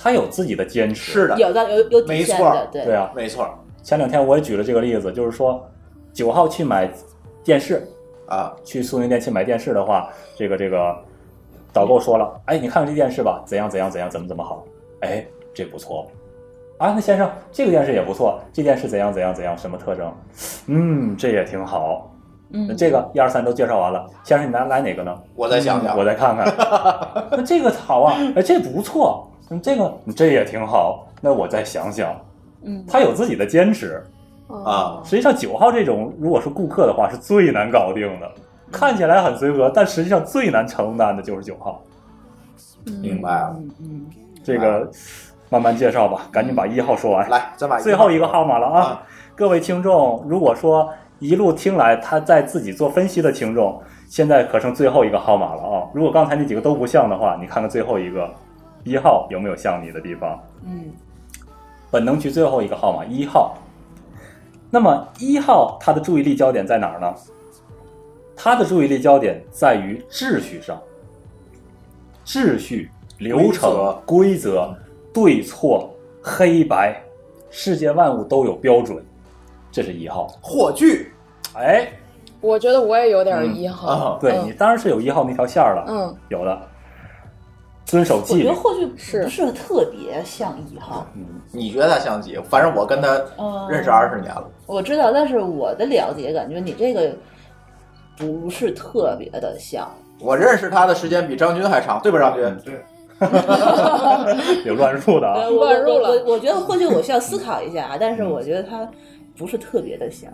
Speaker 5: 他有自己的坚持。
Speaker 4: 是的，
Speaker 7: 有的有有底
Speaker 4: 没
Speaker 7: 线
Speaker 4: 错
Speaker 7: 的，，对
Speaker 5: 对啊，
Speaker 4: 没错
Speaker 5: 前两天我也举了这个例子，就是说九号去买电视，
Speaker 4: 啊，
Speaker 5: 去苏宁电器买电视的话，这个这个导购说了，哎，你看看这电视吧，怎样怎样怎样，怎么怎么好，哎，这不错。啊，那先生，这个电视也不错，这电视怎样怎样怎样，什么特征？嗯，这也挺好。那
Speaker 7: 嗯，
Speaker 5: 这个一二三都介绍完了，先生你拿来哪个呢？
Speaker 4: 我再想想
Speaker 5: 嗯我再看看。 那这个好啊，哎，这不错，嗯，这个这也挺好。那我再想想，
Speaker 7: 嗯，
Speaker 5: 他有自己的坚持，
Speaker 7: 哦
Speaker 4: 啊，
Speaker 5: 实际上九号这种如果是顾客的话是最难搞定的，看起来很随和，但实际上最难承担的就是九号。
Speaker 4: 明白了。
Speaker 5: 这个慢慢介绍吧，赶紧把一号说完。
Speaker 4: 来，再把
Speaker 5: 最后一个号码了啊
Speaker 4: 啊！
Speaker 5: 各位听众，如果说一路听来他在自己做分析的听众，现在可剩最后一个号码了啊！如果刚才那几个都不像的话，你看看最后一个一号有没有像你的地方？
Speaker 7: 嗯，
Speaker 5: 本能区最后一个号码一号。那么一号他的注意力焦点在哪儿呢？他的注意力焦点在于秩序上，秩序、流程、规则、对错、黑白，世界万物都有标准，这是一号。
Speaker 4: 火炬
Speaker 5: 哎，
Speaker 6: 我觉得我也有点一号，
Speaker 4: 啊，
Speaker 5: 对
Speaker 6: 嗯
Speaker 5: 你当然是有一号那条线儿了，
Speaker 6: 嗯，
Speaker 5: 有的，遵守
Speaker 7: 我
Speaker 5: 纪
Speaker 7: 觉
Speaker 5: 律
Speaker 7: 得。或许
Speaker 6: 是
Speaker 7: 不是特别像一号，
Speaker 4: 你觉得他像几？反正我跟他
Speaker 7: 嗯，
Speaker 4: 认识二十年了，
Speaker 7: 我知道，但是我的了解感觉你这个不是特别 的像，
Speaker 4: 我认识他的时间比张军还长，对吧？张军，对，
Speaker 5: 嗯 有乱入的啊
Speaker 7: 呃，我
Speaker 6: 乱入了
Speaker 7: 我我我觉得或许我需要思考一下啊，但是我觉得它不是特别的像。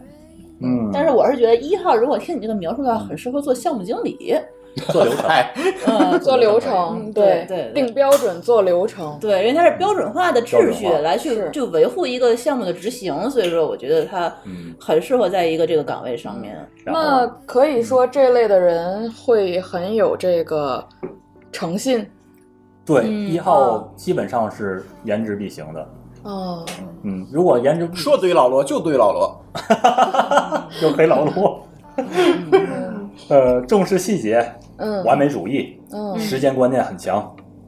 Speaker 5: 嗯，
Speaker 7: 但是我是觉得一号，如果听你这个描述的话，很适合做项目经理。
Speaker 4: 做 刘凯，
Speaker 7: 嗯，
Speaker 6: 做流程，
Speaker 7: 嗯对对对
Speaker 6: 定标准做流程，
Speaker 7: 对，因为它是标准化的秩序
Speaker 5: 标准化
Speaker 7: 来去
Speaker 6: 是
Speaker 7: 就维护一个项目的执行，所以说我觉得它
Speaker 5: 嗯
Speaker 7: 很适合在一个这个岗位上面。
Speaker 5: 然后
Speaker 6: 那可以说这类的人会很有这个诚信，
Speaker 5: 对
Speaker 7: 嗯
Speaker 5: 一号基本上是言之必行的。
Speaker 6: 嗯，
Speaker 5: 嗯，如果言之不
Speaker 4: 说怼老罗就怼老罗，
Speaker 5: 就黑老罗，呃，重视细节，
Speaker 6: 嗯
Speaker 5: 完美主义，
Speaker 6: 嗯
Speaker 5: 时间观念很强。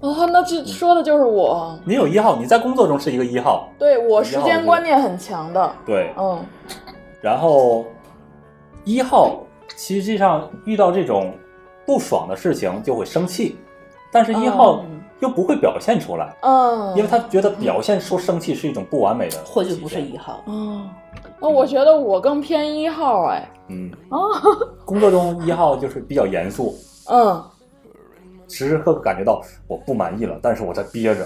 Speaker 6: 哦，那这说的就是我，
Speaker 5: 你有一号，你在工作中是一个一号，
Speaker 6: 对我时间观念很强的，
Speaker 5: 对，
Speaker 7: 哦
Speaker 6: 嗯
Speaker 5: 然后一号实际上遇到这种不爽的事情就会生气，但是一
Speaker 7: 哦
Speaker 5: 号又不会表现出来，
Speaker 6: 嗯，
Speaker 5: 因为他觉得表现出生气是一种不完美的，
Speaker 7: 或许不是一，号，
Speaker 6: 哦，那我觉得我更偏一号哎，
Speaker 5: 嗯，
Speaker 7: 哦
Speaker 5: 工作中一号就是比较严肃，
Speaker 6: 嗯，
Speaker 5: 时时刻刻感觉到我不满意了，但是我在憋着。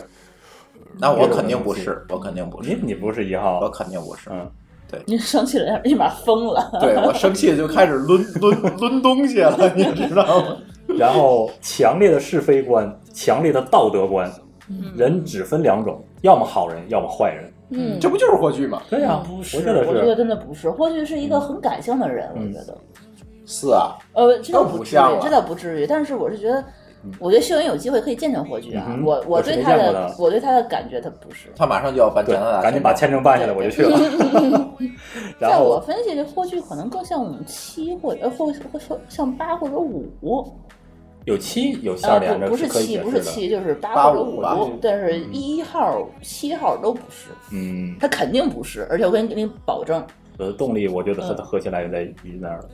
Speaker 4: 那我肯定不是，我肯定不
Speaker 5: 你
Speaker 4: 是，
Speaker 5: 你不是一
Speaker 4: 我
Speaker 5: 号，
Speaker 4: 肯定不是。
Speaker 5: 嗯，
Speaker 7: 你生气了，立马疯了。
Speaker 4: 对我 生气就开始抡抡抡东西了， 你知道吗？
Speaker 5: 然后强烈的是非观，强烈的道德观，
Speaker 6: 嗯
Speaker 5: 人只分两种，要么好人，要么坏人。
Speaker 7: 嗯
Speaker 4: 这不就是火炬吗？
Speaker 5: 对呀、
Speaker 7: 不是，
Speaker 5: 我觉得
Speaker 7: 我觉得
Speaker 5: 是，
Speaker 7: 真的不是，或许是一个很感性的人，
Speaker 5: 嗯
Speaker 7: 我觉得，
Speaker 4: 是啊，
Speaker 7: 呃，这倒
Speaker 4: 更不
Speaker 7: 不至
Speaker 4: 像了
Speaker 7: 于，这倒不至于，但是我是觉得。我觉得秀恩有机会可以见见火炬啊！
Speaker 5: 嗯嗯哼
Speaker 7: 我
Speaker 5: 我是
Speaker 7: 对
Speaker 5: 没
Speaker 7: 他
Speaker 5: 见过
Speaker 7: 的
Speaker 5: 的
Speaker 7: 我对他的感觉，他不是。
Speaker 4: 他马上就要搬
Speaker 5: 对
Speaker 4: 加拿大，，
Speaker 5: 赶紧把签证办下来，我就去了。 然
Speaker 7: 在
Speaker 5: 后
Speaker 7: 我分析，这火炬可能更像七或者呃或或或像八或者五，
Speaker 5: 有七有线
Speaker 7: 呃
Speaker 5: 连着
Speaker 7: 不不是
Speaker 5: 可以
Speaker 7: 七
Speaker 5: 解
Speaker 7: 不
Speaker 5: 释
Speaker 7: 是
Speaker 5: 的，
Speaker 7: 七就是八
Speaker 4: 八
Speaker 7: 或者
Speaker 4: 五吧
Speaker 7: 但是一号、七号都不是，
Speaker 5: 嗯，
Speaker 7: 他肯定不是，而且我跟跟你保证，
Speaker 5: 我的动力我觉得它的核心来源在于那儿了。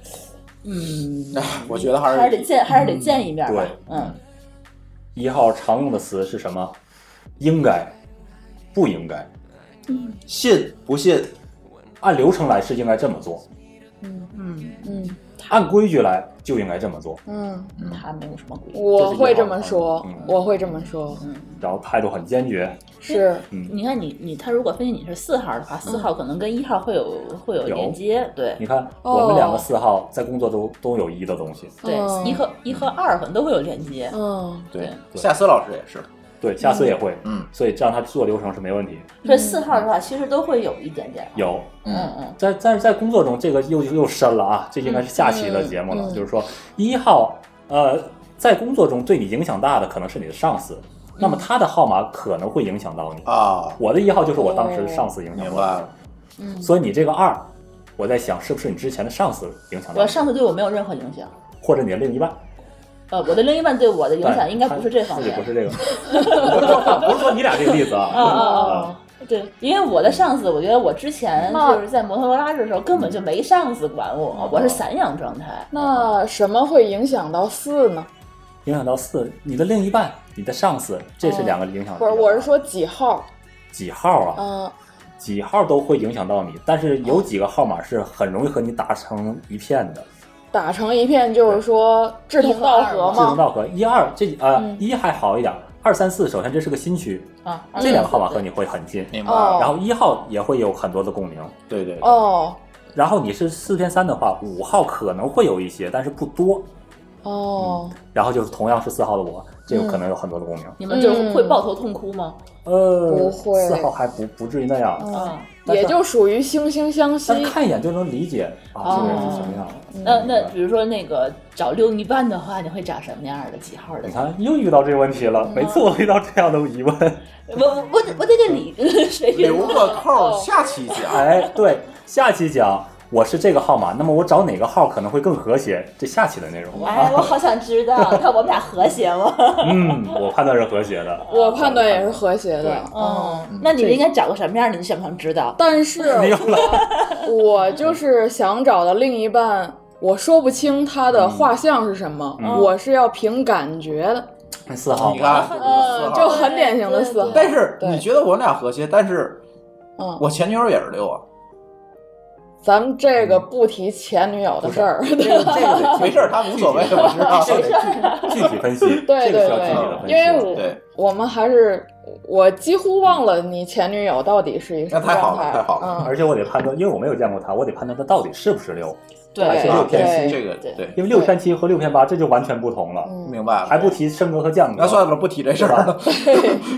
Speaker 7: 嗯，
Speaker 4: 我觉得还是
Speaker 7: 还是得见还是得见一面吧
Speaker 5: 对，
Speaker 7: 嗯，
Speaker 5: 一号常用的词是什么？应该，不应该，
Speaker 4: 信不信？
Speaker 5: 按流程来是应该这么做，
Speaker 7: 嗯嗯
Speaker 6: 嗯
Speaker 5: 按规矩来就应该这么做。
Speaker 6: 嗯，
Speaker 7: 他没有什么规矩。
Speaker 6: 我会这么说
Speaker 5: 嗯，
Speaker 6: 我会这么说，
Speaker 7: 嗯
Speaker 5: 然后态度很坚决，
Speaker 6: 是
Speaker 5: 嗯，
Speaker 7: 你看你你他如果分析你是四号的话，四号可能跟一号会有会有
Speaker 5: 有
Speaker 7: 连接，对
Speaker 5: 你看
Speaker 7: 哦
Speaker 5: 我们两个四号在工作中都有一的东西，
Speaker 7: 对
Speaker 6: 嗯，
Speaker 7: 一和一和二可能都会有连接，
Speaker 6: 嗯
Speaker 4: 对，
Speaker 5: 对
Speaker 4: 夏思老师也是，
Speaker 5: 对，下次也会，
Speaker 4: 嗯，
Speaker 5: 所以让他做流程是没问题。
Speaker 7: 所以四号的话其实都会有一点点，
Speaker 5: 有，
Speaker 7: 嗯
Speaker 4: 嗯
Speaker 7: 嗯
Speaker 5: 在但是在工作中这个又又深了啊，这应该是下期的节目了。
Speaker 6: 嗯嗯
Speaker 5: 就是说，一号，呃，在工作中对你影响大的可能是你的上司，那么他的号码可能会影响到你。
Speaker 4: 啊，
Speaker 5: 我的一号就是我当
Speaker 7: 哦
Speaker 5: 时上司影响
Speaker 4: 明
Speaker 5: 到
Speaker 4: 白
Speaker 5: 我
Speaker 4: 了，
Speaker 7: 嗯
Speaker 5: 的，所以你这个二，我在想是不是你之前的上司影响到
Speaker 7: 我
Speaker 5: 你，
Speaker 7: 上次对我没有任何影响，
Speaker 5: 或者你的另一半
Speaker 7: 呃，我的另一半对我的影响应该不是这方
Speaker 5: 对
Speaker 7: 面
Speaker 5: 不，是 这个，不是说不是说你俩这个例子啊，
Speaker 7: 啊啊啊！对，因为我的上司，我觉得我之前
Speaker 6: 那
Speaker 7: 就是在摩托罗拉的时候根本就没上司管我，我是散养状态。
Speaker 6: 那什么会影响到四呢？
Speaker 5: 影响到四，你的另一半，你的上司，这是两个影响。
Speaker 7: 哦
Speaker 6: 不是，我是说几号？
Speaker 5: 几号啊？
Speaker 6: 嗯，
Speaker 5: 几号都会影响到你，但是有几个号码是很容易和你打成一片的，
Speaker 6: 打成一片就是说志同道合
Speaker 5: 志同
Speaker 6: 吗？
Speaker 5: 道合。一二这啊
Speaker 6: 嗯
Speaker 5: 一还好一点，二三四首先这是个新区，
Speaker 7: 啊，
Speaker 5: 这两个号码和你会很近，
Speaker 4: 明白
Speaker 6: 哦
Speaker 4: 了，
Speaker 5: 然后一号也会有很多的共鸣。
Speaker 4: 对对，对
Speaker 6: 哦
Speaker 5: 然后你是四偏三的话，五号可能会有一些，但是不多。
Speaker 6: 哦，
Speaker 5: 然后就是同样是四号的我，这
Speaker 6: 嗯
Speaker 5: 个可能有很多的共鸣。
Speaker 7: 你们就是会抱头痛哭吗？
Speaker 5: 呃，
Speaker 6: 不会
Speaker 5: 四号还不不至于那样，
Speaker 6: 嗯
Speaker 7: 啊，
Speaker 5: 但是
Speaker 6: 也就属于惺惺相惜
Speaker 5: 但是看一眼就能理解啊，这个人是什么样的。
Speaker 7: 那那比如说那个找另一半的话，你会找什么样的几号的
Speaker 5: 你？看，又遇到这个问题了。每次我都遇到这样的疑问，
Speaker 7: 我我我得我得给你 谁给
Speaker 4: 留个扣，下期讲。
Speaker 5: 哎，对，下期讲我是这个号码，那么我找哪个号可能会更和谐？这下期的内容
Speaker 7: 哎，
Speaker 5: 啊，
Speaker 7: 我好想知道，看我们俩和谐吗？
Speaker 5: 嗯，我判断是和谐的。
Speaker 6: 我判断也是和谐的。
Speaker 7: 哦，那你们应该找个什么样的？你想不想知道？
Speaker 6: 但是
Speaker 5: 你又来，
Speaker 6: 我就是想找的另一半，我说不清他的画像是什么，
Speaker 5: 嗯
Speaker 6: 我是要凭感觉的。
Speaker 5: 四号
Speaker 4: 你，看，
Speaker 6: 呃，就很典型的四号。
Speaker 4: 但是
Speaker 6: 对
Speaker 4: 你觉得我们俩和谐，但是
Speaker 6: 嗯，
Speaker 4: 我前女友也是六啊，
Speaker 6: 咱们这个不提前女友的事儿。
Speaker 5: 嗯 这个 这个得
Speaker 4: 没事儿，他无所谓，我知道。
Speaker 5: 这个 具体分析，这
Speaker 6: 对
Speaker 5: 个
Speaker 6: 对
Speaker 5: 需要具体的
Speaker 6: 对，
Speaker 5: 分析。
Speaker 6: 因为我
Speaker 4: 对
Speaker 6: 我们还是我几乎忘了你前女友到底是一什么
Speaker 4: 那太好
Speaker 6: 状
Speaker 4: 了
Speaker 6: 态。
Speaker 4: 太好了
Speaker 5: 而且我得判断，因为我没有见过他，我得判断他到底是不是六，而且
Speaker 6: 对
Speaker 5: 六
Speaker 4: 啊
Speaker 5: 偏
Speaker 6: 对
Speaker 5: 七，
Speaker 4: 这个对，
Speaker 5: 因为六偏七和六偏八这就完全不同了，
Speaker 6: 嗯
Speaker 4: 明白
Speaker 5: 还
Speaker 4: 了。
Speaker 5: 不提升格和降格。
Speaker 4: 那算了，不提这事儿了。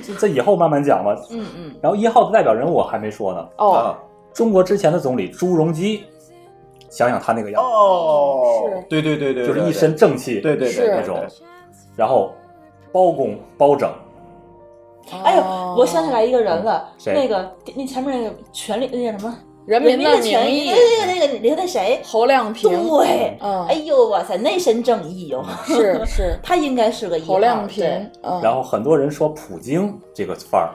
Speaker 5: 这 这以后慢慢讲吧。
Speaker 7: 嗯嗯，
Speaker 5: 然后一号的代表人物我还没说呢，
Speaker 6: 哦
Speaker 4: 啊，
Speaker 5: 中国之前的总理朱镕基，想想他那个样子，
Speaker 4: 哦，对对对对，
Speaker 5: 就是
Speaker 4: 对
Speaker 5: 一身正气，
Speaker 4: 对对对
Speaker 6: 是
Speaker 5: 那种，然后包公包拯，
Speaker 7: 哎呦，我想起来一个人了，
Speaker 5: 哦嗯谁
Speaker 7: 那个那前面那个权力那叫什么？
Speaker 6: 人民的名
Speaker 7: 权益，
Speaker 6: 义
Speaker 7: 那个那个那个那谁？
Speaker 6: 侯亮平，
Speaker 7: 对，
Speaker 6: 嗯
Speaker 7: 哎呦哇塞，那身正义哟，
Speaker 6: 是是
Speaker 7: 他应该是个一号
Speaker 6: 侯亮平
Speaker 7: 对，
Speaker 6: 嗯，
Speaker 5: 然后很多人说普京这个范儿，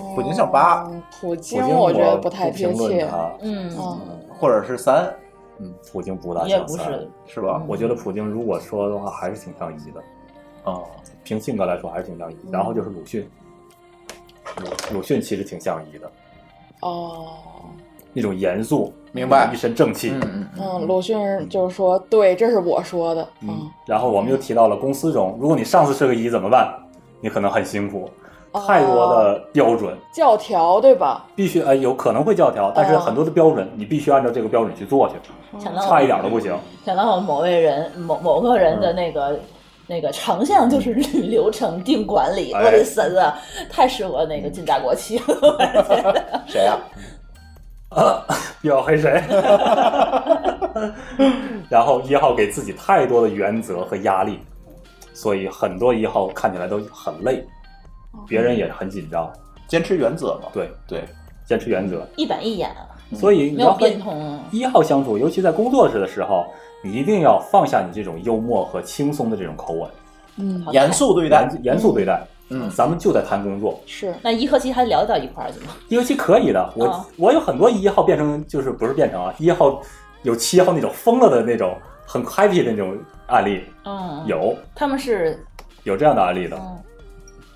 Speaker 6: 哦
Speaker 4: 普京小八，
Speaker 6: 普
Speaker 5: 普
Speaker 6: 京
Speaker 5: 京
Speaker 6: 我觉得
Speaker 5: 不
Speaker 6: 太贴
Speaker 5: 评论
Speaker 6: 切，
Speaker 5: 他，
Speaker 7: 嗯，
Speaker 6: 嗯
Speaker 4: 或者是三，
Speaker 5: 嗯，普京不大
Speaker 7: 也
Speaker 5: 像
Speaker 7: 不
Speaker 5: 三
Speaker 7: 是，嗯
Speaker 4: 是吧？
Speaker 5: 我觉得普京如果说的话还是挺像一的，啊
Speaker 4: 哦，
Speaker 5: 凭性格来说还是挺像一，然后就是鲁迅，鲁鲁迅其实挺像一的，
Speaker 6: 哦，
Speaker 5: 那种严肃，
Speaker 4: 明白
Speaker 5: 一身正气，
Speaker 4: 嗯嗯嗯，
Speaker 6: 嗯，鲁迅就是说，对，这是我说的，嗯，
Speaker 5: 然后我们又提到了公司中，如果你上司是个一怎么办？你可能很辛苦，
Speaker 7: 哦
Speaker 5: 太多的标准，
Speaker 6: 教条对吧？
Speaker 5: 必须呃有可能会教条，
Speaker 7: 哦
Speaker 5: 但是很多的标准你必须按照这个标准去做去，
Speaker 7: 想到
Speaker 5: 差一点都不行。
Speaker 7: 想到某位人某某个人
Speaker 5: 嗯
Speaker 7: 的那个。那个长项就是 捋流程、定管理，
Speaker 5: 哎嗯
Speaker 7: 我的神啊，太适合那个进大国企了。我觉得
Speaker 4: 谁啊呀？
Speaker 5: 又啊要黑谁？ 然后一号给自己太多的原则和压力，所以很多一号看起来都很累，
Speaker 7: 哦
Speaker 5: 别人也很紧张。
Speaker 4: 坚持原则嘛。
Speaker 5: 对，
Speaker 4: 对，
Speaker 5: 坚持原则，
Speaker 7: 一板一眼，啊
Speaker 5: 所哎以你
Speaker 7: 嗯没有
Speaker 5: 要和
Speaker 7: 变通。啊
Speaker 5: 一号相处，尤其在工作时的时候，你一定要放下你这种幽默和轻松的这种口吻，
Speaker 6: 嗯，
Speaker 4: 严肃对待。
Speaker 5: 严严肃对待。
Speaker 4: 嗯
Speaker 5: 咱们就在谈工作，
Speaker 6: 是，
Speaker 7: 那一和其还聊到一块儿去吗？
Speaker 5: 尤其可以的。我、
Speaker 7: 啊
Speaker 5: 我有很多一号变成就是不是变成啊，一号有七号那种疯了的那种很 happy 的那种案例，
Speaker 7: 嗯，
Speaker 5: 有
Speaker 7: 他们是
Speaker 5: 有这样的案例的。
Speaker 7: 嗯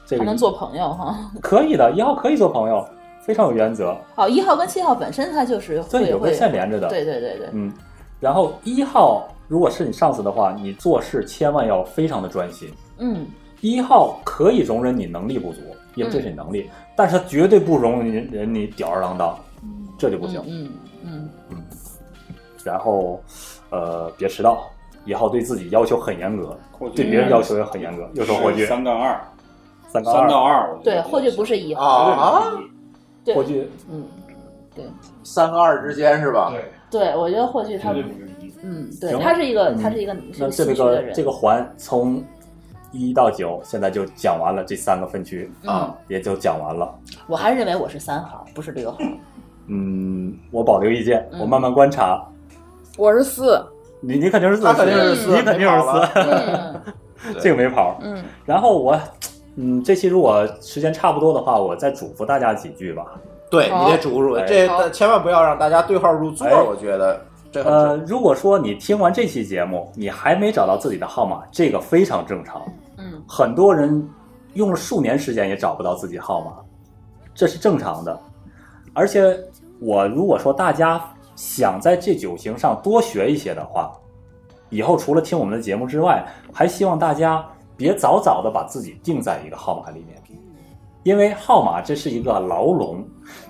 Speaker 5: 这
Speaker 7: 还
Speaker 5: 个
Speaker 7: 能做朋友哈。
Speaker 5: 可以的，一号可以做朋友，非常有原则。
Speaker 7: 好，一号跟七号本身它就是
Speaker 5: 对
Speaker 7: 会
Speaker 5: 有个
Speaker 7: 会
Speaker 5: 线连着的
Speaker 7: 对对对对，
Speaker 5: 嗯，然后一号如果是你上司的话，你做事千万要非常的专心。
Speaker 7: 嗯，
Speaker 5: 一号可以容忍你能力不足，因为这
Speaker 7: 嗯
Speaker 5: 是你能力，但是他绝对不容忍人你吊儿郎当，这就不行。
Speaker 7: 嗯嗯
Speaker 5: 然后，呃，别迟到。一号对自己要求很严格
Speaker 11: 我，觉得
Speaker 5: 对别人要求也很严格。又说火炬
Speaker 11: 是三杠二，
Speaker 5: 三杠
Speaker 11: 三杠二
Speaker 5: 嗯
Speaker 11: 我觉
Speaker 7: 对，霍炬不是一号
Speaker 4: 啊，
Speaker 7: 对
Speaker 5: 霍炬，
Speaker 7: 嗯，对
Speaker 4: 三个二之间是吧？对，
Speaker 7: 对，我觉得霍炬他
Speaker 5: 对
Speaker 7: 嗯，对，
Speaker 5: 行
Speaker 7: 他是一个
Speaker 5: 嗯
Speaker 7: 他是一个是
Speaker 5: 那
Speaker 7: 个
Speaker 5: 这
Speaker 7: 心虚的
Speaker 5: 个
Speaker 7: 人，
Speaker 5: 这个环从一到九，现在就讲完了这三个分区啊
Speaker 7: 嗯，
Speaker 5: 也就讲完了。
Speaker 7: 我还是认为我是三号，不是六号。
Speaker 5: 嗯，我保留意见，
Speaker 7: 嗯
Speaker 5: 我慢慢观察。
Speaker 6: 我是四，
Speaker 5: 你你肯定是
Speaker 6: 他
Speaker 5: 四，
Speaker 6: 肯定是四
Speaker 5: 你肯定是
Speaker 6: 嗯
Speaker 5: 四，这个没跑。
Speaker 6: 嗯，
Speaker 5: 然后我，嗯，这期如果时间差不多的话，我再嘱咐大家几句吧。
Speaker 4: 对你得嘱
Speaker 5: 哎
Speaker 4: 咐，这千万不要让大家对号入座，
Speaker 5: 哎
Speaker 4: 我觉得这很重
Speaker 5: 呃，如果说你听完这期节目，你还没找到自己的号码，这个非常正常。
Speaker 7: 嗯，
Speaker 5: 很多人用了数年时间也找不到自己号码，这是正常的。而且，我如果说大家想在这九型上多学一些的话，以后除了听我们的节目之外，还希望大家别早早的把自己定在一个号码里面，因为号码这是一个牢笼。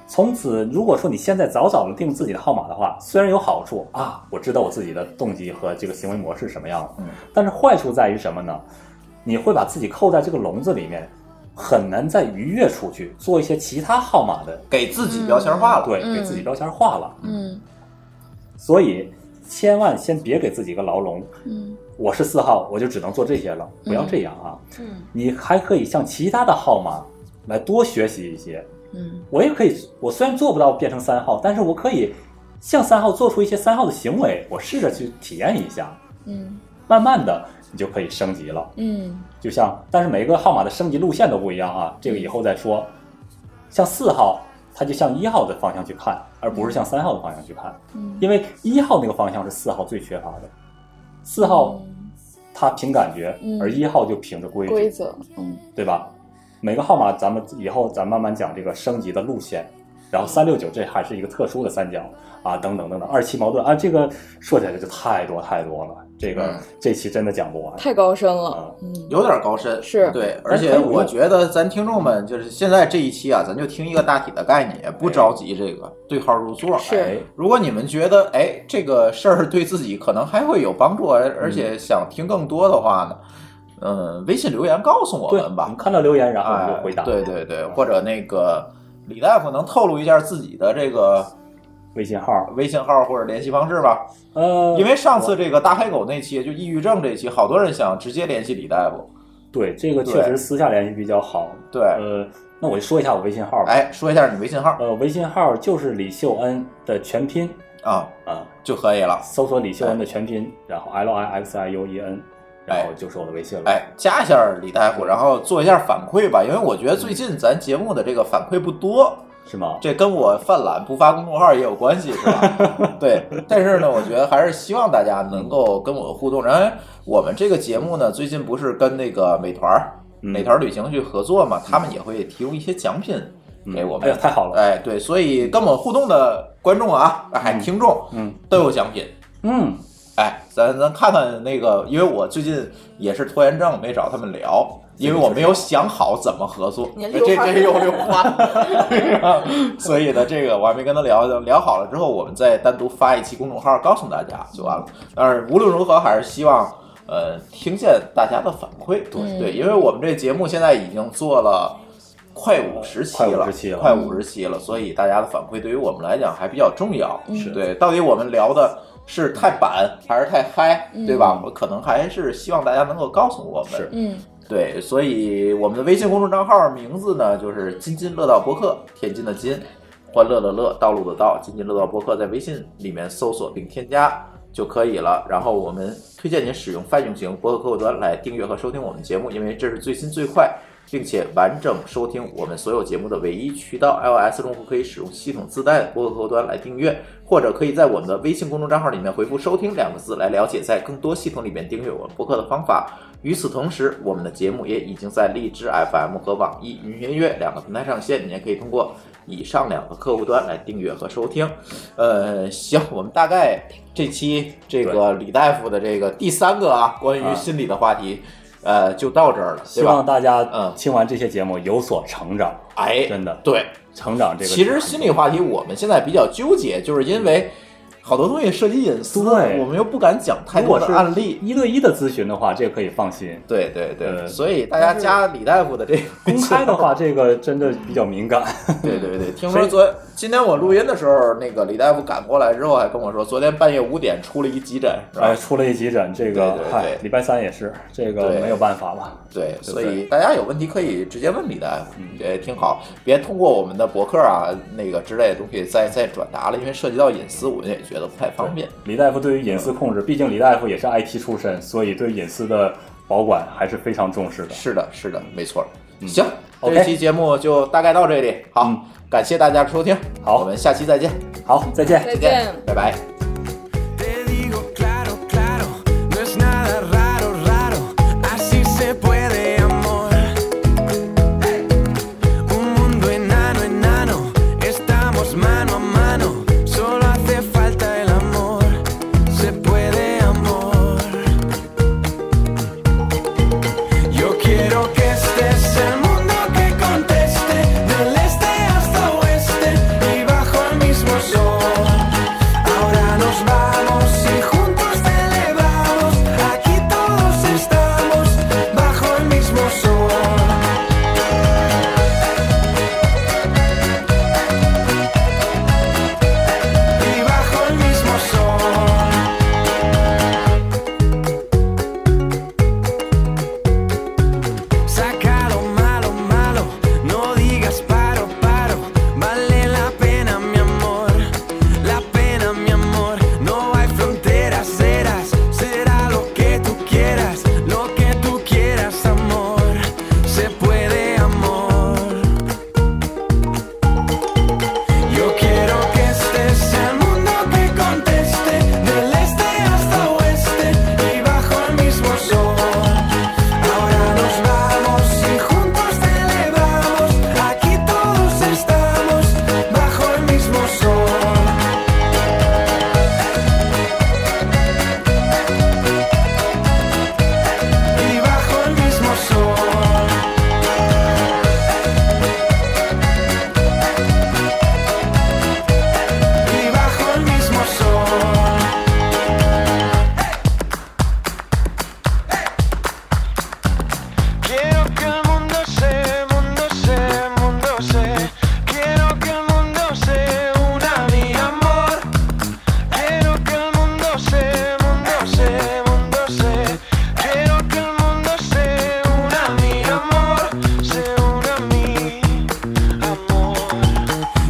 Speaker 5: 从此，如果说你现在早早的定自己的号码的话，虽然有好处啊，我知道我自己的动机和这个行为模式是什么样的，但是坏处在于什么呢？你会把自己扣在这个笼子里面，很难再逾越出去，做一些其他号码的，
Speaker 4: 给自己标签化了
Speaker 5: 对，
Speaker 4: 嗯
Speaker 5: 给自己标签化了。
Speaker 6: 嗯
Speaker 5: 所以，千万先别给自己一个牢笼。
Speaker 6: 嗯
Speaker 5: 我是四号，我就只能做这些了，不要这样啊！
Speaker 6: 嗯
Speaker 5: 你还可以向其他的号码来多学习一些。
Speaker 7: 嗯
Speaker 5: 我也可以，我虽然做不到变成三号，但是我可以向三号做出一些三号的行为，我试着去体验一下，
Speaker 6: 嗯
Speaker 5: 慢慢的你就可以升级了。
Speaker 6: 嗯
Speaker 5: 就像，但是每一个号码的升级路线都不一样啊，这个以后再说。像四号，它就向一号的方向去看，而不是向三号的方向去看，
Speaker 6: 嗯
Speaker 5: 因为一号那个方向是四号最缺乏的。四号它凭感觉，
Speaker 6: 嗯
Speaker 5: 而一号就凭着规矩，
Speaker 6: 规则，
Speaker 5: 嗯，对吧？每个号码咱们以后咱慢慢讲这个升级的路线，然后三六九这还是一个特殊的三角啊，等等等等，二七矛盾啊，这个说起来就太多太多了，这个、
Speaker 6: 嗯
Speaker 5: 这期真的讲不完。
Speaker 6: 太高深了，嗯
Speaker 4: 有点高深，
Speaker 6: 是
Speaker 4: 对，
Speaker 5: 但
Speaker 4: 而
Speaker 5: 是
Speaker 4: 且
Speaker 5: 可以不
Speaker 4: 我
Speaker 5: 用
Speaker 4: 觉得咱听众们就是现在这一期啊，咱就听一个大体的概
Speaker 5: 哎
Speaker 4: 念，不着急这个对号入座。
Speaker 6: 是
Speaker 4: 哎如果你们觉得哎这个事儿对自己可能还会有帮助，
Speaker 5: 嗯
Speaker 4: 而而且想听更多的话呢，嗯，微信留言告诉我们吧。哎
Speaker 5: 看到留言然后我们就回答
Speaker 4: 对对对，或者那个李大夫能透露一下自己的这个
Speaker 5: 微信号、
Speaker 4: 微信号或者联系方式吧？
Speaker 5: 呃，
Speaker 4: 因为上次这个大黑狗那期就抑郁症这期，好多人想直接联系李大夫。
Speaker 5: 对，这个确
Speaker 4: 对
Speaker 5: 实私下联系比较好。
Speaker 4: 对，
Speaker 5: 呃，那我就说一下我微信号吧。
Speaker 4: 哎，说一下你微信号。
Speaker 5: 呃，微信号就是李秀恩的全拼
Speaker 4: 啊
Speaker 5: 啊
Speaker 4: 就可以了。
Speaker 5: 搜索李秀恩的全拼，然后 L I X I U E N，然后就是我的微信了。
Speaker 4: 哎，加一下李大夫，然后做一下反馈吧，因为我觉得最近咱节目的这个反馈不多，
Speaker 5: 是吗？
Speaker 4: 这跟我犯懒不发公众号也有关系，是吧？ 对，但是呢，我觉得还是希望大家能够跟我互动。然后我们这个节目呢，最近不是跟那个美团儿、
Speaker 5: 嗯
Speaker 4: 美团旅行去合作嘛，他们也会提供一些奖品给我们。
Speaker 5: 哎呀太好了！
Speaker 4: 哎，对，所以跟我们互动的观众啊，哎，听众，
Speaker 5: 嗯，
Speaker 4: 都有奖品。
Speaker 5: 嗯，
Speaker 4: 哎，咱咱看看那个，因为我最近也是拖延症，没找他们聊，因为我没有想好怎么合作。
Speaker 3: 你
Speaker 4: 这
Speaker 3: 溜
Speaker 4: 这
Speaker 3: 花
Speaker 4: 这又溜花， 所以呢，这个我还没跟他聊，等聊好了之后，我们再单独发一期公众号告诉大家就完了。但是无论如何，还是希望呃听见大家的反馈。
Speaker 5: 对
Speaker 4: 对，因为我们这节目现在已经做了。快五十期了，快五十期了，所以大家的反馈对于我们来讲还比较重要。
Speaker 5: 是
Speaker 4: 对，到底我们聊的是太板还是太嗨，
Speaker 5: 嗯
Speaker 4: 对吧？我可能还是希望大家能够告诉我们。
Speaker 6: 嗯
Speaker 4: 对，所以我们的微信公众账号名字呢，就是“津津乐道播客”，天津的津，欢乐的乐，道路的道，津津乐道播客，在微信里面搜索并添加就可以了。然后我们推荐您使用泛用型播客客户端来订阅和收听我们节目，因为这是最新最快。并且完整收听我们所有节目的唯一渠道。iOS 用户可以使用系统自带的播客客户端来订阅，或者可以在我们的微信公众账号里面回复“收听”两个字来了解在更多系统里面订阅我们播客的方法。与此同时，我们的节目也已经在荔枝 FM 和网易云音乐两个平台上线，你也可以通过以上两个客户端来订阅和收听。呃，行，我们大概这期这个李大夫的这个第三个啊，关于心理的话题，呃，就到这儿了，
Speaker 5: 嗯希
Speaker 4: 对吧？
Speaker 5: 望大家嗯听完这些节目有所成长。
Speaker 4: 哎，
Speaker 5: 真的
Speaker 4: 对，
Speaker 5: 成长这个
Speaker 4: 其实心理话题我们现在比较纠结，就是因为好多东西涉及隐私，
Speaker 5: 对
Speaker 4: 我们又不敢讲太
Speaker 5: 如果
Speaker 4: 多
Speaker 5: 是
Speaker 4: 的案例。
Speaker 5: 一对一的咨询的话，这个可以放心。
Speaker 4: 对对对，
Speaker 5: 呃
Speaker 4: 所以大家加李大夫的这个
Speaker 5: 公开的话，这个真的比较敏感。
Speaker 4: 对对 对，听
Speaker 5: 所
Speaker 4: 说
Speaker 5: 以
Speaker 4: 昨今天我录音的时候，那个李大夫赶过来之后还跟我说，昨天半夜五点出了一急诊，是吧？
Speaker 5: 哎，出了一急诊，这个
Speaker 4: 对对
Speaker 5: 嗨
Speaker 4: 对，
Speaker 5: 礼拜三也是，这个
Speaker 4: 对
Speaker 5: 没有办法了。
Speaker 4: 对，
Speaker 5: 对嗯
Speaker 4: 所以大家有问题可以直接问李大夫，也挺好，别通过我们的博客啊那个之类的东西再再转达了，因为涉及到隐私，我们也觉得不太方便。
Speaker 5: 李大夫对于隐私控制，毕竟李大夫也是 IT 出身，所以对隐私的保管还是非常重视的。
Speaker 4: 是的，是的，没错。行，
Speaker 5: 嗯 OK 嗯
Speaker 4: 这期节目就大概到这里。好，感谢大家的收听，
Speaker 5: 好
Speaker 4: 我们下期再见，
Speaker 5: 好，再见。
Speaker 6: 再见。
Speaker 4: 拜拜。
Speaker 11: Te digo claro, claro, no es nada raro, raro, así se puede amor. Un mundo enano, enano, estamos mano a mano, solo hace falta el amor, se puede amor. Yo quiero que estés el mundo que conteste, del este hasta oeste y bajo el mismo sol. Ahora nos vamos y juntos celebramos. este Aquí todos estamos bajo el mismo sol. Y bajo el mismo sol. Saca lo malo, malo. No digas paro, paro. Vale la pena, mi amor. La pena, mi amor. No hay fronteras, serás. Será lo que tú quieras. Lo que tú quieras, amor. Se puede, amor. Yo quiero este que estés el mundo que conteste. Del este hasta oeste. Y bajo el mismo sol. Ahora nos vamos y juntos celebramos. Aquí todos estamos bajo el mismo sol. Y bajo el mismo sol. Y bajo el mismo sol. Quiero que el mundo se, mundo se, mundo se. Quiero que el mundo se una a mi amor. Quiero que el mundo se, mundo se, mundo se. Quiero que el mundo se una a mi amor. Se una a mi amor.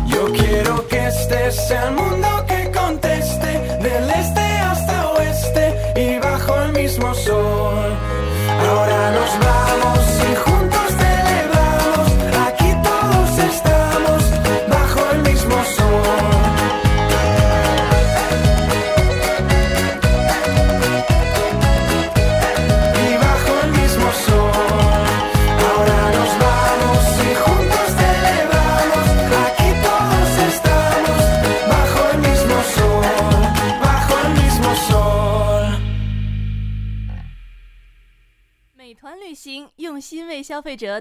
Speaker 11: Yo quiero que estés el mundo que conteste. Del este hasta oeste y bajo el mismo sol. Ahora nos vamos y juntos celebramos. Aquí todos estamos bajo el mismo sol. Y bajo el mismo sol. Ahora nos vamos y juntos celebramos. Aquí todos estamos bajo el mismo sol. Bajo el mismo sol.
Speaker 9: 美团旅行用心为消费者